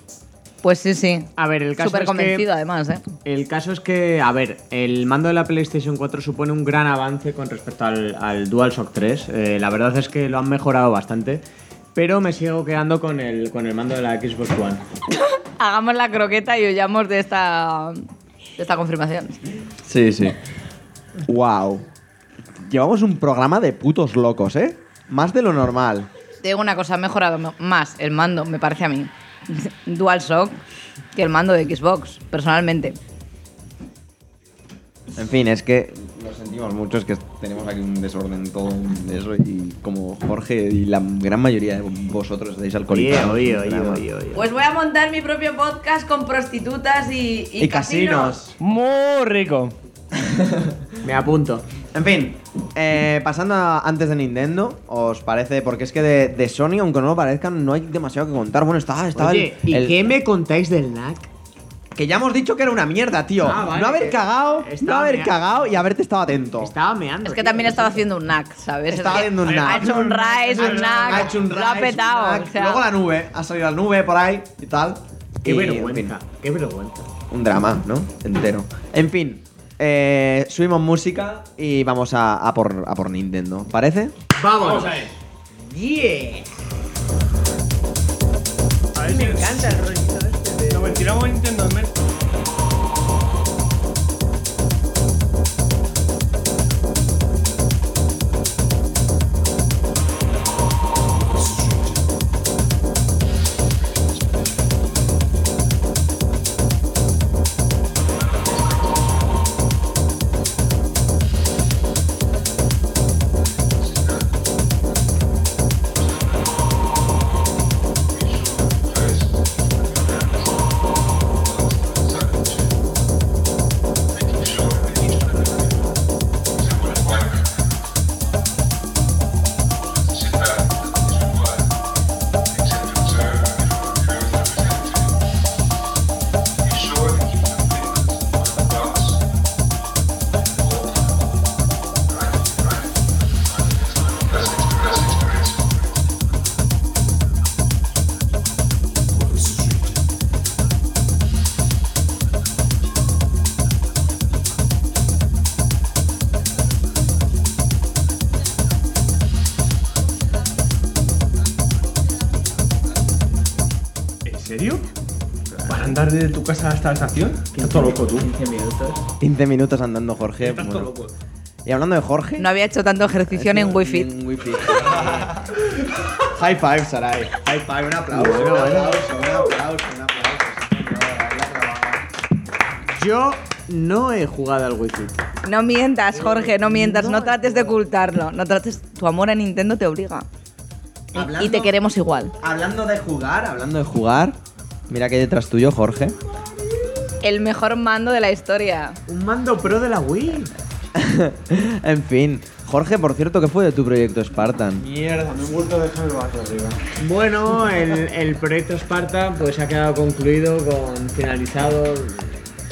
S3: Pues sí, sí.
S5: A ver, Ah, el caso
S3: Súper
S5: es
S3: convencido,
S5: que...
S3: además, ¿eh?
S5: El caso es que, a ver, el mando de la PlayStation 4 supone un gran avance con respecto al, al DualShock 3. Eh, la verdad es que lo han mejorado bastante, pero me sigo quedando con el, con el mando de la Xbox One.
S3: Hagamos la croqueta y huyamos de esta, de esta confirmación.
S1: Sí, sí. Wow. Llevamos un programa de putos locos, ¿eh? Más de lo normal.
S3: Te digo una cosa, ha mejorado mo- más el mando, me parece a mí, DualShock, que el mando de Xbox, personalmente.
S1: En fin, es que lo sentimos mucho, es que tenemos aquí un desorden todo de eso y como Jorge y la gran mayoría de vosotros estáis alcoholizados. en el programa.
S3: Pues voy a montar mi propio podcast con prostitutas y,
S1: Y casinos.
S12: Muy rico.
S5: Me apunto.
S1: En fin, eh, pasando a- antes de Nintendo, ¿os parece? Porque es que de, de Sony, aunque no lo parezcan, no hay demasiado que contar. Bueno, estaba, estaba el-
S5: Oye, ¿y
S1: el-
S5: qué me contáis del NAC?
S1: Que ya hemos dicho que era una mierda, tío.
S5: Ah, vale.
S1: No haber cagado, no
S5: Estaba
S1: haber
S5: mea-
S1: cagado y haberte estado atento.
S5: Estaba meando.
S3: Es que
S5: tío.
S3: también estaba haciendo un knack, ¿sabes?
S1: Estaba
S3: Es que
S1: haciendo un knack.
S3: Ha hecho un rise, un knack.
S1: Ha hecho un
S3: Ah, Lo ha
S1: rise, un
S3: petado.
S1: knack,
S3: o sea,
S1: Luego la nube, ha salido la nube por ahí y tal.
S5: Qué
S1: Y, Eh, en
S5: vergüenza, qué vergüenza.
S1: fin, un drama, ¿no? Entero. En fin, eh, subimos música y vamos a, a por, a por Nintendo. ¿Parece?
S5: Vamos.
S4: a ver.
S5: Yeah.
S12: Lo mentiramos a Nintendo en vez- ¿En serio? ¿Para andar desde tu casa hasta la estación? Estás todo loco tú.
S1: 15 minutos andando, Jorge.
S12: Estás
S1: bueno.
S12: todo loco.
S1: Y hablando de Jorge.
S3: No había hecho tanto ejercicio en Wi-Fi.
S1: En Wi-Fi. High five, Sarai. High five, un aplauso. un aplauso, un aplauso, un aplauso.
S5: Yo no he jugado al Wii Fit.
S3: No mientas, Jorge, no mientas. No trates de ocultarlo. No trates. Tu amor a Nintendo te obliga. Y- Y te
S1: Hablando-
S3: queremos igual.
S1: Hablando de jugar, hablando de jugar. Mira que hay detrás tuyo, Jorge.
S3: El mejor mando de la historia.
S5: Un mando pro de la Wii.
S1: en fin. Jorge, por cierto, ¿qué fue de tu proyecto Spartan?
S12: Mierda, me he vuelto a dejar el vaso arriba.
S5: Bueno, el, el proyecto Esparta pues ha quedado concluido, con, finalizado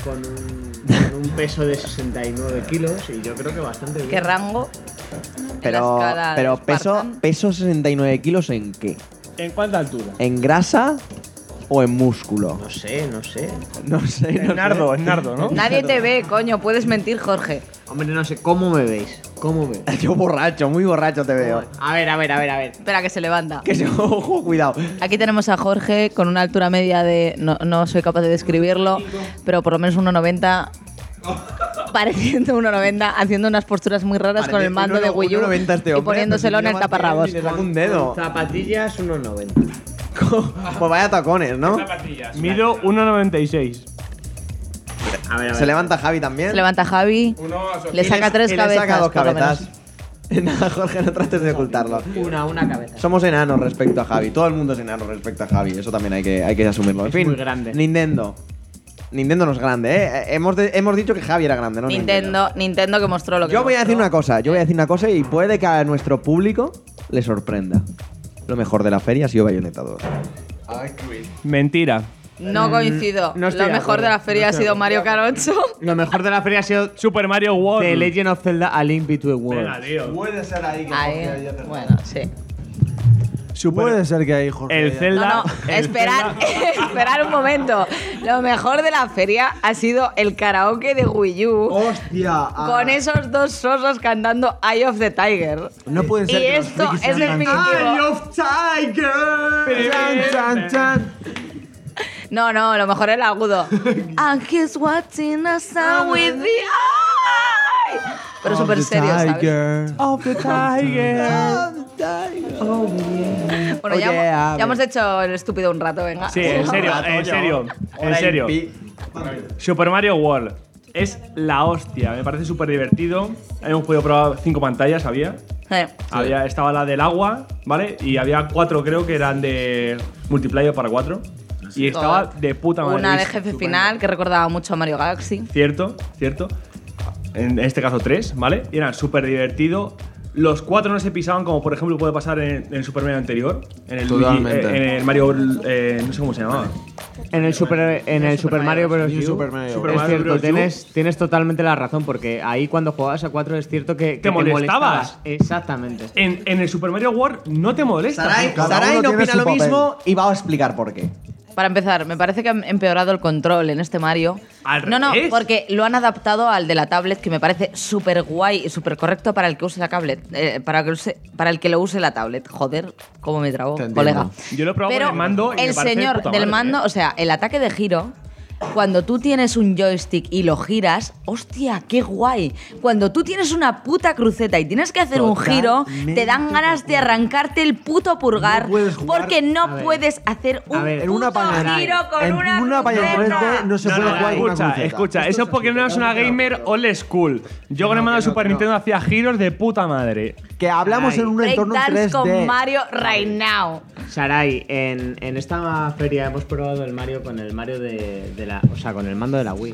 S5: con un, con un peso de 69 kilos y yo creo que bastante bien.
S3: ¿Qué rango? en
S1: Pero,
S3: la escala de
S1: pero peso,
S3: Spartan?
S1: peso 69 kilos en qué?
S12: ¿En cuánta altura?
S1: ¿En grasa o en músculo?
S5: No sé, no sé.
S1: No sé. no sé.
S12: En nardo, en nardo, ¿no?
S3: Nadie te ve, coño. Puedes mentir, Jorge.
S5: Hombre, no sé, ¿cómo me veis? ¿Cómo me veis?
S1: Yo borracho, muy borracho te veo.
S5: A ver, a ver, a ver, a ver.
S3: Espera que se levanta.
S1: Que se- ojo, cuidado.
S3: Aquí tenemos a Jorge con una altura media de. No, no soy capaz de describirlo, pero por lo menos 1,90. Pareciendo 1,90, haciendo unas posturas muy raras con el mando de Wii U y poniéndoselo en el taparrabos.
S1: Le saca un dedo.
S5: Con Zapatillas 1,90.
S1: Pues vaya tacones, ¿no?
S12: Mido 1,96.
S5: A ver, a ver.
S1: Se levanta Javi
S3: Se
S1: también.
S3: levanta Javi, le saca tres
S1: Y le
S3: cabezas.
S1: saca dos
S3: por lo menos.
S1: cabezas. Nada, Jorge, no trates de ocultarlo.
S5: Una, una cabeza.
S1: Somos enanos respecto a Javi. Todo el mundo es enano respecto a Javi. Eso también hay que, hay que asumirlo. En
S5: Es
S1: fin,
S5: muy grande.
S1: Nintendo. Nintendo no es grande, ¿eh? Eh, Hemos, de- hemos dicho que Javi era grande, ¿no?
S3: Nintendo, Nintendo que mostró lo que
S1: Yo voy a decir
S3: mostró.
S1: una cosa, yo voy a decir una cosa y puede que a nuestro público le sorprenda. Lo mejor de la feria ha sido Bayonetta 2.
S12: Mentira.
S3: No coincido.
S5: no estoy
S3: lo
S5: de
S3: mejor de
S5: acuerdo,
S3: la feria ha sido Mario Kart 8.
S5: Lo mejor de la feria ha sido
S12: Super Mario World.
S5: The Legend of Zelda A Link Between
S12: Venga,
S5: Worlds.
S12: tío.
S3: Ahí, bueno, sí.
S2: Puede ser que ahí, Jorge.
S12: El
S2: haya-
S12: Zelda.
S3: No, no, esperar, esperar un momento. Lo mejor de la feria ha sido el karaoke de Wii U.
S2: ¡Hostia! ah,
S3: Con esos dos sosos cantando Eye of the Tiger.
S2: No pueden
S3: Y
S2: ser que los
S3: esto
S2: frikis
S3: es
S2: sean tan- ¡Ah,
S5: Eye
S3: definitivo.
S5: of Tiger.
S2: Chan, chan, chan.
S3: No, no, lo mejor es el agudo. And he's watching us out with the eye. Pero
S2: Ah. Of
S3: súper
S2: the
S3: serio, ¿sabes?
S2: tiger. Oh,
S1: Oye, a
S3: Bueno, ya, hemos- ya
S1: ver.
S3: hemos hecho el estúpido un rato, venga.
S12: Sí, en serio, en serio, en serio. Super Mario World es la hostia. Me parece súper divertido. Hemos podido probar cinco pantallas, había.
S3: Eh,
S12: Había, estaba la del agua, ¿vale? Y había cuatro, creo que eran de multiplayer para cuatro. Y estaba
S3: Joder.
S12: de puta madre.
S3: Una de
S12: Es
S3: jefe
S12: estupendo.
S3: final que recordaba mucho a Mario Galaxy.
S12: Cierto, cierto. En este caso tres, ¿vale? Y eran súper divertido. Los cuatro no se pisaban, como por ejemplo puede pasar en, en el Super Mario anterior. En el, Luigi-
S2: Totalmente.
S12: eh, en el Mario. eh, no sé cómo se llamaba.
S5: En el Super, en el Super Mario Bros.
S2: New
S5: U.
S2: Super Mario
S5: es
S2: Bros.
S12: Super Mario
S5: cierto,
S12: Bros. U.
S5: tienes, tienes totalmente la razón, porque ahí cuando jugabas a 4 es cierto que, que
S12: molestabas.
S5: Exactamente.
S12: En, en el Super Mario World no te molesta.
S1: Sarai,
S2: Cada
S1: Sarai
S2: uno
S1: no
S2: tiene
S1: opina
S2: su
S1: lo
S2: papel.
S1: mismo y va a explicar por qué.
S3: Para empezar, me parece que han empeorado el control en este Mario.
S12: ¿Al
S3: no, no,
S12: revés?
S3: porque lo han adaptado al de la tablet, que me parece súper guay y súper correcto para el que use la tablet. eh, para, que use- para el que lo use la tablet. Joder, cómo me trabo, colega.
S12: Yo lo he probado
S3: Pero
S12: con el mando y me
S3: el
S12: parece de
S3: señor
S12: puta
S3: del
S12: madre,
S3: mando,
S12: ¿eh?
S3: o sea, el ataque de giro. Cuando tú tienes un joystick y lo giras, hostia, qué guay. Cuando tú tienes una puta cruceta y tienes que hacer un giro, te dan ganas de arrancarte el puto pulgar
S2: No puedes jugar-
S3: porque
S5: a
S3: no
S5: ver,
S3: puedes hacer un
S5: a ver,
S2: En una
S3: puto
S2: pantalla.
S3: giro con
S2: en
S3: una,
S2: pantalla en
S3: cruceta.
S2: 3D no se
S12: No,
S2: puede
S12: no,
S2: jugar con una
S12: escucha,
S2: cruceta.
S12: escucha, eso es porque no eres una gamer old school. Yo con el mando de Super Nintendo hacía giros de puta madre.
S2: Que hablamos en un entorno 3D.
S3: Breakdance con Mario right now.
S5: Sarai, en, en esta feria hemos probado el Mario con el Mario de, de la. O sea, con el mando de la Wii.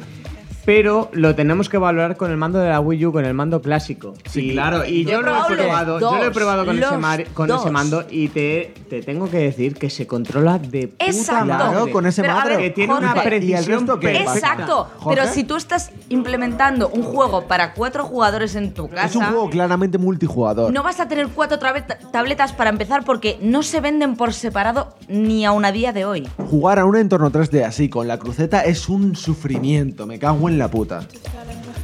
S5: Pero lo tenemos que valorar con el mando de la Wii U, con el mando clásico. Sí,
S6: claro, y
S5: Y yo,
S3: yo
S5: lo he
S3: probado los
S5: probado, yo lo he
S3: dos,
S5: probado con, ese,
S3: los
S5: Mari- con
S3: dos.
S5: ese mando y te, te tengo que decir que se controla de puta
S3: Exacto.
S5: madre.
S2: Claro, con ese
S3: Pero, a
S2: madre.
S3: ver,
S5: Que tiene una
S3: Jorge,
S2: ¿Y el
S5: precisión
S2: resto qué?
S5: perfecta.
S3: Exacto,
S2: Jorge.
S3: pero si tú estás implementando un juego para cuatro jugadores en tu casa,
S2: Es un juego claramente multijugador.
S3: no vas a tener cuatro trabe- tabletas para empezar porque no se venden por separado ni aun a día de hoy.
S2: Jugar a un entorno 3D así con la cruceta es un sufrimiento. Me cago en la puta.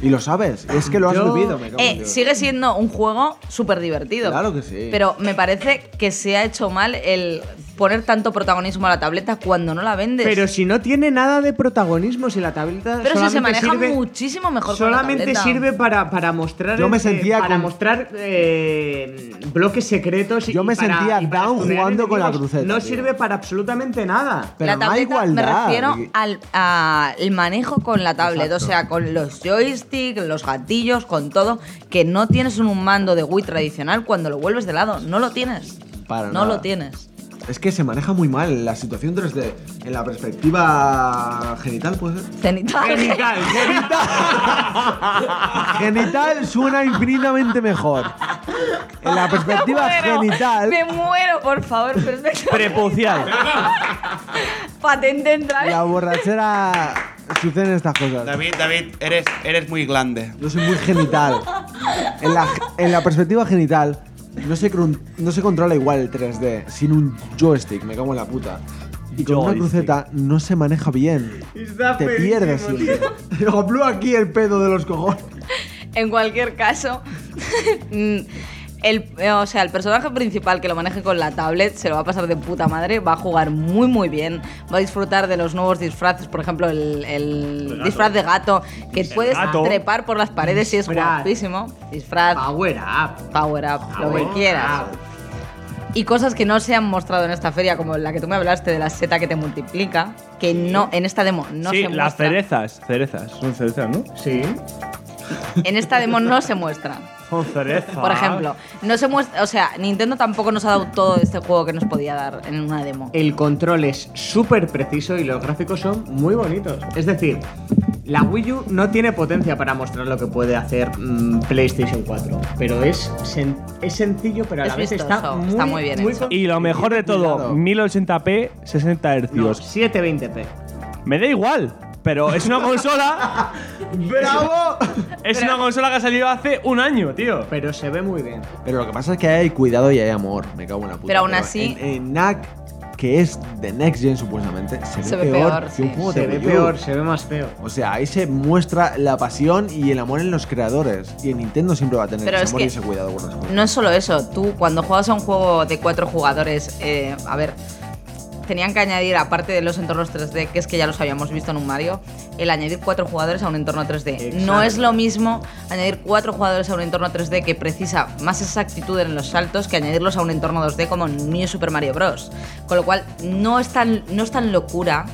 S2: Y lo sabes. Es que lo has
S5: Yo-
S2: vivido. Me cago en
S3: Eh,
S2: Dios.
S3: sigue siendo un juego súper divertido.
S2: Claro que sí.
S3: Pero me parece que se ha hecho mal el poner tanto protagonismo a la tableta cuando no la vendes.
S5: Pero si no tiene nada de protagonismo, si la tableta.
S3: Pero si se
S5: solamente
S3: maneja
S5: sirve-
S3: muchísimo mejor con la
S5: Solamente
S3: tableta.
S5: sirve para, para mostrar.
S2: Yo me
S5: este-
S2: sentía
S5: Para
S2: con-
S5: mostrar eh, bloques secretos. y-
S2: Yo me
S5: y para-
S2: sentía
S5: y para
S2: down
S5: estudiar
S2: jugando con la
S5: enemigos.
S2: cruceta,
S5: No
S2: tío.
S5: sirve para absolutamente nada.
S2: Pero
S3: la
S2: no hay
S3: tableta
S2: igualdad.
S3: me refiero al a el manejo con la tablet, o sea, con los joysticks, los gatillos, con todo, que no tienes un mando de Wii tradicional cuando lo vuelves de lado, no lo tienes.
S2: Para
S3: no
S2: nada.
S3: lo tienes.
S2: Es que se maneja muy mal la situación 3D. En la perspectiva genital, puede ser.
S3: Cenital.
S2: Ah, Genital suena infinitamente mejor. En la perspectiva
S3: Me muero,
S2: genital,
S3: Me muero, por favor, perfecto.
S12: Prepucial.
S3: Patente entrar.
S2: la borrachera suceden estas cosas.
S6: David, David, eres, eres muy grande.
S2: Yo soy muy genital. En la, en la perspectiva genital, no se, crun- no se controla igual el 3D sin un joystick, me cago en la puta. Y con una
S12: Joystick.
S2: cruceta no se maneja bien. Te pierdes siempre. Digo, "Blue, aquí el pedo de los cojones.
S3: En cualquier caso, mm, el, eh, o sea, el personaje principal que lo maneje con la tablet se lo va a pasar de puta madre, va a jugar muy muy bien, va a disfrutar de los nuevos disfraces, por ejemplo, el, el disfraz de gato, que puedes
S12: gato.
S3: trepar por las paredes y es
S5: Disfraz.
S3: guapísimo. Disfraz,
S5: Power up.
S3: power up, lo
S5: Power
S3: que quieras.
S5: up.
S3: Y cosas que no se han mostrado en esta feria, como la que tú me hablaste de la seta que te multiplica, que no, en esta demo no
S12: sí,
S3: se
S12: las
S3: muestra.
S12: cerezas. Cerezas. Son cerezas, ¿no?
S5: Sí.
S3: En esta demo no se muestra.
S12: Son cerezas.
S3: Por ejemplo, no se muestra, o sea, Nintendo tampoco nos ha dado todo este juego que nos podía dar en una demo.
S5: El control es súper preciso y los gráficos son muy bonitos. Es decir, la Wii U no tiene potencia para mostrar lo que puede hacer mm, PlayStation 4, pero es, sen- es sencillo, pero a la
S3: Es
S5: vez está
S3: vistoso,
S5: muy,
S3: está muy bien hecho.
S5: con-
S12: Y lo mejor de todo,
S2: Cuidado.
S12: 1080p, 60 Hz.
S5: No, 720p.
S12: Me da igual, pero es una consola.
S2: ¡Bravo!
S12: es una consola que ha salido hace un año, tío.
S5: Pero se ve muy bien.
S2: Pero lo que pasa es que hay cuidado y hay amor. Me cago en la puta.
S3: Pero aún así-
S2: En, en NAC, que es de Next Gen supuestamente, se ve,
S3: Se ve
S2: peor,
S3: peor,
S2: que
S3: sí.
S2: un juego
S5: Se
S2: de
S5: ve
S2: Wii U.
S5: peor, se ve más feo.
S2: O sea, ahí se muestra la pasión y el amor en los creadores. Y en Nintendo siempre va a tener
S3: Pero
S2: ese
S3: es
S2: amor
S3: que
S2: y ese cuidado con las cosas.
S3: No es solo eso, tú cuando juegas a un juego de cuatro jugadores, eh, a ver, tenían que añadir, aparte de los entornos 3D, que es que ya los habíamos visto en un Mario, el añadir cuatro jugadores a un entorno 3D. No
S5: Exacto.
S3: es lo mismo añadir cuatro jugadores a un entorno 3D que precisa más exactitud en los saltos que añadirlos a un entorno 2D como en New Super Mario Bros. Con lo cual, no es tan, no es tan locura.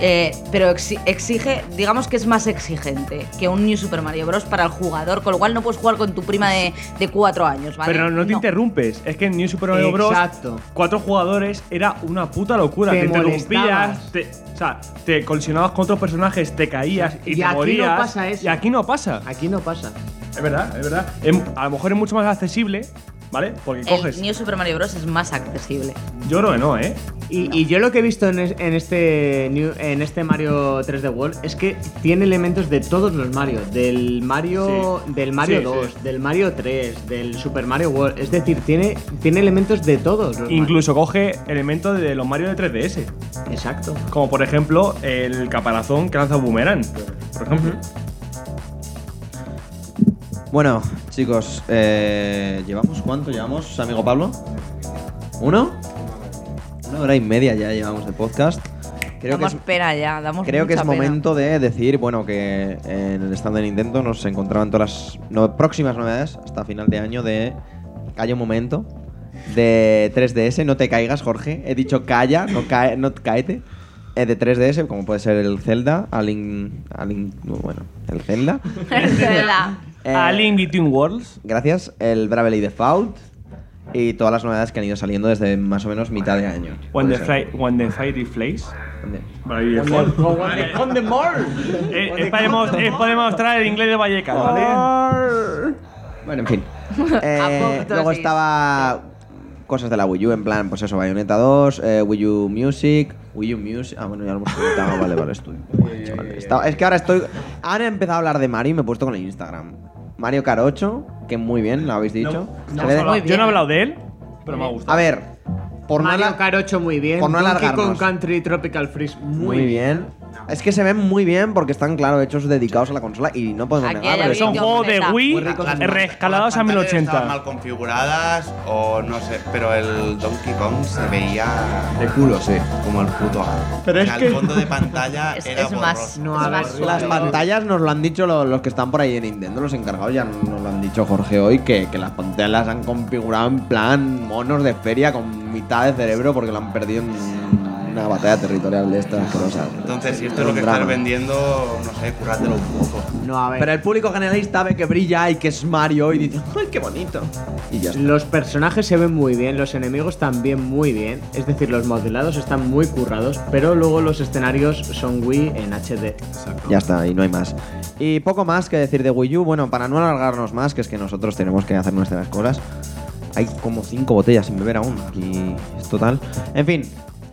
S3: eh, pero exi- exige, digamos que es más exigente que un New Super Mario Bros. para el jugador, con lo cual no puedes jugar con tu prima de, de cuatro años, ¿vale?
S12: Pero no te interrumpes. Es que en New Super Mario Bros.
S5: Exacto.
S12: Cuatro jugadores era una puta locura.
S5: Te
S12: Te, interrumpías,
S5: molestabas.
S12: te, o sea, te colisionabas con otros personajes, te caías y,
S5: Y
S12: te
S5: aquí no
S12: morías.
S5: pasa eso.
S12: Y aquí no pasa.
S5: Aquí no pasa.
S12: Es verdad, es verdad. Em- a lo mejor es mucho más accesible, ¿vale? Porque coges.
S3: El New Super Mario Bros. es más accesible.
S12: Yo creo que no, ¿eh?
S5: Y, y yo lo que he visto en, es- en este new- en este Mario 3D World es que tiene elementos de todos los Mario, del Mario del Mario
S12: Sí,
S5: 2,
S12: sí.
S5: del Mario 3, del Super Mario World, es decir, tiene tiene elementos de todos los
S12: Incluso coge elementos de los Mario de 3DS.
S5: Mario. Exacto.
S12: Como por ejemplo el caparazón que lanza Boomerang. Por ejemplo.
S1: Bueno, chicos, eh, ¿llevamos cuánto llevamos, amigo Pablo? ¿Uno? Una hora y media ya llevamos de podcast. Creo que
S3: damos
S1: es,
S3: pena ya, damos
S1: creo que es
S3: mucha pena.
S1: momento de decir, bueno, que en el stand de Nintendo nos encontraban todas las no- próximas novedades hasta final de año de Calla un momento. De 3DS, no te caigas, Jorge. He dicho calla, no, cae, no caete. Eh, de 3DS, como puede ser el Zelda, Alin. Alin bueno, el Zelda.
S3: Verdad.
S1: Eh,
S12: Al In Between Worlds.
S1: Gracias, el Bravely Default y todas las novedades que han ido saliendo desde más o menos mitad de año.
S12: When the,
S1: Puede ser.
S12: fri- when the Fiery Flays.
S1: También.
S12: Eh, es, para demos- es para demostrar el inglés de Vallecas,
S1: Ah,
S12: ¿vale?
S1: Bueno, en fin. Eh,
S3: Apoptosis.
S1: luego estaba cosas de la Wii U, en plan, pues eso, Bayonetta 2, eh, Wii U Music, Wii U Music. Ah, bueno, ya lo hemos comentado. vale, vale, estoy. Vale, estaba- es que ahora estoy. Han empezado a hablar de Mario y me he puesto con el Instagram. Mario Kart 8, que muy bien, lo habéis dicho. Se ve de-
S3: Muy
S12: Yo
S3: bien.
S12: no he hablado de él, pero me ha
S1: a
S12: gustado.
S1: ver, por no
S5: Mario
S1: hablar-
S5: Kart 8 muy bien,
S1: por no
S5: Donkey
S1: alargarnos.
S5: Kong Country Tropical Freeze muy,
S1: Muy bien. Es que se ven muy bien porque están, claro, hechos dedicados a la consola y no podemos
S3: Aquí hay
S1: negarlo.
S3: alguien
S1: Son
S13: Son
S3: Yo,
S13: juegos de
S3: neta.
S13: Wii
S6: Muy ricos en-
S13: reescalados a
S6: las pantallas Estaban
S13: 1080.
S6: mal configuradas o no sé, pero el Donkey Kong se veía
S1: de culo, sí.
S6: como el puto.
S13: Pero es
S6: el
S13: que-
S6: fondo de pantalla
S3: Es,
S6: era
S3: es más.
S6: borroso.
S5: No,
S3: es
S5: a
S3: más
S5: ver,
S3: suave.
S1: Las pantallas nos lo han dicho lo- los, que están por ahí de Nintendo, los encargados ya nos lo han dicho Jorge hoy, que, que las pantallas las han configurado en plan monos de feria con mitad de cerebro porque lo han perdido en una batalla territorial de estas cosas.
S6: Entonces, si esto es lo
S1: Un
S6: que estás
S1: drama.
S6: vendiendo, no sé, currátelo un poco.
S5: No, a ver.
S1: Pero el público generalista ve que brilla y que es Mario y dice, ¡ay, qué bonito! Y ya está.
S5: Los personajes se ven muy bien, los enemigos también muy bien, es decir, los modelados están muy currados, pero luego los escenarios son Wii en HD.
S1: Ya está, y no hay más. Y poco más que decir de Wii U. Bueno, para no alargarnos más, que es que nosotros tenemos que hacer nuestras cosas. Hay como cinco botellas sin beber aún. Aquí es total. En fin,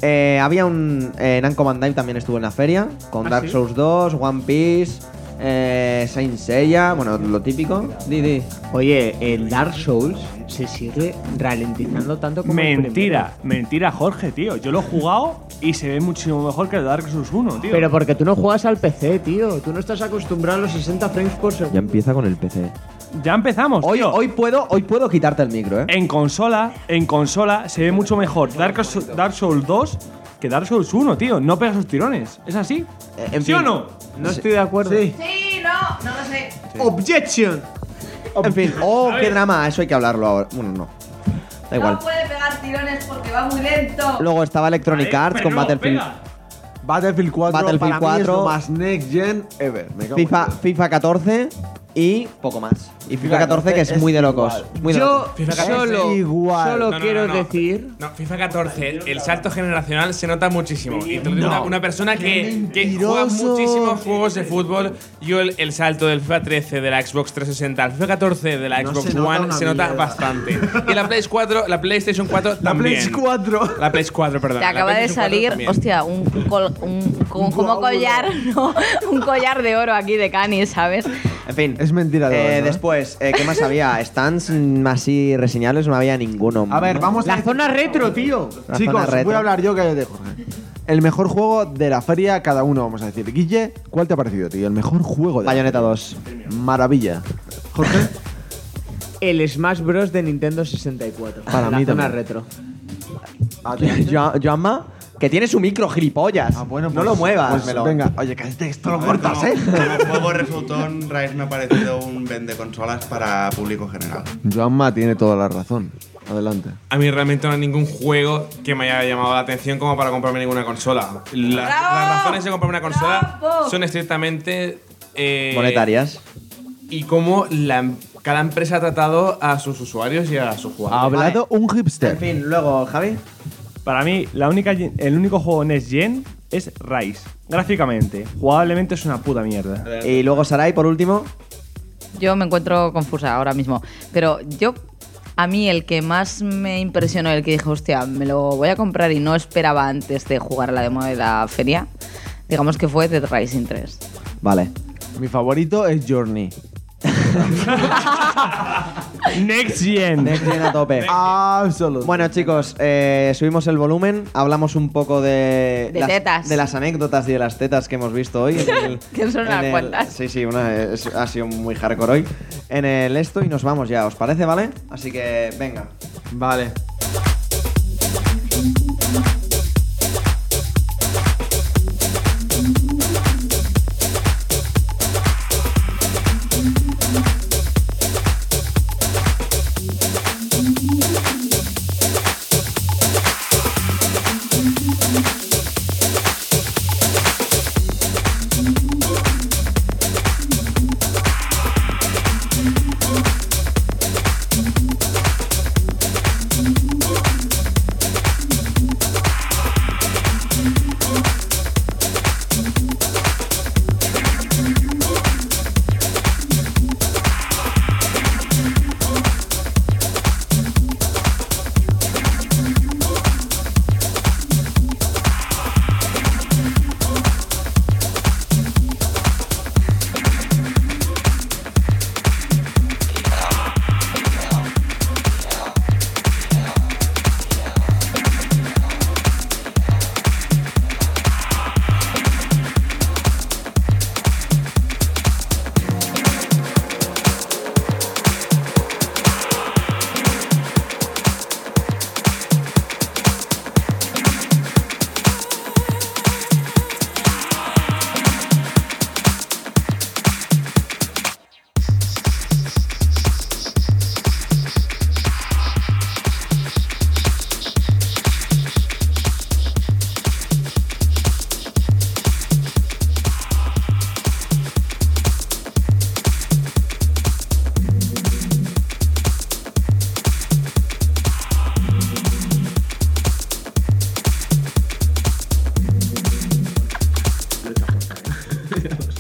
S1: eh, había un. Eh, Namco Bandai también estuvo en la feria. Con Dark Souls 2, One Piece, eh, Saint Seiya. Bueno, lo típico. Didi.
S5: Oye, el Dark Souls se sigue ralentizando tanto como el
S13: Mentira, mentira, Jorge, tío. Yo lo he jugado y se ve muchísimo mejor que el Dark Souls 1, tío.
S5: primero. Pero porque tú no juegas al PC, tío, tú no estás acostumbrado a los 60 frames por segundo.
S1: empieza con el PC.
S13: ya empezamos,
S1: Hoy,
S13: tío.
S1: hoy, puedo, hoy puedo quitarte el micro, ¿eh?
S13: En consola, en consola se ve mucho mejor Dark, Sou- Dark Souls 2 que Dark Souls 1, tío. No pega sus tirones. ¿Es así?
S1: Eh, en
S13: ¿Sí o
S1: fin.
S13: no?
S5: No estoy de acuerdo.
S3: Sí, no, no lo sé.
S5: Objection.
S1: En fin, oh, qué drama, eso hay que hablarlo ahora. Bueno, no. Da igual.
S3: puede pegar tirones porque va muy lento.
S1: Luego estaba Electronic Arts
S13: Pero
S1: con
S13: no,
S1: Battlefield.
S13: pega.
S2: Battlefield 4,
S1: Battlefield
S2: para mí es
S1: 4.
S2: lo más next gen ever. Me cago en
S1: FIFA,
S2: Dios.
S1: FIFA 14 y poco más. Y FIFA 14 que es muy de locos. Muy de
S5: Yo
S1: locos.
S4: FIFA
S5: solo,
S4: 14.
S2: Igual.
S5: solo
S4: No, no,
S5: quiero
S4: no, no.
S5: decir...
S4: No, FIFA 14, el salto generacional se nota muchísimo. Y te lo digo una, una persona que, que juega muchísimos juegos de fútbol. Yo el, el salto del FIFA 13 de la Xbox 360 al FIFA 14 de la
S2: No
S4: Xbox
S2: se nota
S4: One
S2: una
S4: se nota
S2: mierda.
S4: bastante. Y la Play 4, la PlayStation 4
S2: La
S4: también.
S2: Play 4.
S4: La Play 4, perdón.
S3: Te
S4: La
S3: acaba de
S4: PlayStation 4
S3: salir,
S4: también.
S3: hostia, un, col- un- como, como
S2: guau,
S3: collar, ¿no? un collar de oro aquí de Cani, ¿sabes?
S1: En fin.
S2: Es mentira. lo
S1: Eh,
S2: demás, ¿no?
S1: Después, eh, ¿qué más había? Stands mm, así reseñables no había ninguno.
S2: A ver, vamos a
S5: La zona retro, tío.
S1: La zona
S2: Chicos,
S1: retro.
S2: voy a hablar yo que de Jorge. El mejor juego de la feria, cada uno vamos a decir. Guille, ¿cuál te ha parecido, tío? El mejor juego de la
S1: Bayonetta 2.
S2: feria. Maravilla. Jorge,
S5: El Smash Bros. de Nintendo 64.
S1: Para
S5: la
S1: mí
S5: zona
S1: también.
S5: retro.
S1: Yo- Joanma, que tiene su micro, gilipollas. no
S2: pues-
S1: lo muevas.
S2: pues
S1: Melo.
S2: venga, oye, cállate, esto lo cortas,
S6: como,
S2: ¿eh?
S6: como juego resultón, Rise me ha parecido un vende consolas para público general.
S2: Joanma tiene toda la razón. Adelante.
S4: A mí realmente no hay ningún juego que me haya llamado la atención como para comprarme ninguna consola. La-
S3: ¡Bravo!
S4: Las razones de comprarme una consola
S3: ¡Bravo!
S4: son estrictamente. eh,
S1: Monetarias.
S4: Y cómo la, em- cada empresa ha tratado a sus usuarios y a sus
S2: Ha
S4: jugadores.
S2: hablado un
S1: En
S2: hipster.
S1: fin, luego, Javi.
S13: Para mí, la única, gen- el único juego Next Gen es Rise. Gráficamente, jugablemente es una puta mierda.
S1: Y luego Sarai, por último.
S3: Yo me encuentro confusa ahora mismo, pero yo, a mí el que más me impresionó, el que dije, hostia, me lo voy a comprar y no esperaba antes de jugar la demo de la feria, digamos que fue Dead Rising 3.
S1: Vale.
S2: Mi favorito es Journey.
S13: Next Gen.
S1: Next Gen a tope.
S2: Ah, Absoluto.
S1: Bueno chicos, eh, subimos el volumen, hablamos un poco de,
S3: De
S1: las,
S3: tetas.
S1: de las anécdotas y de las tetas que hemos visto hoy. en el-
S3: Que son unas
S1: en el-
S3: cuantas.
S1: Sí, sí, una, es- ha sido muy hardcore hoy. En el esto y nos vamos ya, ¿os parece, vale? Así que venga.
S2: Vale.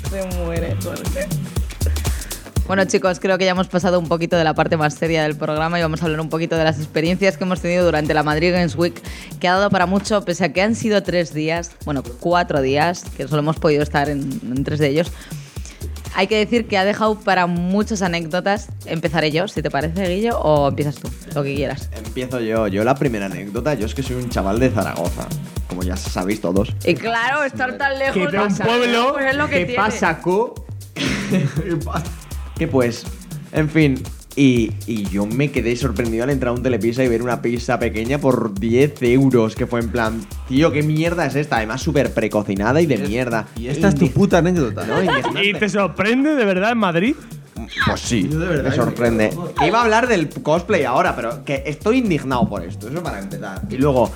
S15: se muere, Jorge.
S3: Bueno, chicos, creo que ya hemos pasado un poquito de la parte más seria del programa y vamos a hablar un poquito de las experiencias que hemos tenido durante la Madrid Games Week, que ha dado para mucho, pese a que han sido tres días, bueno, cuatro días, que solo hemos podido estar en, en tres de ellos. Hay que decir que ha dejado para muchas anécdotas. Empezaré yo, si te parece, Guillo, o empiezas tú, lo que quieras.
S1: Empiezo yo. Yo la primera anécdota, yo es que soy un chaval de Zaragoza, como ya sabéis todos.
S15: Y claro, estar tan lejos.
S5: Que de un
S15: pasa,
S5: pueblo
S15: pues es lo que
S5: que,
S15: tiene.
S5: pasa, co.
S1: Que pues, en fin. Y, y yo me quedé sorprendido al entrar a un telepizza y ver una pizza pequeña por 10 euros, que fue en plan, tío, ¿qué mierda es esta? Además, súper precocinada y de mierda.
S2: Y esta es tu puta anécdota.
S1: ¿No? Indignante.
S12: ¿Y te sorprende de verdad en Madrid?
S1: Pues sí, me sorprende. Que Iba a hablar del cosplay ahora, pero que estoy indignado por esto, eso para empezar. Y luego,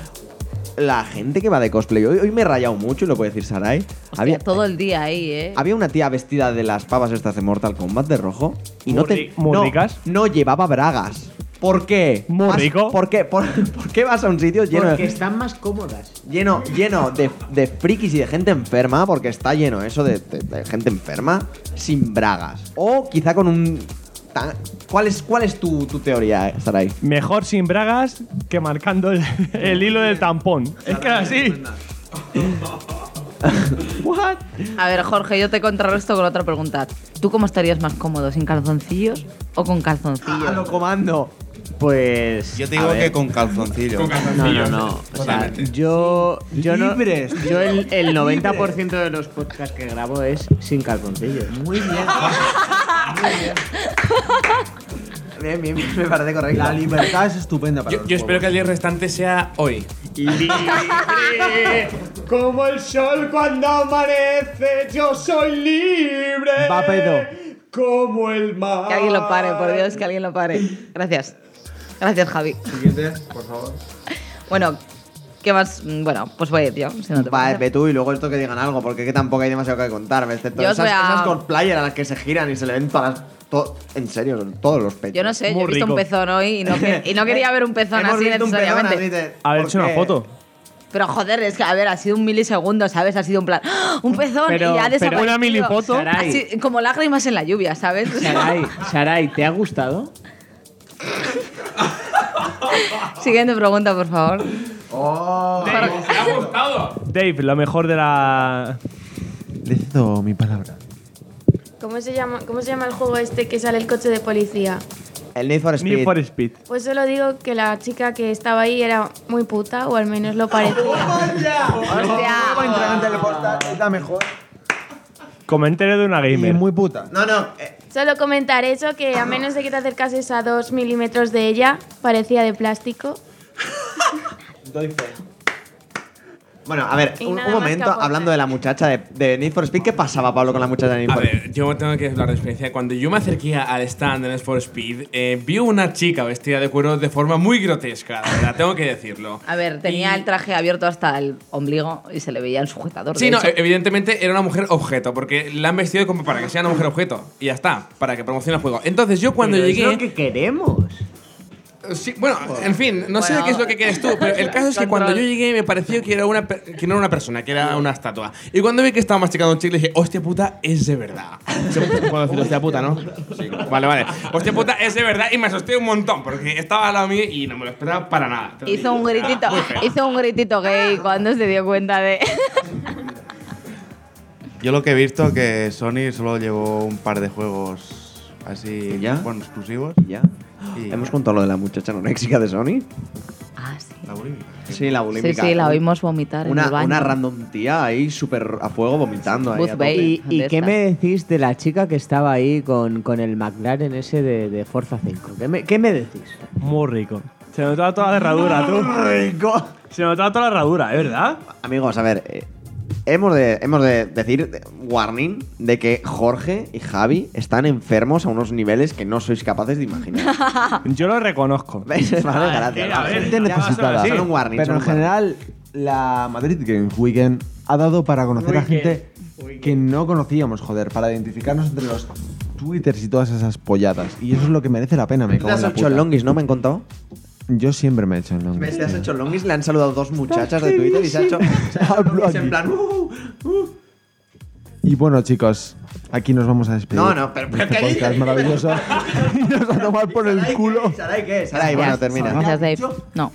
S1: la gente que va de cosplay, hoy, hoy me he rayado mucho, y lo puede decir Sarai. Había,
S3: Todo el día ahí, ¿eh?
S1: había una tía vestida de las pavas estas de Mortal Kombat de rojo y no te.
S12: Muy
S1: no,
S12: ricas.
S1: No llevaba bragas. ¿Por qué?
S12: Muy
S1: Vas-
S12: rico.
S1: ¿Por qué? ¿Por, por qué vas a un sitio lleno de
S5: Porque están más cómodas.
S1: lleno, lleno de, de frikis y de gente enferma, porque está lleno eso de, de- de gente enferma, sin bragas. O quizá con un... tan- ¿Cuál es, cuál es tu, tu teoría, Sarai?
S12: Mejor sin bragas que marcando el, el hilo del tampón. Es que era así.
S1: ¿What?
S3: A ver, Jorge, yo te contrarresto con otra pregunta. ¿Tú cómo estarías más cómodo, sin calzoncillos o con calzoncillos?
S1: lo comando. Pues...
S6: Yo te digo
S1: a ver.
S6: que con calzoncillo.
S4: Con
S2: No,
S4: calzoncillos.
S2: no. O sea,
S4: Totalmente.
S5: Yo, yo no-
S2: Libres,
S5: yo el, el 90% de los podcasts que grabo es sin calzoncillos.
S2: muy bien.
S1: Bien, bien, bien, me parece correcto.
S2: La libertad es estupenda para
S4: Yo,
S2: los
S4: yo espero que
S2: juegos.
S4: el día restante sea hoy.
S5: Libre, como el sol cuando amanece, yo soy libre.
S2: Va pedo.
S5: Como el mar.
S3: Que alguien lo pare, por Dios, que alguien lo pare. Gracias. Gracias, Javi.
S6: Siguiente, por favor.
S3: Bueno, ¿qué más? Mm, Bueno, pues voy a ir yo, si no te
S1: Va,
S3: parece.
S1: ve tú y luego esto que digan algo, porque que tampoco hay demasiado que contarme, excepto
S3: Yo os
S1: esas,
S3: voy a-
S1: esas cosplayers a las que se giran y se le ven todas las... to- en serio, son todos los pechos.
S3: Yo no sé, yo he
S12: Muy
S3: visto un
S12: rico.
S3: pezón hoy y no, que- y no quería ver un pezón
S1: Hemos
S3: así
S1: visto un pezón
S3: necesariamente.
S1: así de-
S12: A ver,
S1: ¿por
S12: hecho una
S1: qué?
S12: foto.
S3: Pero joder, es que a ver, ha sido un milisegundo, ¿sabes? Ha sido un plan, ¡Ah! un pezón
S5: Pero-
S3: y ha
S5: pero-
S3: desaparecido.
S12: Una milifoto.
S5: Sarai.
S3: Así, como lágrimas en la lluvia, ¿sabes? O sea,
S5: Sarai, Sarai, ¿te ha gustado?
S3: Siguiente pregunta, por favor.
S1: Oh.
S4: ¿Te ha gustado?
S12: Dave, lo mejor de la.
S2: Le cedo mi palabra.
S15: ¿Cómo se, llama, ¿Cómo se llama el juego este que sale el coche de policía?
S1: El Need for Speed.
S12: Need for Speed.
S15: Pues solo digo que la chica que estaba ahí era muy puta, o al menos lo parecía.
S3: Hostia.
S2: es la mejor.
S12: Comentario de una
S2: Y
S12: gamer.
S2: muy puta.
S1: No, no, eh,
S15: Solo comentar eso, que a menos de que te acercases a dos milímetros de ella, parecía de plástico.
S1: Bueno, a ver,
S15: Y
S1: un,
S15: nada
S1: un
S15: más
S1: momento,
S15: que aportar.
S1: hablando de la muchacha de, de Need for Speed, ¿qué pasaba, Pablo, con la muchacha de Need
S4: A
S1: for Speed?
S4: ver, yo tengo que hablar de experiencia. Cuando yo me acerqué al stand de Need for Speed, eh, vi una chica vestida de cuero de forma muy grotesca, la verdad, tengo que decirlo.
S3: A ver, tenía
S4: Y-
S3: el traje abierto hasta el ombligo y se le veía el sujetador.
S4: Sí,
S3: de
S4: no,
S3: hecho.
S4: e- evidentemente era una mujer objeto, porque la han vestido como para que sea una mujer objeto. Y ya está, para que promocione el juego. Entonces yo cuando
S5: Pero
S4: llegué...
S5: Es lo que queremos.
S4: Sí, bueno, en fin, no sé
S3: Bueno.
S4: qué es lo que quieres tú, pero el caso es que cuando yo llegué me pareció que era una, per- que no era una persona, que era una estatua. Y cuando vi que estaba masticando un chicle dije, hostia puta, es de verdad. Se me- puedo decir hostia puta, ¿no? Sí, vale, vale. Hostia puta, es de verdad y me asusté un montón porque estaba al lado mío y no me lo esperaba para nada. Te lo
S3: Hizo
S4: digo.
S3: un gritito,
S4: Ah, muy feo.
S3: hizo un gritito gay cuando se dio cuenta de.
S6: Yo lo que he visto que Sony solo llevó un par de juegos así,
S1: ¿Y ya?
S6: bueno, exclusivos.
S1: Ya.
S6: Y
S1: ¿Hemos contado lo de la muchacha anoréxica de Sony?
S3: Ah, sí.
S6: la bulímica.
S1: Sí, la
S3: Sí,
S1: bulímica.
S3: sí, la oímos vomitar en
S1: Una,
S3: el baño.
S1: una random tía ahí súper a fuego vomitando ahí.
S3: Booth
S1: a
S3: Bay.
S1: tope.
S5: ¿Y, y
S3: de
S5: qué
S3: estas.
S5: me decís de la chica que estaba ahí con, con el McLaren ese de, de Forza 5? ¿Qué me, qué me decís?
S12: Muy rico. Se notaba toda la herradura, tú. Se notaba toda la herradura, ¿es verdad?
S1: Amigos, a ver, eh, hemos, de, hemos de decir, eh, warning, de que Jorge y Javi están enfermos a unos niveles que no sois capaces de imaginar.
S12: Yo lo reconozco.
S1: ¿Veis? Vale, gracias.
S12: tío, a
S1: vale.
S12: ver,
S2: Gente
S12: ya va a ser
S2: necesitada.
S12: así.
S1: Son un warning.
S2: Pero
S1: son
S2: en
S1: un warning.
S2: general, la Madrid Games Weekend ha dado para conocer a gente que no conocíamos, joder, para identificarnos entre los twitters y todas esas polladas. Y eso es lo que merece la pena, me
S1: ¿Te
S2: cago en
S1: has
S2: la
S1: hecho
S2: puta.
S1: longis, no me han contado?
S2: Yo siempre me he hecho el long.
S1: ¿Ves? Te has hecho longis, le han saludado dos muchachas de Twitter y se ha hecho, se ha hecho
S2: Hablo
S1: longis en
S2: aquí.
S1: plan. "Uh, uh".
S2: Y bueno, chicos, Aquí nos vamos a despedir.
S1: No, no, pero- pero
S2: Este
S1: ¿qué
S2: podcast
S1: dices?
S2: maravilloso. y nos a tomar por el culo.
S1: Sarai, ¿qué? Sarai, bueno, termina.
S3: Gracias, Dave. No.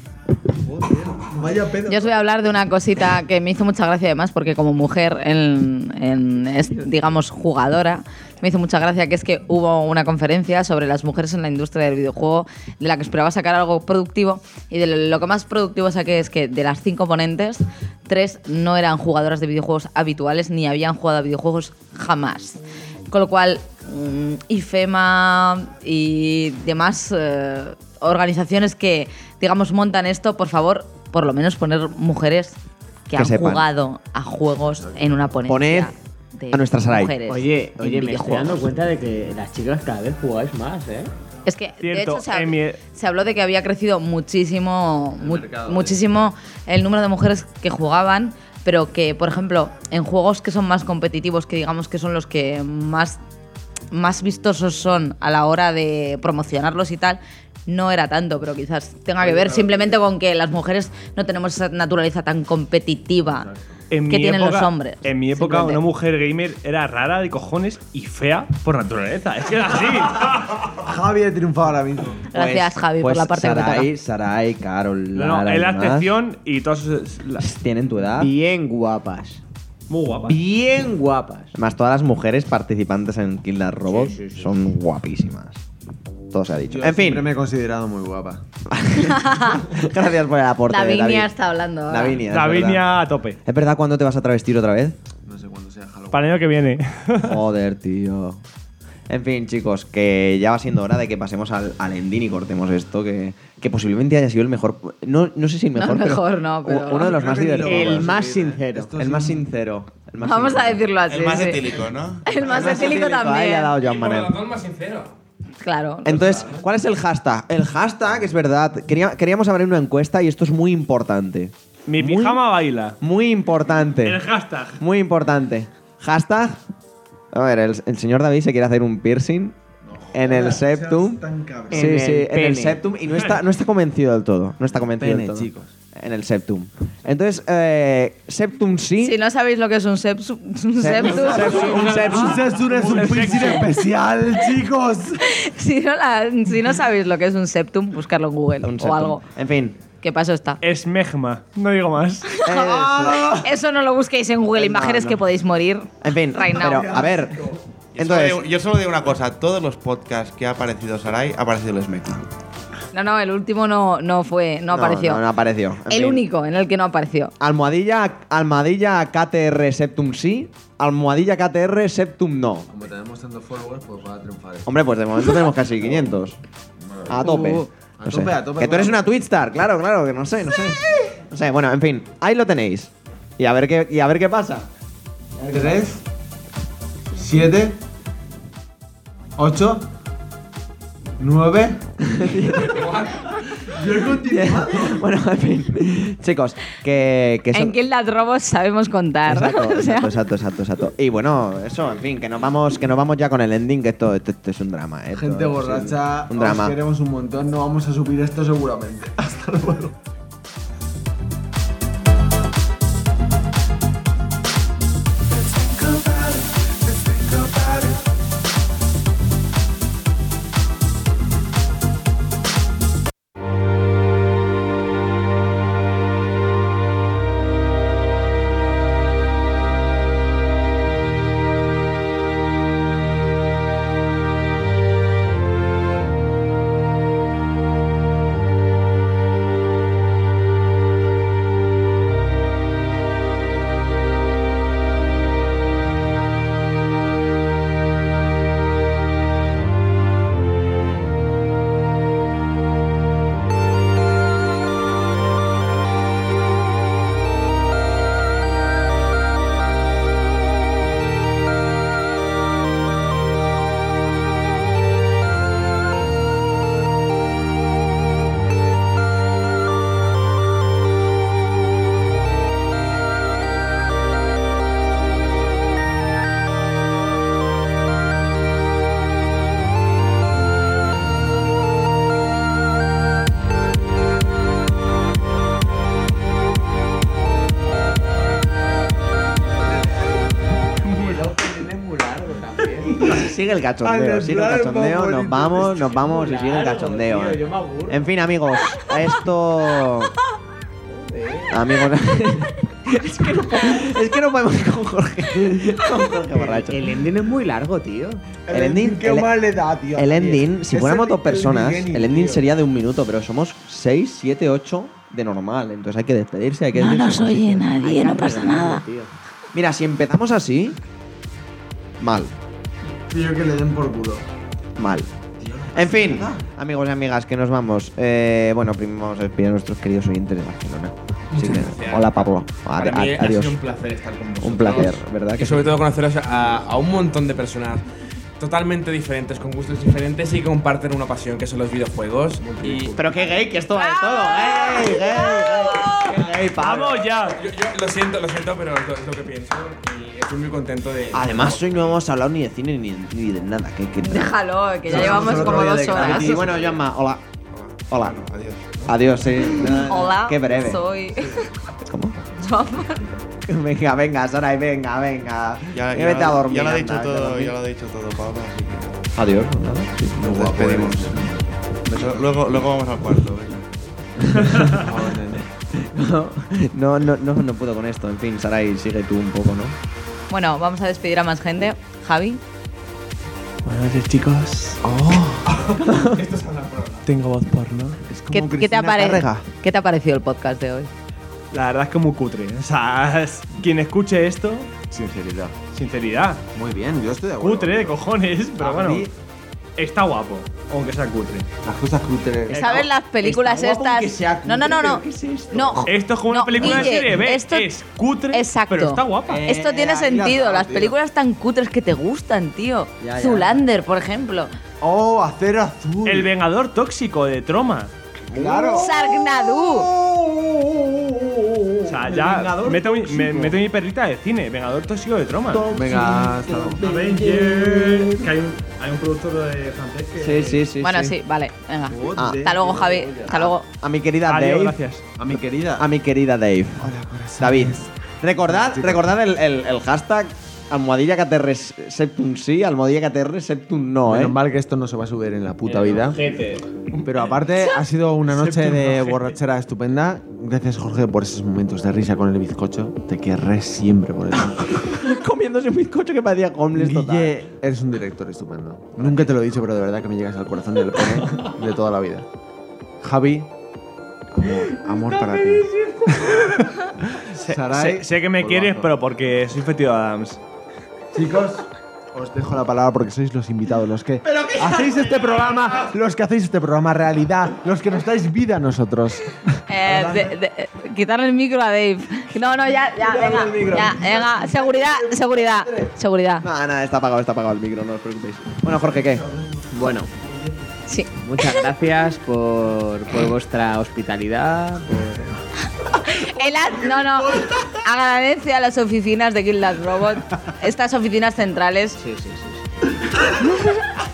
S2: Vaya pedo.
S3: Yo os voy a hablar de una cosita que me hizo mucha gracia además, porque como mujer, en, en- es, digamos, jugadora, me hizo mucha gracia que es que hubo una conferencia sobre las mujeres en la industria del videojuego, de la que esperaba sacar algo productivo, y de lo, lo que más productivo saqué es que de las cinco ponentes, tres no eran jugadoras de videojuegos habituales ni habían jugado a videojuegos jamás. Con lo cual, mm, IFEMA y demás eh, organizaciones que, digamos, montan esto, por favor, por lo menos poner mujeres que,
S1: Que
S3: han
S1: sepan.
S3: jugado a juegos en una ponencia.
S1: Poned
S3: de
S1: a nuestra Sarai.
S3: mujeres
S5: Oye,
S3: en
S5: oye, me estoy
S3: videojuegos.
S5: dando cuenta de que las chicas cada vez jugáis más, ¿eh?
S3: Es que, de
S12: Cierto,
S3: hecho, se, hab-
S12: Emi- eh.
S3: se habló de que había crecido muchísimo, mu- muchísimo el número de mujeres que jugaban, pero que, por ejemplo, en juegos que son más competitivos, que digamos que son los que más, más vistosos son a la hora de promocionarlos y tal, no era tanto, pero quizás tenga que ver simplemente con que las mujeres no tenemos esa naturaleza tan competitiva
S12: En
S3: que
S12: mi
S3: tienen los
S12: época-
S3: hombres.
S12: En mi época,
S3: Simplemente.
S12: una mujer gamer era rara de cojones y fea por naturaleza. Es que era así.
S2: Javi ha triunfado ahora mismo.
S3: Gracias,
S12: Pues,
S3: Javi, por la parte que te toca.
S1: Pues Sarai, Sarai, Carol,
S12: No, no,
S1: Lara
S12: es
S1: y
S12: la
S1: demás,
S12: excepción y todas sus- las-
S1: Tienen tu edad.
S5: Bien guapas.
S12: Muy guapas.
S5: Bien guapas.
S1: Más todas las mujeres participantes en Kill the Robots
S5: Sí, sí, sí.
S1: son guapísimas. Todo se ha dicho. en
S2: Siempre
S1: fin,
S2: me he considerado muy guapa.
S1: gracias por el aporte.
S3: Davinia
S1: David.
S3: está hablando ahora.
S1: Davinia. es verdad.
S12: Davinia a tope.
S1: ¿Es verdad cuándo te vas a travestir otra vez?
S2: No sé cuándo sea Halloween.
S12: Para el año que viene.
S1: Joder, tío. En fin, chicos, que ya va siendo hora de que pasemos al, al ending y cortemos esto, que, que posiblemente haya sido el mejor. No, no sé si el
S3: No,
S1: mejor. pero
S3: mejor no, pero-
S1: u- Uno de los
S2: Creo
S1: más
S2: que ni lo
S1: divertidos.
S5: El
S2: vamos a
S5: más
S2: subir, ¿eh?
S5: sincero.
S2: Esto
S1: El
S2: sí.
S1: más sincero. el más
S3: Vamos a
S1: sincero.
S3: decirlo así.
S4: Ah, El más
S3: sí.
S4: etílico, ¿no?
S3: El más etílico
S1: Ahí le ha
S3: también.
S1: dado Joan
S4: Por
S1: Manel.
S4: lo tanto, el más sincero.
S3: Claro.
S1: Entonces, ¿cuál es el hashtag? El hashtag, es verdad, quería- queríamos abrir una encuesta y esto es muy importante.
S12: Mi
S1: Muy-
S12: pijama baila.
S1: Muy
S12: El
S1: importante.
S12: hashtag.
S1: Muy importante. Hashtag. A ver, el, el señor David se quiere hacer un piercing en el septum. Sí,
S5: En
S1: sí,
S5: el
S1: en el
S5: pene.
S1: septum. Y no está, no está convencido del todo. No está convencido
S2: Pene,
S1: del todo.
S2: chicos.
S1: En el septum. Entonces, eh, septum sí.
S3: Si no sabéis lo que es un sepsu, un septus,
S1: Un septum.
S2: Sesur es un piercing especial, chicos.
S3: si, no la- si no sabéis lo que es un septum, buscarlo en Google
S1: Un
S3: o
S1: septum.
S3: algo.
S1: En fin.
S3: ¿Qué paso está?
S12: Es megma. No digo más.
S3: Eso no lo busquéis en Google,
S1: Eh, No,
S3: imágenes
S1: no.
S3: que podéis morir.
S1: En fin.
S3: Right now.
S1: Pero, a ver.
S4: Yo solo
S1: Entonces,
S4: digo-
S6: Yo solo digo una cosa, todos los podcasts que ha aparecido Sarai, ha aparecido el Smegma.
S3: No, no, el último no, no fue, no, apareció.
S1: No, no apareció. En
S3: el
S1: fin.
S3: único en el que no apareció.
S1: Almohadilla, almohadilla KTR Septum sí, almohadilla KTR Septum no.
S2: Como tenemos tantos followers, pues va a triunfar.
S1: Hombre, pues de momento tenemos casi 500. A tope.
S3: Uh.
S2: A
S1: No sé.
S2: tope, a tope,
S1: que tú eres
S2: vamos.
S1: una Twitstar, claro, claro, que no sé, no sé. No sé, bueno, en fin, ahí lo tenéis. Y a ver qué, y a ver qué pasa.
S2: 3, 7, 8, 9.
S1: bueno, en fin. Chicos, que, que eso-
S3: En Kill That Robots sabemos contar.
S1: Exacto,
S3: O sea,
S1: exacto, exacto, exacto, exacto. Y bueno, eso, en fin, que nos vamos, que nos vamos ya con el ending, que esto, esto- esto es un drama, eh. Esto
S2: Gente
S1: es un-
S2: borracha,
S1: un drama.
S2: os queremos un montón, no vamos a subir esto seguramente. Hasta luego.
S1: sigue el cachondeo, sigue el cachondeo, nos vamos, nos vamos y sigue el cachondeo.
S5: tío,
S1: eh.
S5: yo me aburro.
S1: En fin, amigos, esto... Amigos... Es que, no, es que no podemos con Jorge. Con Jorge borracho.
S5: El ending es muy largo, tío.
S1: El ending,
S6: Qué
S1: el-
S6: mal le da, tío.
S1: El ending, si
S6: Es
S1: fuéramos
S6: el-
S1: dos
S6: el
S1: personas,
S6: beginning,
S1: el ending
S6: tío.
S1: sería de un minuto, pero somos 6, 7, 8 de normal. Entonces hay que despedirse, hay que
S3: No
S1: decir
S3: nos
S1: sus
S3: oye
S1: cositas.
S3: nadie, no pasa nada.
S1: Mira, si empezamos así, mal,
S6: Tío, que le den por culo.
S1: mal. En fin, amigos y amigas, que nos vamos. Eh, bueno, primero vamos a despedir a nuestros queridos oyentes de Barcelona. Así que,
S4: gracias.
S1: hola Pablo, A-
S4: Para mí
S1: a-
S4: ha
S1: adiós.
S4: sido un placer estar con vosotros.
S1: Un placer, ¿verdad?
S4: Y
S1: que
S4: sobre
S1: sí?
S4: todo conoceros a, a un montón de personas totalmente diferentes, con gustos diferentes y que comparten una pasión que son los videojuegos. Y
S1: Pero qué gay, que esto va de todo. ¡Gay, gay, gay! ¡Qué gay, Pablo!
S12: ¡Vamos ya!
S4: yo, yo lo siento, lo siento, pero es lo, es lo que pienso y estoy muy contento de...
S1: Además, hoy no hemos hablado ni de cine ni, ni de nada. Que, que
S3: Déjalo, que ya llevamos como dos horas.
S1: Y bueno, Yama, hola. Hola.
S6: Bueno, adiós.
S1: Adiós, sí.
S3: Hola,
S1: Qué breve.
S3: soy
S1: ¿Cómo?
S3: Job.
S1: Venga, venga, Sarai, venga, venga.
S6: Ya,
S1: Y vete
S6: ya-
S1: a dormir.
S6: ya lo ha
S1: anda,
S6: dicho
S1: vete a
S6: todo,
S1: dormir.
S6: ya lo ha dicho todo, Pablo, así que
S1: Adiós. nada, sí.
S6: nos despedimos.
S1: pues.
S6: Eso- Luego, luego vamos al cuarto, venga.
S1: No, no, no, no puedo con esto. En fin, Sarai, sigue tú un poco, ¿no?
S3: Bueno, vamos a despedir a más gente. Javi.
S12: Buenas noches, chicos. Tengo voz porno.
S3: ¿Qué,
S2: Como
S3: qué te
S2: Cristina
S3: apare-
S2: Tárrega.
S3: ¿Qué te ha parecido el podcast de hoy?
S12: La verdad es que muy cutre. O sea, es- quien escuche esto,
S2: Sinceridad.
S12: sinceridad.
S2: Muy bien, yo estoy de acuerdo.
S12: Cutre de cojones, pero
S2: A
S12: bueno.
S2: mí-
S12: Está guapo, aunque sea cutre.
S2: Las cosas cutre.
S1: Eh, Está
S3: ¿Sabes las
S1: guapo
S3: películas
S1: aunque
S3: estas?
S1: sea
S3: no, no, no,
S1: cutre,
S3: no.
S1: pero ¿qué es esto?
S3: No.
S12: Esto es como una
S3: No,
S12: película
S3: Guille,
S12: de serie B.
S3: esto-
S12: es cutre,
S3: Exacto.
S12: pero está guapa.
S2: Eh,
S3: Esto tiene
S2: ahí la
S3: sentido,
S2: has dado,
S3: las
S2: tío.
S3: películas tan cutres que te gustan, tío.
S1: Ya, ya.
S3: Zulander, por ejemplo.
S2: Oh, acero azul.
S12: El vengador tóxico de Troma.
S2: Claro.
S3: Sargnadú.
S12: O sea, ya meto mi, me- meto mi perrita de cine, vengador tóxico de Troma.
S2: Venga, hasta luego.
S12: Avenger, que hay un, hay un productor de francés que.
S1: Sí, sí, sí.
S3: Bueno,
S1: sí.
S3: sí, vale, venga.
S1: Ah.
S3: Hasta luego, Javi. Hasta luego.
S1: A mi querida
S12: Adiós,
S1: Dave.
S12: gracias.
S2: A mi querida.
S1: A mi querida Dave. David. Recordad, recordad el, el- el hashtag almohadilla KTR septum sí, almohadilla KTR septum no, ¿eh?
S2: Menos mal que esto no se va a subir en la puta vida. Pero aparte, ha sido una noche de borrachera estupenda. Gracias, Jorge, por esos momentos de risa con el bizcocho. Te querré siempre por eso.
S1: Comiéndose un bizcocho que parecía homeless total.
S2: Guille, eres un director estupendo. Nunca te lo he dicho, pero de verdad que me llegas al corazón del pene de toda la vida. Javi, amor, amor para ti. Sarai,
S12: Sé, sé que me
S2: por
S12: quieres,
S2: bajo.
S12: pero porque soy fetido Adams.
S2: Chicos, os dejo la palabra porque sois los invitados, los que hacéis este programa, los que hacéis este programa realidad, los que nos dais vida a nosotros.
S1: Ah.
S3: Eh, de- de- eh, quitarle el micro a Dave. No, no, ya, ya, venga. Ya, venga. Seguridad, seguridad, seguridad.
S1: Nada, nada, está apagado, está apagado el micro, no os preocupéis. Bueno, Jorge, ¿qué?
S14: Bueno,
S3: Sí.
S14: muchas gracias por, por vuestra hospitalidad. por-
S3: El ad- no, no. Agradece a las oficinas de Kill That Robot, estas oficinas centrales.
S14: Sí, sí, sí,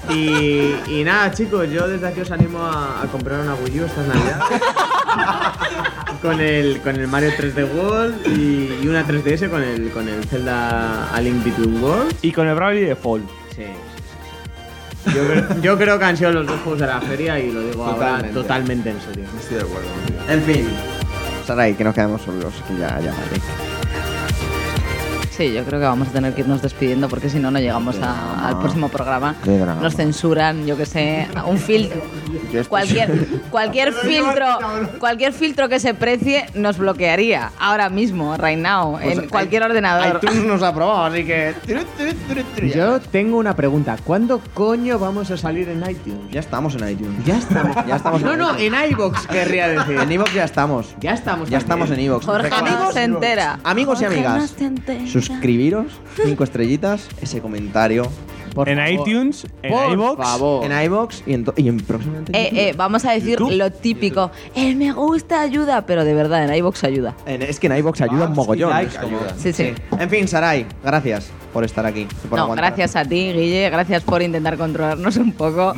S14: sí.
S5: Y, y nada, chicos, yo desde aquí os animo a, a comprar una Wii U estas navidades. con, el, con el Mario 3D World y, y una 3DS con el, con el Zelda A Link Between Worlds.
S12: Y con el Bravely de Fall.
S5: Sí, sí, sí, sí. Yo, creo, yo creo que han sido los dos juegos de la feria y lo digo ahora
S1: Totalmente.
S5: totalmente en serio.
S2: Estoy de acuerdo.
S1: En fin. Sarai, que nos quedamos solos, que ya, ya vale.
S3: Sí, yo creo que vamos a tener que irnos despidiendo porque si no, no llegamos a-
S1: drama.
S3: al próximo programa.
S1: Qué drama.
S3: Nos censuran, yo que sé, un filtro.
S1: Yo estoy-
S3: Cualquier, cualquier filtro cualquier filtro que se precie nos bloquearía ahora mismo, right now,
S1: Pues
S3: en cualquier ordenador.
S1: iTunes nos ha probado, así que.
S5: Yo tengo una pregunta. ¿Cuándo coño vamos a salir en iTunes?
S1: Ya estamos en iTunes.
S5: Ya estamos.
S1: Ya estamos en
S5: No, no, en
S1: iTunes.
S5: iVox querría decir.
S1: En Evox ya estamos.
S5: Ya estamos.
S1: Ya estamos en Evox.
S3: Jorge no se entera.
S1: Amigos y
S3: Jorge no
S1: amigas,
S3: se entera.
S1: suscribiros, cinco estrellitas, ese comentario. Por
S12: en
S1: favor.
S12: iTunes, en
S1: Por
S12: iVoox.
S5: Oh.
S1: favor. En iBox y en, to- y en próximamente. en
S3: Eh,
S1: YouTube.
S3: eh, vamos a decir
S12: YouTube.
S3: lo típico. El me gusta ayuda, pero de verdad, en iVoox ayuda.
S1: En- es que en iBox ayuda un mogollón. es como-
S3: Sí, sí.
S1: En fin, Sarai, gracias por estar aquí. y Por
S3: no,
S1: aguantar.
S3: gracias a ti, Guille. Gracias por intentar controlarnos un poco.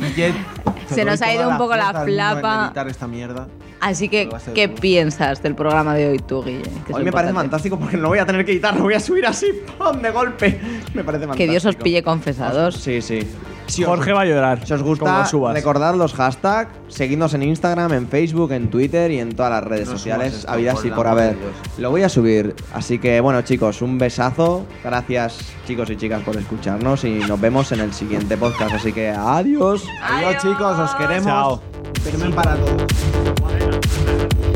S3: Se nos ha ido un poco la flapa.
S2: Evitar esta mierda.
S3: Así que,
S2: Lo va a ser
S3: ¿qué
S2: duro.
S3: piensas del programa de hoy tú, Guille? Que
S1: Hoy
S3: es lo
S1: me parece
S3: importante.
S1: fantástico porque no lo voy a tener que editar, lo voy a subir así, ¡pam! de golpe. Me parece fantástico.
S3: Que Dios os pille confesados.
S1: Sí, sí. Si os-
S12: Jorge va a llorar.
S1: Si os
S12: como
S1: gusta,
S12: lo subas.
S1: recordad los hashtags, seguidnos en Instagram, en Facebook, en Twitter y en todas las redes
S2: No subas
S1: sociales
S2: esto,
S1: habidas
S2: por
S1: y
S2: el
S1: por
S2: amor de
S1: haber.
S2: Dios.
S1: Lo voy a subir. Así que, bueno, chicos, un besazo. Gracias, chicos y chicas, por escucharnos y nos vemos en el siguiente podcast. Así que, adiós.
S2: Adiós, chicos, os queremos.
S12: Chao.
S2: Firmen para todos.
S12: Chao.